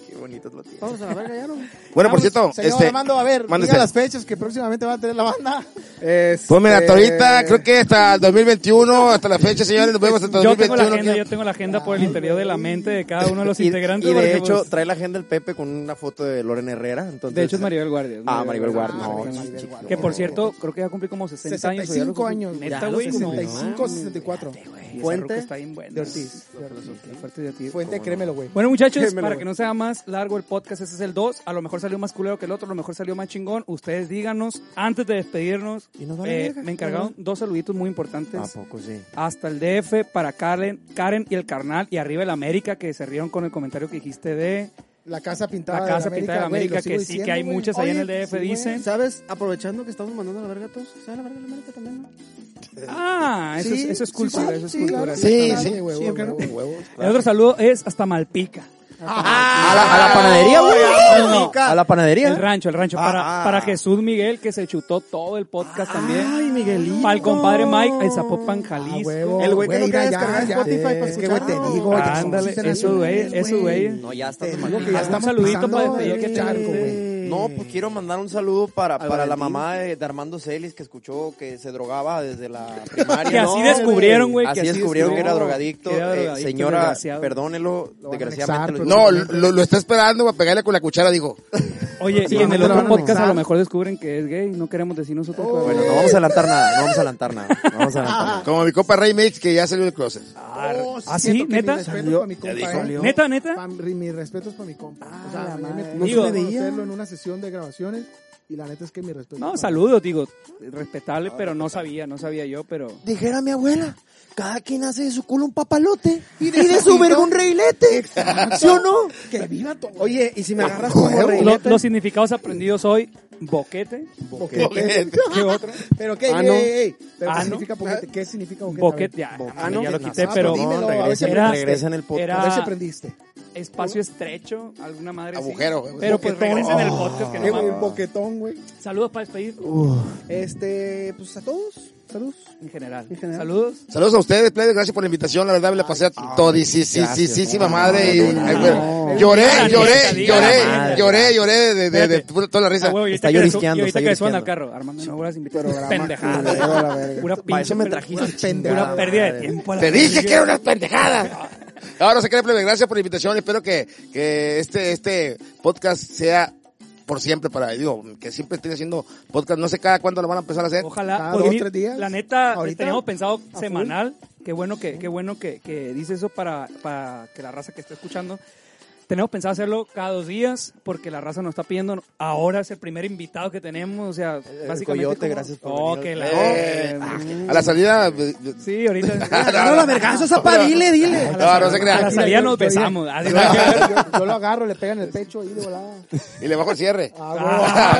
[SPEAKER 2] qué bonito lo tienes.
[SPEAKER 8] Vamos a la verga ya, ¿no?
[SPEAKER 7] Bueno, por
[SPEAKER 8] Vamos,
[SPEAKER 7] cierto,
[SPEAKER 8] señor
[SPEAKER 7] este,
[SPEAKER 8] Armando, a ver,
[SPEAKER 7] mándese.
[SPEAKER 8] diga las fechas que próximamente va a tener la banda.
[SPEAKER 7] Pues mira, hasta ahorita, creo que hasta el 2021, hasta la fecha, señores, nos vemos hasta el
[SPEAKER 1] Yo tengo la
[SPEAKER 7] 2021.
[SPEAKER 1] agenda, yo tengo la agenda por el interior de la mente de cada uno de los
[SPEAKER 2] Y,
[SPEAKER 1] integrantes.
[SPEAKER 2] y de
[SPEAKER 1] porque,
[SPEAKER 2] hecho,
[SPEAKER 1] pues,
[SPEAKER 2] trae la agenda el Pepe con una foto de Loren Herrera. Entonces,
[SPEAKER 1] de hecho es Maribel Guardia. es
[SPEAKER 2] Ah, Maribel Guardia.
[SPEAKER 1] Guardia.
[SPEAKER 2] No,
[SPEAKER 8] Maribel
[SPEAKER 2] chico,
[SPEAKER 8] Guardia.
[SPEAKER 1] Que por
[SPEAKER 2] no.
[SPEAKER 1] cierto, creo que ya cumplí como 60 años. o ya lo
[SPEAKER 8] 65
[SPEAKER 1] cumplí.
[SPEAKER 8] años.
[SPEAKER 1] Neta,
[SPEAKER 8] Ya,
[SPEAKER 1] güey.
[SPEAKER 8] los
[SPEAKER 1] como-
[SPEAKER 8] 65, 64.
[SPEAKER 1] Güey, esa
[SPEAKER 5] Fuente
[SPEAKER 1] ruca está bien buena.
[SPEAKER 5] de Ortiz.
[SPEAKER 1] La fuerte de Ortiz.
[SPEAKER 2] sí,
[SPEAKER 8] Fuente,
[SPEAKER 2] cómo no.
[SPEAKER 8] créemelo, güey.
[SPEAKER 1] Bueno, muchachos,
[SPEAKER 5] Démelo,
[SPEAKER 1] para
[SPEAKER 5] güey.
[SPEAKER 1] que no sea más largo el podcast, ese es el 2. A lo mejor salió más culero que el otro, a lo mejor salió más chingón. Ustedes díganos, antes de despedirnos,
[SPEAKER 2] Y nos vale
[SPEAKER 1] eh,
[SPEAKER 2] verga. Ah,
[SPEAKER 1] me encargaron dos saluditos muy importantes.
[SPEAKER 2] ¿A poco sí?
[SPEAKER 1] Hasta el DF para Karen, Karen y el carnal. Y arriba el América, que se rieron con el comentario que dijiste de
[SPEAKER 8] La casa pintada
[SPEAKER 1] la
[SPEAKER 8] de
[SPEAKER 1] casa pintada de
[SPEAKER 8] güey,
[SPEAKER 1] América,
[SPEAKER 8] lo sigo
[SPEAKER 1] que sí, que
[SPEAKER 8] diciendo,
[SPEAKER 1] hay
[SPEAKER 8] güey.
[SPEAKER 1] muchas allá en el DF, dicen.
[SPEAKER 5] ¿Sabes? Aprovechando que estamos mandando a la verga a todos, ¿sabes la verga a la América también? no?
[SPEAKER 1] Ah, eso, es, eso es cultura, eso es cultura.
[SPEAKER 7] Sí, sí,
[SPEAKER 8] güey,
[SPEAKER 7] sí,
[SPEAKER 8] huevo,
[SPEAKER 7] claro.
[SPEAKER 8] huevo,
[SPEAKER 1] El otro saludo es hasta Malpica.
[SPEAKER 2] ¿A la, a la panadería, güey?
[SPEAKER 1] No, no.
[SPEAKER 2] ¿A la panadería?
[SPEAKER 1] El rancho, el rancho. para, para Jesús Miguel, que se chutó todo el podcast también. Ay, Miguelito. Para el compadre Mike, el Zapopan Jalisco.
[SPEAKER 5] El güey que no
[SPEAKER 8] mira,
[SPEAKER 5] quería
[SPEAKER 8] Ah, ya, pues,
[SPEAKER 5] descargar
[SPEAKER 8] ya,
[SPEAKER 5] Spotify para
[SPEAKER 8] Es que, güey, te
[SPEAKER 5] escucharlo.
[SPEAKER 8] digo.
[SPEAKER 1] Ah, ándale, eso, güey, eso, güey.
[SPEAKER 2] No, ya está.
[SPEAKER 8] Digo
[SPEAKER 2] tomando.
[SPEAKER 8] que pues, ya
[SPEAKER 1] Un
[SPEAKER 8] estamos
[SPEAKER 1] saludito
[SPEAKER 8] pasando
[SPEAKER 1] para despedir
[SPEAKER 8] el
[SPEAKER 1] que te-
[SPEAKER 8] charco, güey.
[SPEAKER 2] No, pues quiero mandar un saludo para,
[SPEAKER 5] Al
[SPEAKER 2] para la
[SPEAKER 5] Valentín.
[SPEAKER 2] mamá de, de Armando Celis que escuchó que se drogaba desde la
[SPEAKER 1] Que
[SPEAKER 2] primaria.
[SPEAKER 1] así
[SPEAKER 2] No,
[SPEAKER 1] descubrieron, güey.
[SPEAKER 2] Así descubrieron que era drogadicto.
[SPEAKER 1] que era
[SPEAKER 2] Eh,
[SPEAKER 1] drogadicto,
[SPEAKER 2] señora,
[SPEAKER 1] desgraciado.
[SPEAKER 2] perdónelo,
[SPEAKER 8] a
[SPEAKER 2] desgraciadamente.
[SPEAKER 1] pues,
[SPEAKER 8] anexar,
[SPEAKER 2] lo-
[SPEAKER 7] No, lo, lo está esperando para pegarle con la cuchara, dijo.
[SPEAKER 1] Oye, y en
[SPEAKER 8] no
[SPEAKER 1] el
[SPEAKER 8] te lo
[SPEAKER 1] otro
[SPEAKER 8] van a
[SPEAKER 1] podcast a lo
[SPEAKER 8] anexar.
[SPEAKER 1] mejor descubren que es gay. No queremos decir nosotros. pero
[SPEAKER 2] Bueno, no vamos a adelantar nada, no vamos a adelantar nada. No vamos a adelantar nada.
[SPEAKER 7] Como mi copa Rey Mix, que ya salió del closet.
[SPEAKER 1] ¿Ah, sí? ¿Neta?
[SPEAKER 8] Salió, mi compa,
[SPEAKER 7] dijo.
[SPEAKER 8] eh.
[SPEAKER 1] ¿Neta, neta?
[SPEAKER 8] Pa- ri- mis respetos para mi compa. o sea, me- me
[SPEAKER 1] No
[SPEAKER 8] no
[SPEAKER 1] se
[SPEAKER 8] pude
[SPEAKER 1] le veía.
[SPEAKER 8] conocerlo en una sesión de grabaciones y la neta es que mi respeto.
[SPEAKER 1] No, saludos, digo. Respetable, pero no sabía, no sabía yo, pero...
[SPEAKER 6] Dijera mi abuela, cada quien hace de su culo un papalote y de, su verga un reilete. ¿Sí o no?
[SPEAKER 8] Que viva tu abuela.
[SPEAKER 5] Oye, y si me agarras como rey,
[SPEAKER 1] Lo- los significados aprendidos hoy, boquete. ¿Qué otro?
[SPEAKER 8] Pero qué,
[SPEAKER 5] Ah, no.
[SPEAKER 8] ey, ey, ey. Pero
[SPEAKER 1] Ah,
[SPEAKER 8] ¿qué
[SPEAKER 1] no.
[SPEAKER 8] significa boquete? ¿Qué significa boquete?
[SPEAKER 1] Boquete,
[SPEAKER 8] A ver,
[SPEAKER 1] ya.
[SPEAKER 2] Ah, no,
[SPEAKER 1] ya lo
[SPEAKER 2] no,
[SPEAKER 1] quité,
[SPEAKER 2] no,
[SPEAKER 1] pero...
[SPEAKER 8] no,
[SPEAKER 2] perdón,
[SPEAKER 8] dímelo,
[SPEAKER 2] regresa,
[SPEAKER 8] a ver si-
[SPEAKER 2] regresa en el podcast.
[SPEAKER 1] era-
[SPEAKER 8] A ver si aprendiste.
[SPEAKER 1] espacio estrecho, alguna madre. así.
[SPEAKER 7] Agujero, güey.
[SPEAKER 1] Pero pues
[SPEAKER 8] Boquetón.
[SPEAKER 1] regresen el podcast que
[SPEAKER 8] Eh,
[SPEAKER 1] no
[SPEAKER 8] güey,
[SPEAKER 1] mames.
[SPEAKER 8] boquetón, güey.
[SPEAKER 1] Saludos para despedir
[SPEAKER 5] este, pues a todos, saludos.
[SPEAKER 1] en general.
[SPEAKER 5] general.
[SPEAKER 1] Saludos.
[SPEAKER 7] Saludos a ustedes, Play, gracias por la invitación, la verdad me la pasé a todisísima madre y ay, güey, lloré,
[SPEAKER 1] Diga,
[SPEAKER 7] lloré,
[SPEAKER 1] diga,
[SPEAKER 7] lloré,
[SPEAKER 1] madre.
[SPEAKER 7] lloré, lloré de, de- de- de
[SPEAKER 1] Espérate.
[SPEAKER 7] toda la risa.
[SPEAKER 1] Ah, güey, y ahorita
[SPEAKER 2] está
[SPEAKER 1] que le su-
[SPEAKER 2] llorisqueando,
[SPEAKER 1] Y ahorita
[SPEAKER 2] está
[SPEAKER 1] que le suban al
[SPEAKER 2] llorisqueando.
[SPEAKER 1] carro. Armando Novoras invitó a
[SPEAKER 8] culero, a la
[SPEAKER 1] pendejada.
[SPEAKER 8] verga.
[SPEAKER 1] Pura
[SPEAKER 2] Para eso
[SPEAKER 1] pinche
[SPEAKER 2] me
[SPEAKER 1] per-
[SPEAKER 2] trajiste,
[SPEAKER 1] Pura
[SPEAKER 2] chingada
[SPEAKER 1] pérdida de
[SPEAKER 2] madre.
[SPEAKER 1] tiempo. a la
[SPEAKER 7] Te dije
[SPEAKER 1] verga.
[SPEAKER 7] que era una pendejada. Ahora se cree, plebe, gracias por la invitación, espero que, que este, este podcast sea por siempre para, digo, que siempre estoy haciendo podcast, no sé cada cuándo lo van a empezar a hacer.
[SPEAKER 1] Ojalá.
[SPEAKER 8] Cada
[SPEAKER 1] porque
[SPEAKER 8] dos,
[SPEAKER 1] ni-
[SPEAKER 8] tres días.
[SPEAKER 1] La neta, eh,
[SPEAKER 8] Ahorita,
[SPEAKER 1] teníamos pensado
[SPEAKER 8] full.
[SPEAKER 1] semanal. Qué bueno que, qué bueno que, que dice eso para, para que la raza que está escuchando. Tenemos pensado hacerlo cada dos días porque la raza nos está pidiendo. Ahora es el primer invitado que tenemos. O sea, básicamente.
[SPEAKER 2] coyote,
[SPEAKER 1] como-
[SPEAKER 2] gracias por
[SPEAKER 1] Oh,
[SPEAKER 2] venir
[SPEAKER 1] que
[SPEAKER 2] al-
[SPEAKER 1] la.
[SPEAKER 7] Eh,
[SPEAKER 1] oh, que-
[SPEAKER 7] A la salida, eh,
[SPEAKER 1] Sí, ahorita.
[SPEAKER 7] No,
[SPEAKER 5] la vergazos a dile, dile.
[SPEAKER 7] no, no se
[SPEAKER 1] A la
[SPEAKER 7] crean,
[SPEAKER 1] salida
[SPEAKER 8] yo-
[SPEAKER 1] nos
[SPEAKER 8] yo diría-
[SPEAKER 1] besamos. Ah,
[SPEAKER 8] Yo,
[SPEAKER 1] digo, hay que ver.
[SPEAKER 8] yo lo agarro, le pegan el pecho ahí de volada.
[SPEAKER 7] y le bajo el cierre.
[SPEAKER 1] Ah,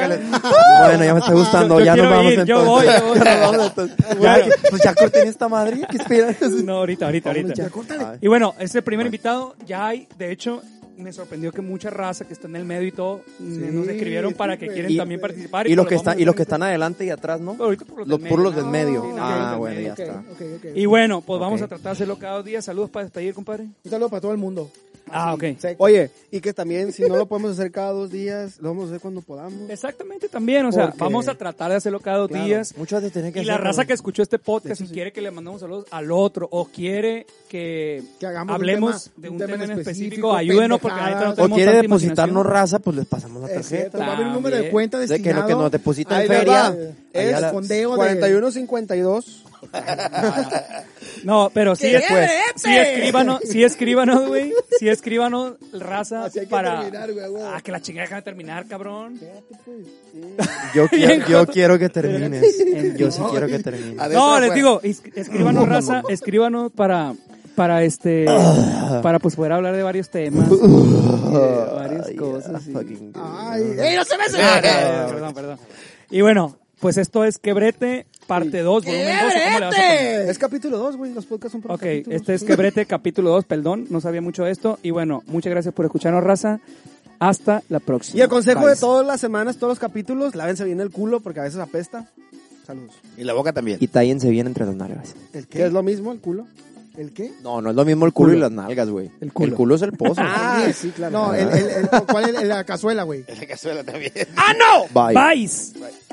[SPEAKER 2] Bueno, ya me está gustando,
[SPEAKER 1] Yo
[SPEAKER 2] ya nos
[SPEAKER 1] quiero
[SPEAKER 2] vamos
[SPEAKER 1] ir, yo voy, yo
[SPEAKER 2] entonces.
[SPEAKER 1] voy.
[SPEAKER 2] Ya nos vamos entonces. Ya,
[SPEAKER 1] Bueno.
[SPEAKER 2] que- Pues ya corten esta madre, ¿qué esperas?
[SPEAKER 1] No, ahorita, ahorita, ahorita. Y bueno, este primer invitado ya hay, de hecho, me sorprendió que mucha raza que está en el medio y todo me- nos escribieron
[SPEAKER 8] sí,
[SPEAKER 1] para que
[SPEAKER 8] güey.
[SPEAKER 1] quieren
[SPEAKER 2] Y-
[SPEAKER 1] también participar.
[SPEAKER 2] Y los que
[SPEAKER 1] pues
[SPEAKER 2] están,
[SPEAKER 1] vamos
[SPEAKER 2] y los que
[SPEAKER 1] a-
[SPEAKER 2] están adelante y atrás, ¿no?
[SPEAKER 1] Ahorita por
[SPEAKER 2] Los
[SPEAKER 1] del
[SPEAKER 2] puros
[SPEAKER 1] medio.
[SPEAKER 2] del medio.
[SPEAKER 1] sí,
[SPEAKER 2] Ah,
[SPEAKER 1] los del
[SPEAKER 2] bueno,
[SPEAKER 1] medio.
[SPEAKER 2] ya está.
[SPEAKER 8] Ok, ok.
[SPEAKER 1] Y bueno, pues vamos
[SPEAKER 2] Ok.
[SPEAKER 1] a tratar de hacerlo cada dos días. Saludos para despedir, compadre.
[SPEAKER 8] Un saludo para todo el mundo.
[SPEAKER 1] Ah, ok.
[SPEAKER 8] Seco.
[SPEAKER 5] Oye, y que también si no lo podemos hacer cada dos días, lo vamos a hacer cuando podamos.
[SPEAKER 1] Exactamente también, o sea,
[SPEAKER 5] Porque-
[SPEAKER 1] vamos a tratar de hacerlo cada dos
[SPEAKER 5] Claro,
[SPEAKER 1] días.
[SPEAKER 2] Muchos de tener que
[SPEAKER 1] Y la
[SPEAKER 2] hacer,
[SPEAKER 1] raza
[SPEAKER 2] ¿no?
[SPEAKER 1] que escuchó este podcast y quiere que le mandemos saludos al otro o quiere que,
[SPEAKER 8] Que hagamos un
[SPEAKER 1] hablemos
[SPEAKER 8] tema-
[SPEAKER 1] de
[SPEAKER 8] un
[SPEAKER 1] un
[SPEAKER 8] tema
[SPEAKER 1] tema en
[SPEAKER 8] en
[SPEAKER 1] específico,
[SPEAKER 8] específico,
[SPEAKER 1] ayúdenos porque ahorita no
[SPEAKER 8] pendejadas.
[SPEAKER 2] O
[SPEAKER 1] tenemos
[SPEAKER 2] quiere
[SPEAKER 1] tanta
[SPEAKER 2] depositarnos
[SPEAKER 1] imaginación.
[SPEAKER 2] raza, pues les pasamos la
[SPEAKER 8] Es
[SPEAKER 2] tarjeta.
[SPEAKER 8] cierto, Este, va a haber un número de
[SPEAKER 1] También.
[SPEAKER 8] cuenta
[SPEAKER 2] De que
[SPEAKER 8] destinado.
[SPEAKER 2] no- que nos depositan
[SPEAKER 8] Ahí les
[SPEAKER 2] feria.
[SPEAKER 8] va.
[SPEAKER 2] Ahí a
[SPEAKER 8] Es
[SPEAKER 2] la-
[SPEAKER 8] fondeo de...
[SPEAKER 5] 4152.
[SPEAKER 1] No, pero sí, es- sí escríbanos, sí escríbanos, güey. Sí escríbanos, raza,
[SPEAKER 8] Así hay que
[SPEAKER 1] para...
[SPEAKER 8] terminar, güey, a huevo.
[SPEAKER 1] ah, que la chingada déjame terminar, cabrón.
[SPEAKER 2] Yo,
[SPEAKER 1] Bien
[SPEAKER 2] quiero, yo
[SPEAKER 1] joto.
[SPEAKER 2] quiero que termines.
[SPEAKER 1] En-
[SPEAKER 2] Yo sí
[SPEAKER 1] no.
[SPEAKER 2] quiero que termines.
[SPEAKER 7] Adentro,
[SPEAKER 1] No, les
[SPEAKER 7] afuera.
[SPEAKER 1] digo, es- escríbanos, raza, escríbanos para... Para este, para pues poder hablar de varios temas, y de varias cosas. y-
[SPEAKER 2] ah, Fucking-
[SPEAKER 8] Ay, eh, ¡Ey, no se me hace!
[SPEAKER 1] Ah, no, no, perdón, perdón. Y bueno, pues esto es Quebrete, parte 2, volumen 2. ¿cómo le vas a poner?
[SPEAKER 5] Es capítulo 2, güey, los podcasts son por
[SPEAKER 1] Ok,
[SPEAKER 5] capítulos.
[SPEAKER 1] este es Quebrete, capítulo 2, perdón, no sabía mucho de esto. Y bueno, muchas gracias por escucharnos, raza. Hasta la próxima.
[SPEAKER 5] Y el consejo
[SPEAKER 1] Bye.
[SPEAKER 5] de todas las semanas, todos los capítulos, lávense bien el culo porque a veces apesta. Saludos.
[SPEAKER 7] Y la boca también.
[SPEAKER 2] Y tállense bien entre las nalgas.
[SPEAKER 8] ¿El
[SPEAKER 5] ¿Qué
[SPEAKER 8] qué?
[SPEAKER 5] es lo mismo el culo?
[SPEAKER 8] ¿El qué?
[SPEAKER 2] No, no es lo mismo el culo, y las nalgas, güey.
[SPEAKER 1] El culo.
[SPEAKER 2] el culo es el pozo.
[SPEAKER 5] Ah, sí, claro.
[SPEAKER 8] No, el, el, el- ¿cuál es la cazuela, güey?
[SPEAKER 7] En la cazuela también.
[SPEAKER 2] Bye.
[SPEAKER 1] Bye.